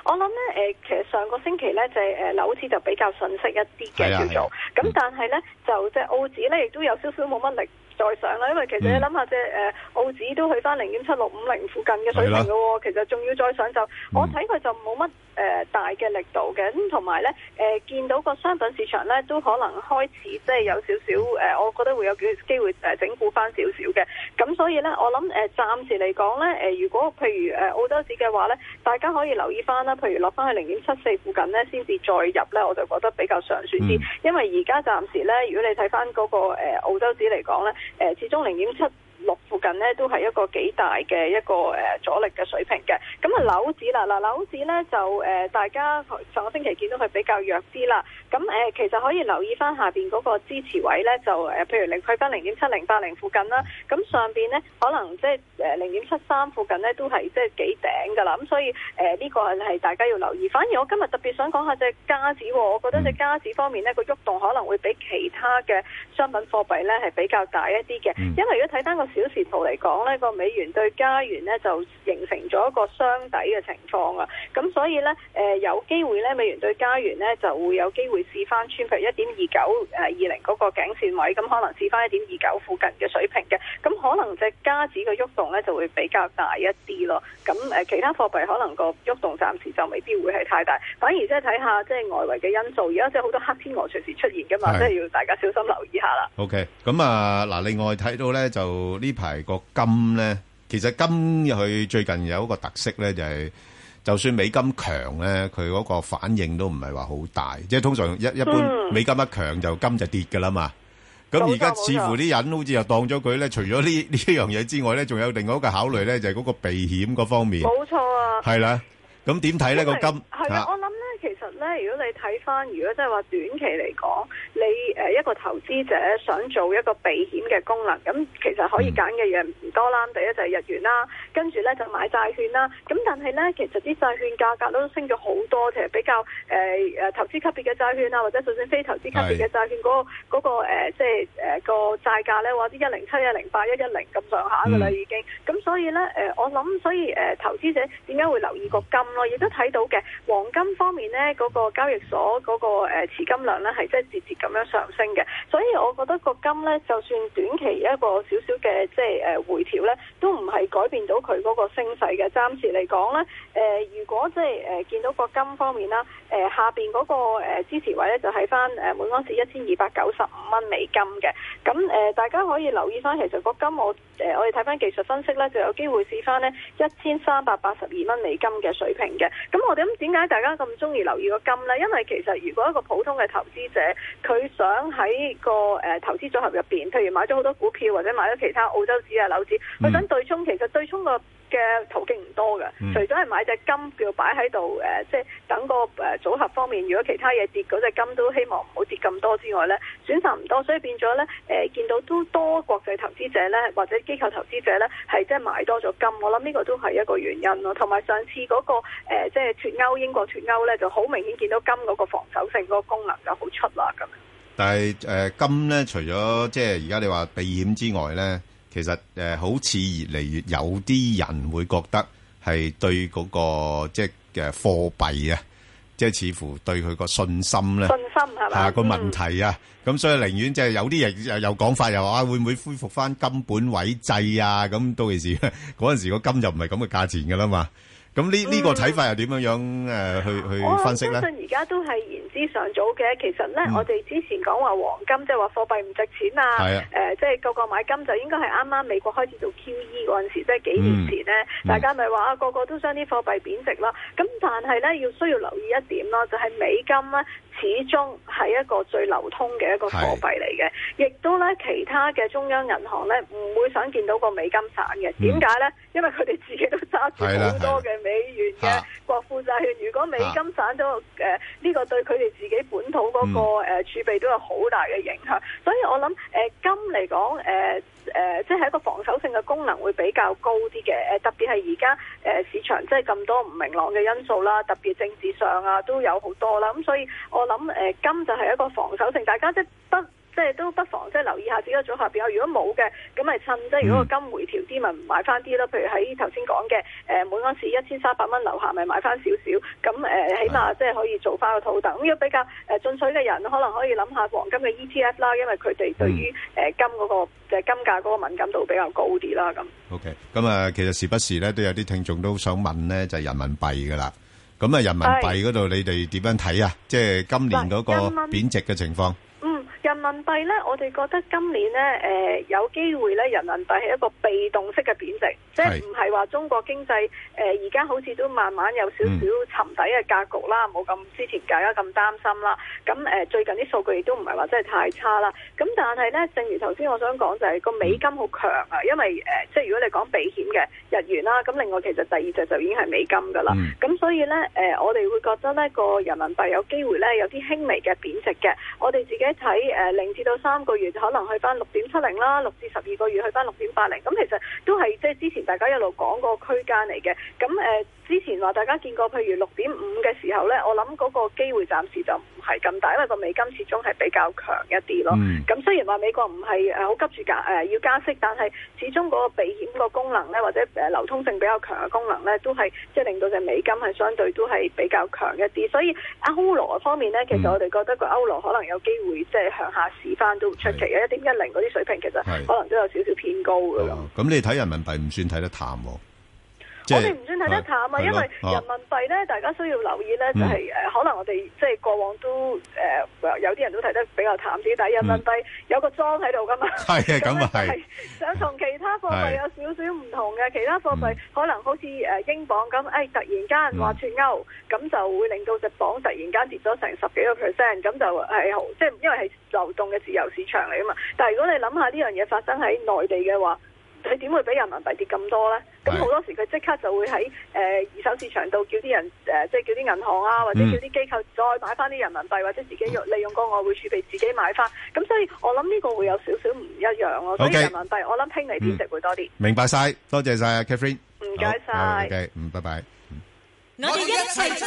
Speaker 24: 我諗咧，誒、其實上個星期咧就係、誒、樓市就比較遜色一啲嘅
Speaker 6: 係啊
Speaker 24: 叫做，咁但係咧就即係澳紙咧亦都有少少冇乜力再上啦，因為其實
Speaker 6: 嗯
Speaker 24: 你諗下即係誒澳紙都去翻零點七六五零附近嘅水平嘅喎，其實仲要再上就、我睇佢就冇乜誒大嘅力度嘅，咁同埋咧誒見到個商品市場咧都可能開始即係有少少誒、我覺得會有幾機會誒整固翻少少嘅，咁所以咧我諗誒、呃暫時嚟講咧誒如果譬如誒、呃澳洲紙嘅話咧，大家可以留意翻啦，譬如落翻去零點七四附近咧先至再入咧，我就覺得比較上算啲，因為而家暫時咧如果你睇翻嗰個、誒澳洲紙嚟講咧，誒、呃始終零點七。六附近呢都係一個幾大嘅一個誒、呃阻力嘅水平嘅。咁啊樓指啦，嗱樓指呢就誒、呃大家上個星期見到佢比較弱啲啦。咁誒、呃其實可以留意翻下邊嗰個支持位呢，就誒、呃譬如零去翻零點七零八零附近啦。咁上邊呢，可能即係誒零點七三附近呢都係即係幾頂㗎啦。咁所以誒呢、個係大家要留意。反而我今日特別想講下隻加指喎，我覺得隻加指方面呢個喐動可能會比其他嘅商品貨幣呢係比較大一啲嘅，因為如果睇翻個市小時圖嚟講呢個美元對加元呢就形成咗一個雙底嘅情況啊。咁所以呢，誒、有機會呢美元對加元呢就會有機會試翻穿譬如一點二九呃誒二零嗰個頸線位，咁可能試翻一點二九附近嘅水平嘅。咁可能只加指嘅喐動呢就會比較大一啲咯。咁誒、其他貨幣可能個喐動暫時就未必會係太大，反而即係睇下即係外圍嘅因素。而家即係好多黑天鵝隨時出現㗎嘛，
Speaker 9: 係
Speaker 24: 即係要大家小心留意下啦。
Speaker 9: OK，咁啊嗱，另外睇到咧就呢排個金咧，其實金佢最近有一個特色咧，就係、就算美金強咧，佢嗰個反應都唔係話好大，即係通常一一般
Speaker 6: 嗯
Speaker 9: 美金一強就金就跌㗎啦嘛。咁
Speaker 6: 冇錯
Speaker 9: 而家
Speaker 6: 冇錯
Speaker 9: 似乎啲人好似又當咗佢咧，除咗呢 *laughs* 呢樣嘢之外咧，仲有另外一個考慮咧，就係、嗰個避險嗰方面。
Speaker 24: 冇錯啊。
Speaker 9: 係啦，咁點睇咧個金？
Speaker 24: 係
Speaker 9: 啊
Speaker 24: 啦，我諗咧，其實咧，如果你睇翻，如果即係話短期嚟講，你誒、呃一個投資者想做一個避險嘅功能，咁其實可以揀嘅嘢唔多啦。第一就係日元
Speaker 9: 嗯
Speaker 24: 啦，跟住咧就買債券啦。咁但係咧，其實啲債券價格都升咗好多，其實比較誒誒、呃投資級別嘅債券啊，或者就算非投資級別嘅債券嗰、個嗰、個、呃、即係誒個債價咧，話啲一零七、一零八、一一零咁上下㗎啦，
Speaker 6: 嗯
Speaker 24: 已經。咁所以咧，誒、我諗，所以誒、呃投資者點解會留意個金咯？亦都睇到嘅黃金方面咧，嗰、個交易所嗰、個、呃、持金量咧係即係節節咁樣上升嘅。所以我覺得個金咧，就算短期一個少少嘅即係誒、呃回調咧，都唔係改變到佢嗰個升勢嘅。暫時嚟講咧，誒、如果即係誒見到個金方面啦，誒、下邊嗰、個、呃、支持位咧就喺翻誒每安士一千二百九十五蚊美金嘅。咁誒、呃大家可以留意翻，其實個金我誒、呃我哋睇翻技術分析咧，就有機會試翻呢一千三百八十二蚊美金嘅水平嘅。咁我哋咁點解大家咁中意留意個金呢？因為其實如果一個普通嘅投資者，佢想喺個誒、呃投資組合入邊，譬如買咗好多股票或者買咗其他澳洲紙啊、樓紙，佢想對沖，其實對沖個嘅途徑唔多嘅，
Speaker 6: 嗯
Speaker 24: 除咗係買隻金叫擺喺度誒，即係等個誒、呃、組合方面，如果其他嘢跌，嗰隻金都希望唔好跌咁多之外咧，選擇唔多，所以變咗咧誒，見到都多國際投資者咧，或者機構投資者咧，係即係買多咗金，我諗呢個都係一個原因咯。同埋上次嗰、個、呃、即係脱歐英國脱歐咧，就好明顯見到金嗰個防守性嗰個功能就好出啦咁樣。
Speaker 9: 但係誒、呃金咧，除咗即係而家你話避險之外咧，其實誒、呃好似越嚟越有啲人會覺得係對嗰、個即係誒貨幣啊，即係似乎對佢個信心咧，
Speaker 24: 信心係咪
Speaker 9: 啊個問題啊，咁、所以寧願即係有啲人又又講法又話啊，會唔會恢復翻金本位制啊？咁到時嗰陣時個金就唔係咁嘅價錢㗎啦嘛。咁呢呢個睇法又點樣樣誒、呃去去分析
Speaker 24: 我
Speaker 9: 咧
Speaker 24: 相？信而家都係言之尚早嘅。其實呢，我哋之前講話黃金即係話貨幣唔值錢啊，
Speaker 6: 嗯係
Speaker 24: 誒
Speaker 6: 啊、
Speaker 24: 即係個個買金就應該係啱啱美國開始做 QE 嗰陣時，即係幾年前呢，
Speaker 6: 嗯
Speaker 24: 大家咪話啊個個都將啲貨幣貶值啦。咁但係呢，要需要留意一點咯，就係、美金呢。始終係一個最流通嘅一個貨幣嚟嘅，亦都咧其他嘅中央銀行咧唔會想見到個美金散嘅。點解咧？因為佢哋自己都揸住
Speaker 6: 嗯係啦
Speaker 24: 好多嘅美元嘅國庫債券。如果美金散咗，誒呢個對佢哋自己本土嗰個誒儲備都有好大嘅影響。所以我諗誒呃金嚟講誒。誒、即係一個防守性嘅功能會比較高啲嘅。誒、呃特別係而家誒市場即係咁多唔明朗嘅因素啦，特別政治上啊都有好多啦。咁所以我諗誒、呃金就係一個防守性，大家即係不。即係都不妨即係留意下自己嘅組合表。如果冇嘅，咁咪趁即係如果個金回調啲，咪唔買翻啲咯。譬如喺頭先講嘅誒每安士一千三百蚊樓下，咪買翻少少。咁誒、起碼即係可以做翻個套等。咁如果比較誒進取嘅人，可能可以諗下黃金嘅 ETF 啦，因為佢哋對於誒金嗰、個即係金價嗰個敏感度比較高啲啦。咁
Speaker 9: OK，咁啊，其實時不時咧都有啲聽眾都想問咧，就係人民幣噶啦。咁啊，人民幣嗰度你哋點樣睇啊？即係今年嗰個
Speaker 24: 嗱人民
Speaker 9: 貶值嘅情況。
Speaker 24: 嗯，人民幣呢，我哋覺得今年呢，誒、有機會呢，人民幣係一個被動式嘅貶值，即係唔係話中國經濟誒而家好似都慢慢有少少沉底嘅格局啦，冇咁之前大家咁擔心啦。咁誒、最近啲數據亦都唔係話真係太差啦。咁但係呢，正如頭先我想講就係、個美金好強啊，因為誒、即係如果你講避險嘅日元啦，咁另外其實第二隻就已經係美金㗎啦。咁、所以呢，誒、我哋會覺得呢個人民幣有機會呢，有啲輕微嘅貶值嘅。我哋自己睇誒、誒零至到三個月就可能去翻六點七零啦，六至十二個月去翻六點八零。咁其實都係即係之前大家一路講嗰個區間嚟嘅。咁誒、呃之前話大家見過，譬如六點五嘅時候呢，我諗嗰個機會暫時就唔係咁大，因為個美金始終係比較強一啲咯。
Speaker 6: 嗯
Speaker 24: 咁雖然話美國唔係誒好急住加誒要加息，但係始終嗰個避險個功能呢，或者誒流通性比較強嘅功能呢，都係即係令到隻美金係相對都係比較強一啲。所以啊歐羅方面呢，其實我哋覺得個歐羅可能有機會即係向下試翻都唔出奇嘅，一點一零嗰啲水平其實
Speaker 9: 係
Speaker 24: 可能都有少少偏高㗎咯。
Speaker 9: 咁你睇人民幣唔算睇得淡喎，即
Speaker 24: 我
Speaker 9: 係
Speaker 24: 哋唔算睇得淡啊，
Speaker 9: 係
Speaker 24: 因為
Speaker 9: 係咯哦嗯
Speaker 24: 人民幣咧，大家需要留意咧，就係、誒、可能我哋即係過往都誒、呃有啲人都睇得比較淡啲，但係人民幣有個莊喺度噶嘛。
Speaker 9: 嗯 *laughs* 係啊咁啊係
Speaker 24: 咧就係想同其他貨幣
Speaker 9: 係
Speaker 24: 有少少唔同嘅，其他貨幣可能好似誒英鎊咁，誒、哎突然間話
Speaker 9: 嗯
Speaker 24: 脱歐，咁就會令到隻鎊突然間跌咗成十幾個 percent，咁就係好，即係因為係流動嘅自由市場嚟噶嘛。但係如果你諗下呢樣嘢發生喺內地嘅話，佢點會俾人民幣跌咁多呢？咁
Speaker 6: 係
Speaker 24: 好多時佢即刻就會喺誒、呃二手市場度叫啲人誒、呃即係叫啲銀行啊，或者
Speaker 6: 嗯
Speaker 24: 叫啲機構再買翻啲人民幣，或者自己用利用個外匯儲備自己買翻。咁所以我諗呢個會有少少唔一樣咯。所以
Speaker 9: OK
Speaker 24: 人民幣我諗拼嚟
Speaker 6: 嗯
Speaker 24: 偏食會多啲。
Speaker 9: 明白晒，多謝晒啊 Catherine，
Speaker 24: 唔該晒
Speaker 9: 好，OK，嗯，拜拜。
Speaker 6: 我哋一齊出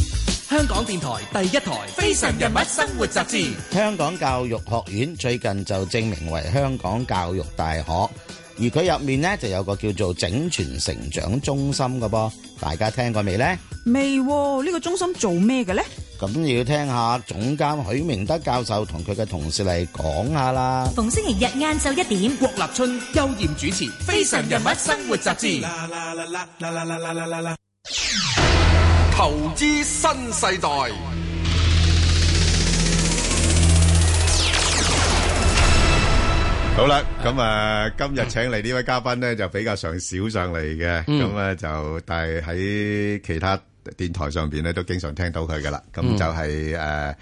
Speaker 6: 去。香港電台第一台《非常人物生活雜誌》。
Speaker 39: 香港教育學院最近就證明為香港教育大學，而佢入面呢就有個叫做整全成長中心嘅噃，大家聽過未呢？
Speaker 8: 未喎，呢個中心做咩嘅呢？
Speaker 39: 咁要聽下總監許明德教授同佢嘅同事嚟講下啦。
Speaker 6: 逢星期日晏晝一點，郭立春、邱艷主持《非常人物生活雜誌》。
Speaker 26: 投資新世代，
Speaker 9: 好啦，咁啊，今日請嚟呢位嘉賓咧，就比較上少上嚟嘅，
Speaker 6: 嗯
Speaker 9: 咁咧就但係喺其他電台上邊咧都經常聽到佢噶啦，咁
Speaker 6: 嗯
Speaker 9: 就係誒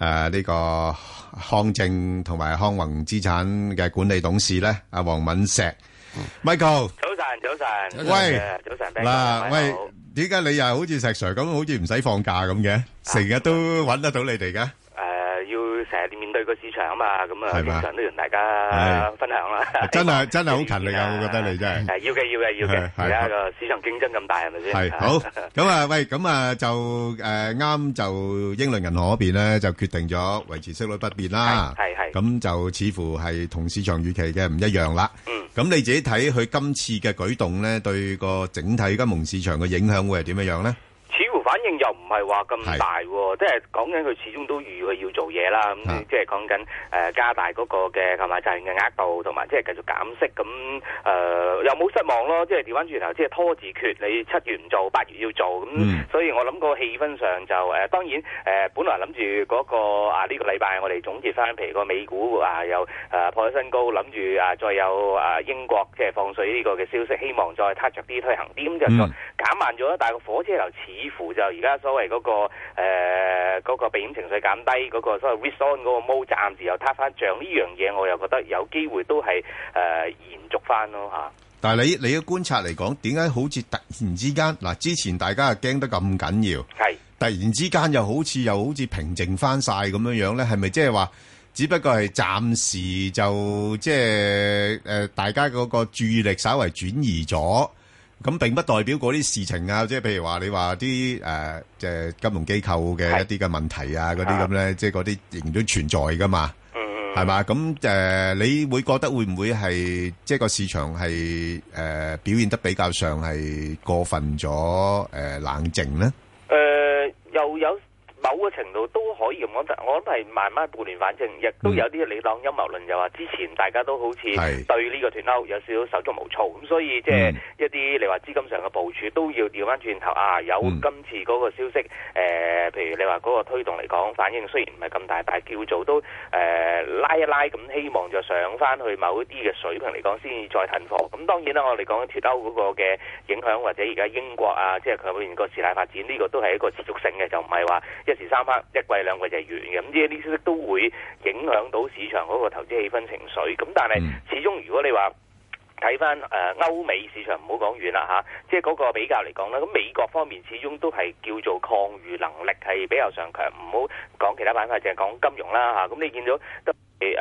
Speaker 9: 誒呢個康正同埋康宏資產嘅管理董事咧，阿黃敏石，Michael，
Speaker 40: 早晨，早晨，
Speaker 9: 喂，
Speaker 40: 早晨，
Speaker 9: 嗱，
Speaker 40: Ben
Speaker 9: 喂
Speaker 40: 哥，
Speaker 9: 點解你又好似石 Sir 咁，好似唔使放假咁嘅，成日都揾得到你
Speaker 40: *laughs*
Speaker 9: 哋嘅？
Speaker 40: 誒，要成日面對個市場啊嘛，咁啊，
Speaker 9: 係嘛
Speaker 40: 經常都同大家分享啦。 *laughs*
Speaker 9: 真係真係好勤力啊！我覺得你真係。
Speaker 40: 誒，要嘅，要嘅，要嘅
Speaker 9: 係。係
Speaker 40: 而家個市場競爭咁大，係咪先？
Speaker 9: 係，
Speaker 40: *laughs*
Speaker 9: à, 好，咁啊，喂，咁啊，就，誒，啱就英倫銀行嗰邊呢，就決定咗維持息率不變啦。
Speaker 40: 係，係，係。
Speaker 9: 咁就似乎係同市場預期嘅唔一樣啦。咁你自己睇佢今次嘅舉動呢，對個整體金融市場嘅影響會係點樣樣呢？
Speaker 40: 似乎反應又唔係話咁大喎，即係講緊佢始終都預佢要做嘢啦，咁即係講緊誒加大嗰個嘅購買債券嘅額度，同埋即係繼續減息，咁誒、呃又冇失望咯，即係調翻轉頭，即係拖字決，你七月唔做，八月要做，咁、所以我諗個氣氛上就誒、呃、當然誒、呃本來諗住嗰個啊呢、個禮拜我哋總結翻，譬如個美股啊又誒破咗新高，諗住啊再有啊英國即係放水呢個嘅消息，希望再撻着啲推行啲，咁就再減慢咗啦，但係個火車頭似乎就而家所謂嗰、個誒嗰、個避險情緒減低，嗰、個所謂 risk on 嗰個 m o 暫時又撻翻漲呢樣嘢，我又覺得有機會都係誒、呃延續翻咯嚇。
Speaker 9: 但係你-啊你嘅觀察嚟講，點解好似突然之間，嗱，之前大家係驚得咁緊要，突然之間又好似-又好似平靜返晒咁樣樣呢？係咪即係話，只不過係暫時就，即係，呃，大家嗰個注意力稍為轉移咗，咁並不代表嗰啲事情啊，即係譬如話你話啲，呃，即係金融機構嘅一啲嘅問題啊，嗰啲咁呢，即係嗰啲仍然都存在㗎嘛，呃係嘛？咁，呃，你會覺得會唔會係，即係個市場係，呃，表現得比較上係過分咗，呃，冷靜呢？
Speaker 40: 誒、又有某個程度都可以咁講，但我諗係慢慢撥亂反正，亦都有啲你當陰謀論就話之前大家都好似
Speaker 6: 係
Speaker 40: 對呢個斷歐有少少手足無措，咁所以即係一啲你話資金上嘅部署都要調翻轉頭啊！有今次嗰個消息，誒、呃譬如你話嗰個推動嚟講，反應雖然唔係咁大，但係叫做都誒、拉一拉咁，希望就上翻去某一啲嘅水平嚟講，先至再騰貨。咁當然啦，我哋講緊脱歐嗰個嘅影響，或者而家英國啊，即係佢嗰邊個事態發展，呢、個都係一個持續性嘅，就唔係話一時三刻一季兩季就完嘅。咁呢啲消息都會影響到市場嗰個投資氣氛情緒。咁但係始終如果你話，睇翻誒歐美市場，唔好講遠啦嚇，即係嗰個比較嚟講咧，咁美國方面始終都係叫做抗禦能力係比較上強，唔好講其他板塊，淨係講金融啦嚇。咁你見到都誒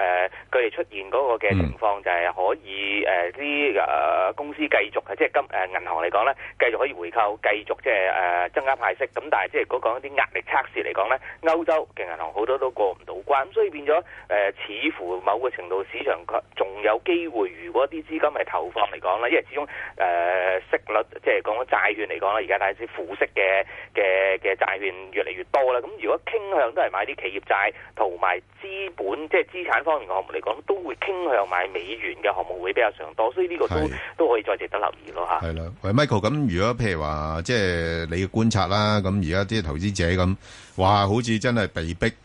Speaker 40: 佢哋出現嗰個嘅情況就係可以誒啲誒公司繼續係即係金誒銀行嚟講咧，繼續可以回購，繼續即係呃誒增加派息。咁但係即係嗰講啲壓力測試嚟講咧，歐洲嘅銀行好多都過唔到關，咁所以變咗誒、呃似乎某個程度市場佢仲有機會，如果啲資金係投放嚟講咧，因為始終誒、呃息率即係講緊債券嚟講咧，而家睇啲負息嘅嘅嘅債券越嚟越多啦。咁如果傾向都係買啲企業債同埋資本即係資產方面嘅項目嚟講，都會傾向買美元嘅項目會比較上多，所以呢個都
Speaker 9: 係
Speaker 40: 都可以再值得留意咯嚇。
Speaker 9: 係啦，喂 Michael，咁如果譬如話，即係你嘅觀察啦，咁而家啲投資者咁，哇，好似真係被逼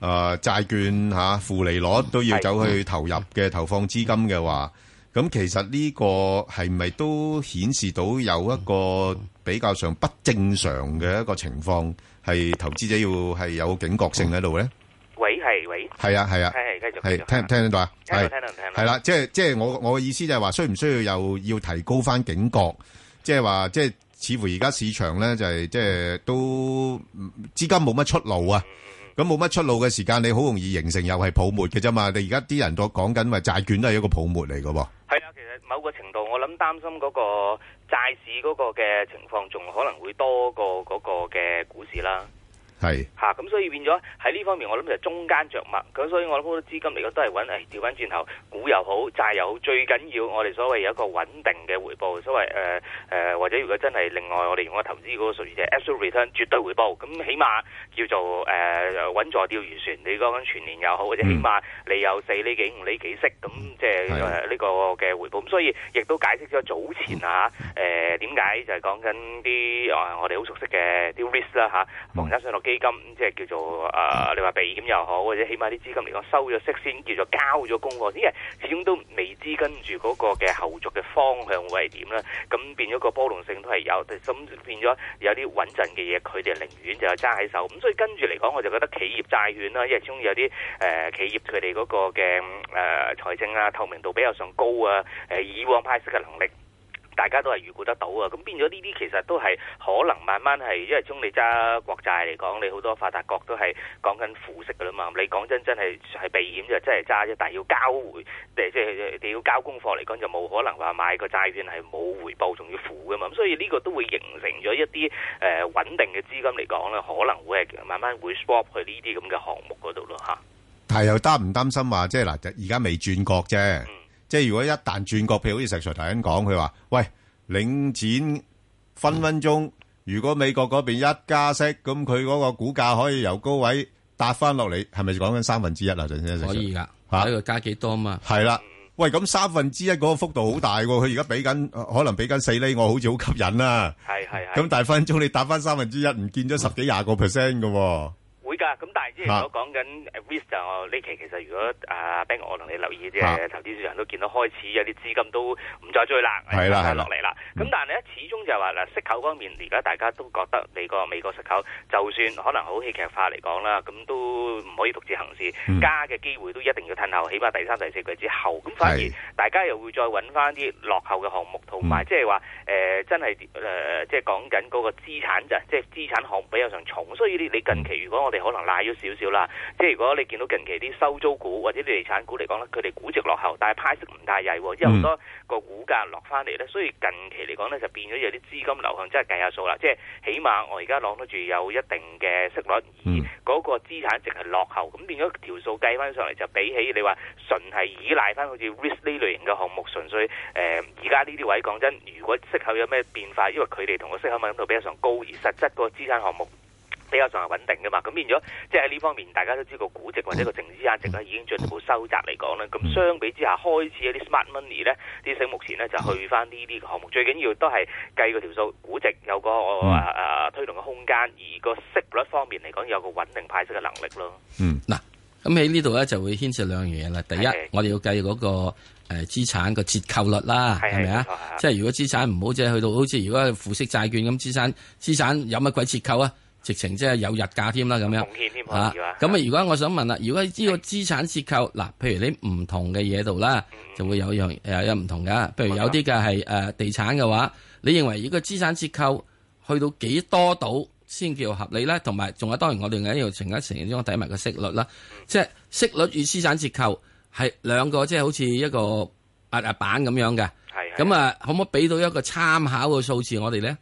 Speaker 9: 诶、呃、債券吓、負利率都要走去投入嘅投放資金嘅話，咁其實呢個係咪都顯示到有一個比較上不正常嘅一個情況，係投資者要係有警覺性喺度咧？
Speaker 40: 喂，係喂，
Speaker 9: 係啊，係啊，
Speaker 40: 係係繼續
Speaker 9: 係
Speaker 40: 繼續
Speaker 9: 聽唔聽得到啊？
Speaker 40: 聽到
Speaker 9: 係
Speaker 40: 聽到聽到
Speaker 9: 係啦，即係即係我我嘅意思就係話，需唔需要又要提高翻警覺？即係話，即係似乎而家市場咧就係即係都嗯資金冇乜出路
Speaker 40: 嗯
Speaker 9: 啊！咁冇乜出路嘅時間，你好容易形成又係泡沫嘅啫嘛。你而家啲人都講緊話債券都係一個泡沫嚟嘅喎。
Speaker 40: 係啊，其實某個程度我諗擔心嗰個債市嗰個嘅情況，仲可能會多過嗰個嘅股市啦。
Speaker 9: 係
Speaker 40: 嚇，咁、所以變咗喺呢方面，我諗就中間着墨。咁所以我諗好多資金嚟講都係揾誒調翻轉頭，股又好，債又好，最緊要我哋所謂有一個穩定嘅回報，所謂誒誒或者如果真係另外我哋用個投資嗰個術語就係 absolute return 絕對回報，咁起碼叫做誒、呃、穩坐釣魚船。你講緊全年又好，或者起碼你有四厘幾五厘幾息，咁即係誒呢個嘅回報。咁所以亦都解釋咗早前啊誒點解就係講緊啲誒我哋好熟悉嘅啲 risk 啦、嚇，房產信託基金，咁即係叫做誒、呃你話避險又好，或者起碼啲資金嚟講收咗息先叫做交咗功課，因為始終都未知跟住嗰個嘅後續嘅方向會係點啦。咁變咗個波動性都係有，咁變咗有啲穩陣嘅嘢，佢哋寧願就揸喺手。咁所以跟住嚟講，我就覺得企業債券啦，因為始終有啲誒、呃企業佢哋嗰個嘅誒、呃、財政啊透明度比較上高啊，誒、以往派息嘅能力。大家都係預估得到啊。咁變咗呢啲其實都係可能慢慢係，因為中你揸國債嚟講，你好多發達國都係講緊負息噶啦嘛。你講真真係係避險就真係揸啫，但係要交回，誒即係你要交功課嚟講就冇可能話買個債券係冇回報，仲要負噶嘛。咁所以呢個都會形成咗一啲誒、呃、穩定嘅資金嚟講咧，可能會係慢慢會 swap 去呢啲咁嘅項目嗰度咯嚇。
Speaker 9: 但係又擔唔擔心話，即係嗱，而家未轉角啫。即係如果一旦轉角，譬如好似石 Sir 頭先講，佢話：喂，領展分分鐘，如果美國嗰邊一加息，咁佢嗰個股價可以由高位搭翻落嚟，係咪講緊三分之一啊？陣先，
Speaker 10: 可以㗎，
Speaker 9: 嚇
Speaker 10: 睇佢加幾多嘛。
Speaker 9: 係啦。喂，咁三分之一嗰個幅度好大喎，佢而家俾緊可能俾緊四厘，我好似好吸引啦。
Speaker 40: 係係係。
Speaker 9: 咁但係分分鐘你搭翻三分之一，唔見咗十幾廿個 percent 嘅喎。
Speaker 40: 會㗎，咁但係即
Speaker 9: 啊
Speaker 40: 係如果講緊 risk 就我呢期其實如果啊 Bank 我同你留意即
Speaker 9: 啊
Speaker 40: 係投資市場都見到開始有啲資金都唔再追啦，
Speaker 9: 係啦
Speaker 40: 翻
Speaker 9: 係啦
Speaker 40: 落嚟啦。咁但係咧，始終就係話嗱息口方面，而家大家都覺得你個美國息口就算可能好戲劇化嚟講啦，咁都唔可以獨自行事，加嘅機會都一定要褪後，起碼第三、第四季之後。咁反而大家又會再揾翻啲落後嘅項目，同埋即係話誒真係誒、呃即係講緊嗰個資產就即係資產項目比較上重，所以你你近期如果我哋可能賴咗少少啦，即係如果你見到近期啲收租股或者地產股嚟講咧，佢哋估值落後，但係派息唔太曳喎，之後好多個股價落翻嚟咧，所以近期嚟講咧就變咗有啲資金流向，真係計下數啦，即係起碼我而家攞得住有一定嘅息率。嗰個資產值係落後，咁變咗條數計翻上嚟就比起你話純係依賴翻好似 risk 呢類型嘅項目，純粹誒呃而家呢啲位講真，如果息口有咩變化，因為佢哋同個息口敏感度比較上高，而實質個資產項目。比較上係穩定噶嘛，咁變咗即係喺呢方面，大家都知個估值或者個淨資產值咧已經進一步收窄嚟講咧，咁相比之下開始有啲 smart money 咧，啲醒目錢咧就去翻呢啲嘅項目，最緊要都係計個條數，估值有個誒、呃、推動嘅空間，而個息率方面嚟講有個穩定派息嘅能力咯。
Speaker 10: 嗯，嗱，咁喺呢度咧就會牽涉兩樣嘢啦。第一
Speaker 40: 係，
Speaker 10: 我哋要計嗰個誒資產個折扣率啦，
Speaker 40: 係係
Speaker 10: 係咪啊
Speaker 40: 冇錯係？
Speaker 10: 即係如果資產唔好，即係去到好似如果係負息債券咁，資產資產有乜鬼折扣啊？直情即係有日價添啦，咁樣
Speaker 40: 貢獻添可
Speaker 10: 啊
Speaker 40: 以話
Speaker 10: 咁啊，如果我想問啦，如果呢個資產折扣嗱，譬如你唔同嘅嘢度啦，
Speaker 40: 嗯
Speaker 10: 就會有一樣誒有唔同噶。譬如有啲嘅係誒地產嘅話，你認為呢個資產折扣去到幾多度先叫合理咧？同埋仲有當然我哋喺呢度成一成中睇埋個息率啦，
Speaker 40: 嗯
Speaker 10: 即係息率與資產折扣係兩個即係好似一個壓壓板咁樣嘅。
Speaker 40: 係係
Speaker 10: 咁啊，可唔可以俾到一個參考嘅數字我哋咧？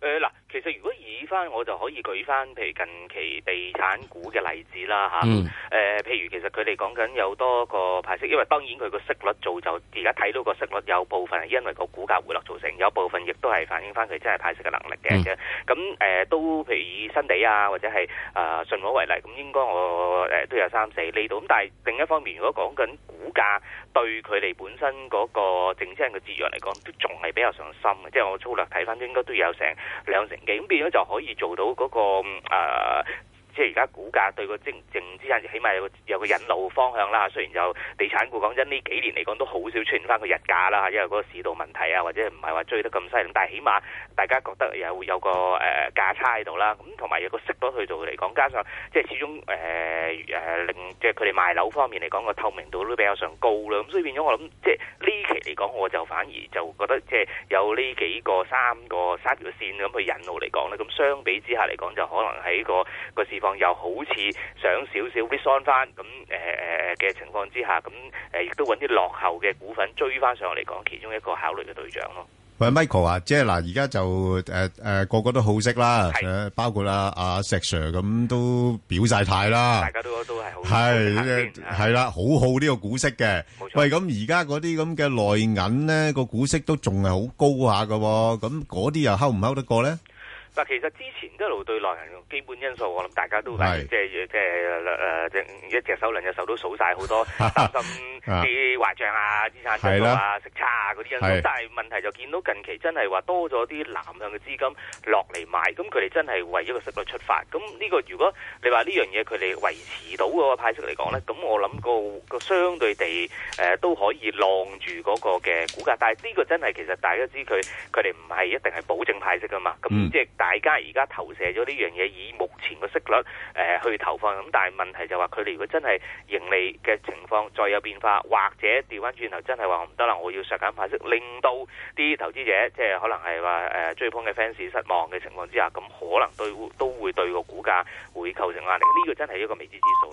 Speaker 40: 誒嗱、其實如果以翻我就可以舉翻譬如近期地產股嘅例子啦嚇，誒、
Speaker 10: 嗯
Speaker 40: 呃譬如其實佢哋講緊有多個派息，因為當然佢個息率造就而家睇到個息率有部分係因為個股價回落造成，有部分亦都係反映翻佢真係派息嘅能力嘅啫。咁誒、都譬如以新地啊或者係誒信和為例，咁應該我誒、都有三四厘度。咁但係另一方面，如果講緊股價對佢哋本身嗰個整體嘅折讓嚟講，都仲係比較上深嘅，即係我粗略睇翻應該都有成兩成幾，咁變咗就可以做到嗰、個、嗯呃即係而家股價對個淨淨資產起碼有個有個引路方向啦。雖然就地產股講真呢幾年嚟講都好少出現翻個日價啦，因為嗰個市道問題啊，或者唔係話追得咁犀利，但係起碼大家覺得有有個誒、呃、價差喺度啦。咁同埋有個息率去到嚟講，加上即係始終誒誒、呃令即係佢哋賣樓方面嚟講個透明度都比較上高啦。咁所以變咗我諗即係呢期嚟講，我就反而就覺得即係有呢幾個三個三條線咁去引路嚟講咧，咁相比之下嚟講就可能喺個個市況又好似想少少 r e s o n 翻咁誒誒嘅情況之下，咁誒亦都揾啲落後嘅股份追翻上嚟講，其中一個考慮嘅對象咯。
Speaker 9: 喂，Michael啊，即係嗱，而家就，誒，誒，個個都好識啦，誒，包括啊，阿石Sir咁都表晒態啦。
Speaker 40: 大家都-都係好-啊
Speaker 9: 係，係啦，好好呢個股息嘅。喂，咁而家嗰啲咁嘅內銀呢，個股息都仲係好高下㗎喎，咁嗰啲又睺唔睺得過呢？
Speaker 40: 嗱，其實之前一路對內銀嘅基本因素，我諗大家都
Speaker 9: 係
Speaker 40: 係即係即係誒隻一隻手兩隻手都數晒
Speaker 9: *laughs*
Speaker 40: 好多擔心啲壞帳啊、資產質素
Speaker 9: 係
Speaker 40: 啊
Speaker 9: 啦、
Speaker 40: 息差啊嗰啲因素
Speaker 9: 係。
Speaker 40: 但係問題就見到近期真係話多咗啲南向嘅資金落嚟買，咁佢哋真係為一個息率出發。咁呢個如果你話呢樣嘢佢哋維持到嗰個派息嚟講咧，咁我諗個個相對地誒、呃都可以晾住嗰個嘅股價。但係呢個真係其實大家知佢佢哋唔係一定係保證派息噶嘛。咁
Speaker 1: 嗯
Speaker 40: 即係大家而家投射咗呢樣嘢，以目前個息率誒、呃去投放。咁但係問題就話佢哋如果真係盈利嘅情況再有變化，或者調翻轉頭真係話我唔得啦，我要削減派息，令到啲投資者即係可能係話誒追捧嘅 fans 失望嘅情況之下，咁可能對都會對個股價會構成壓力。呢、個真係一個未知之數。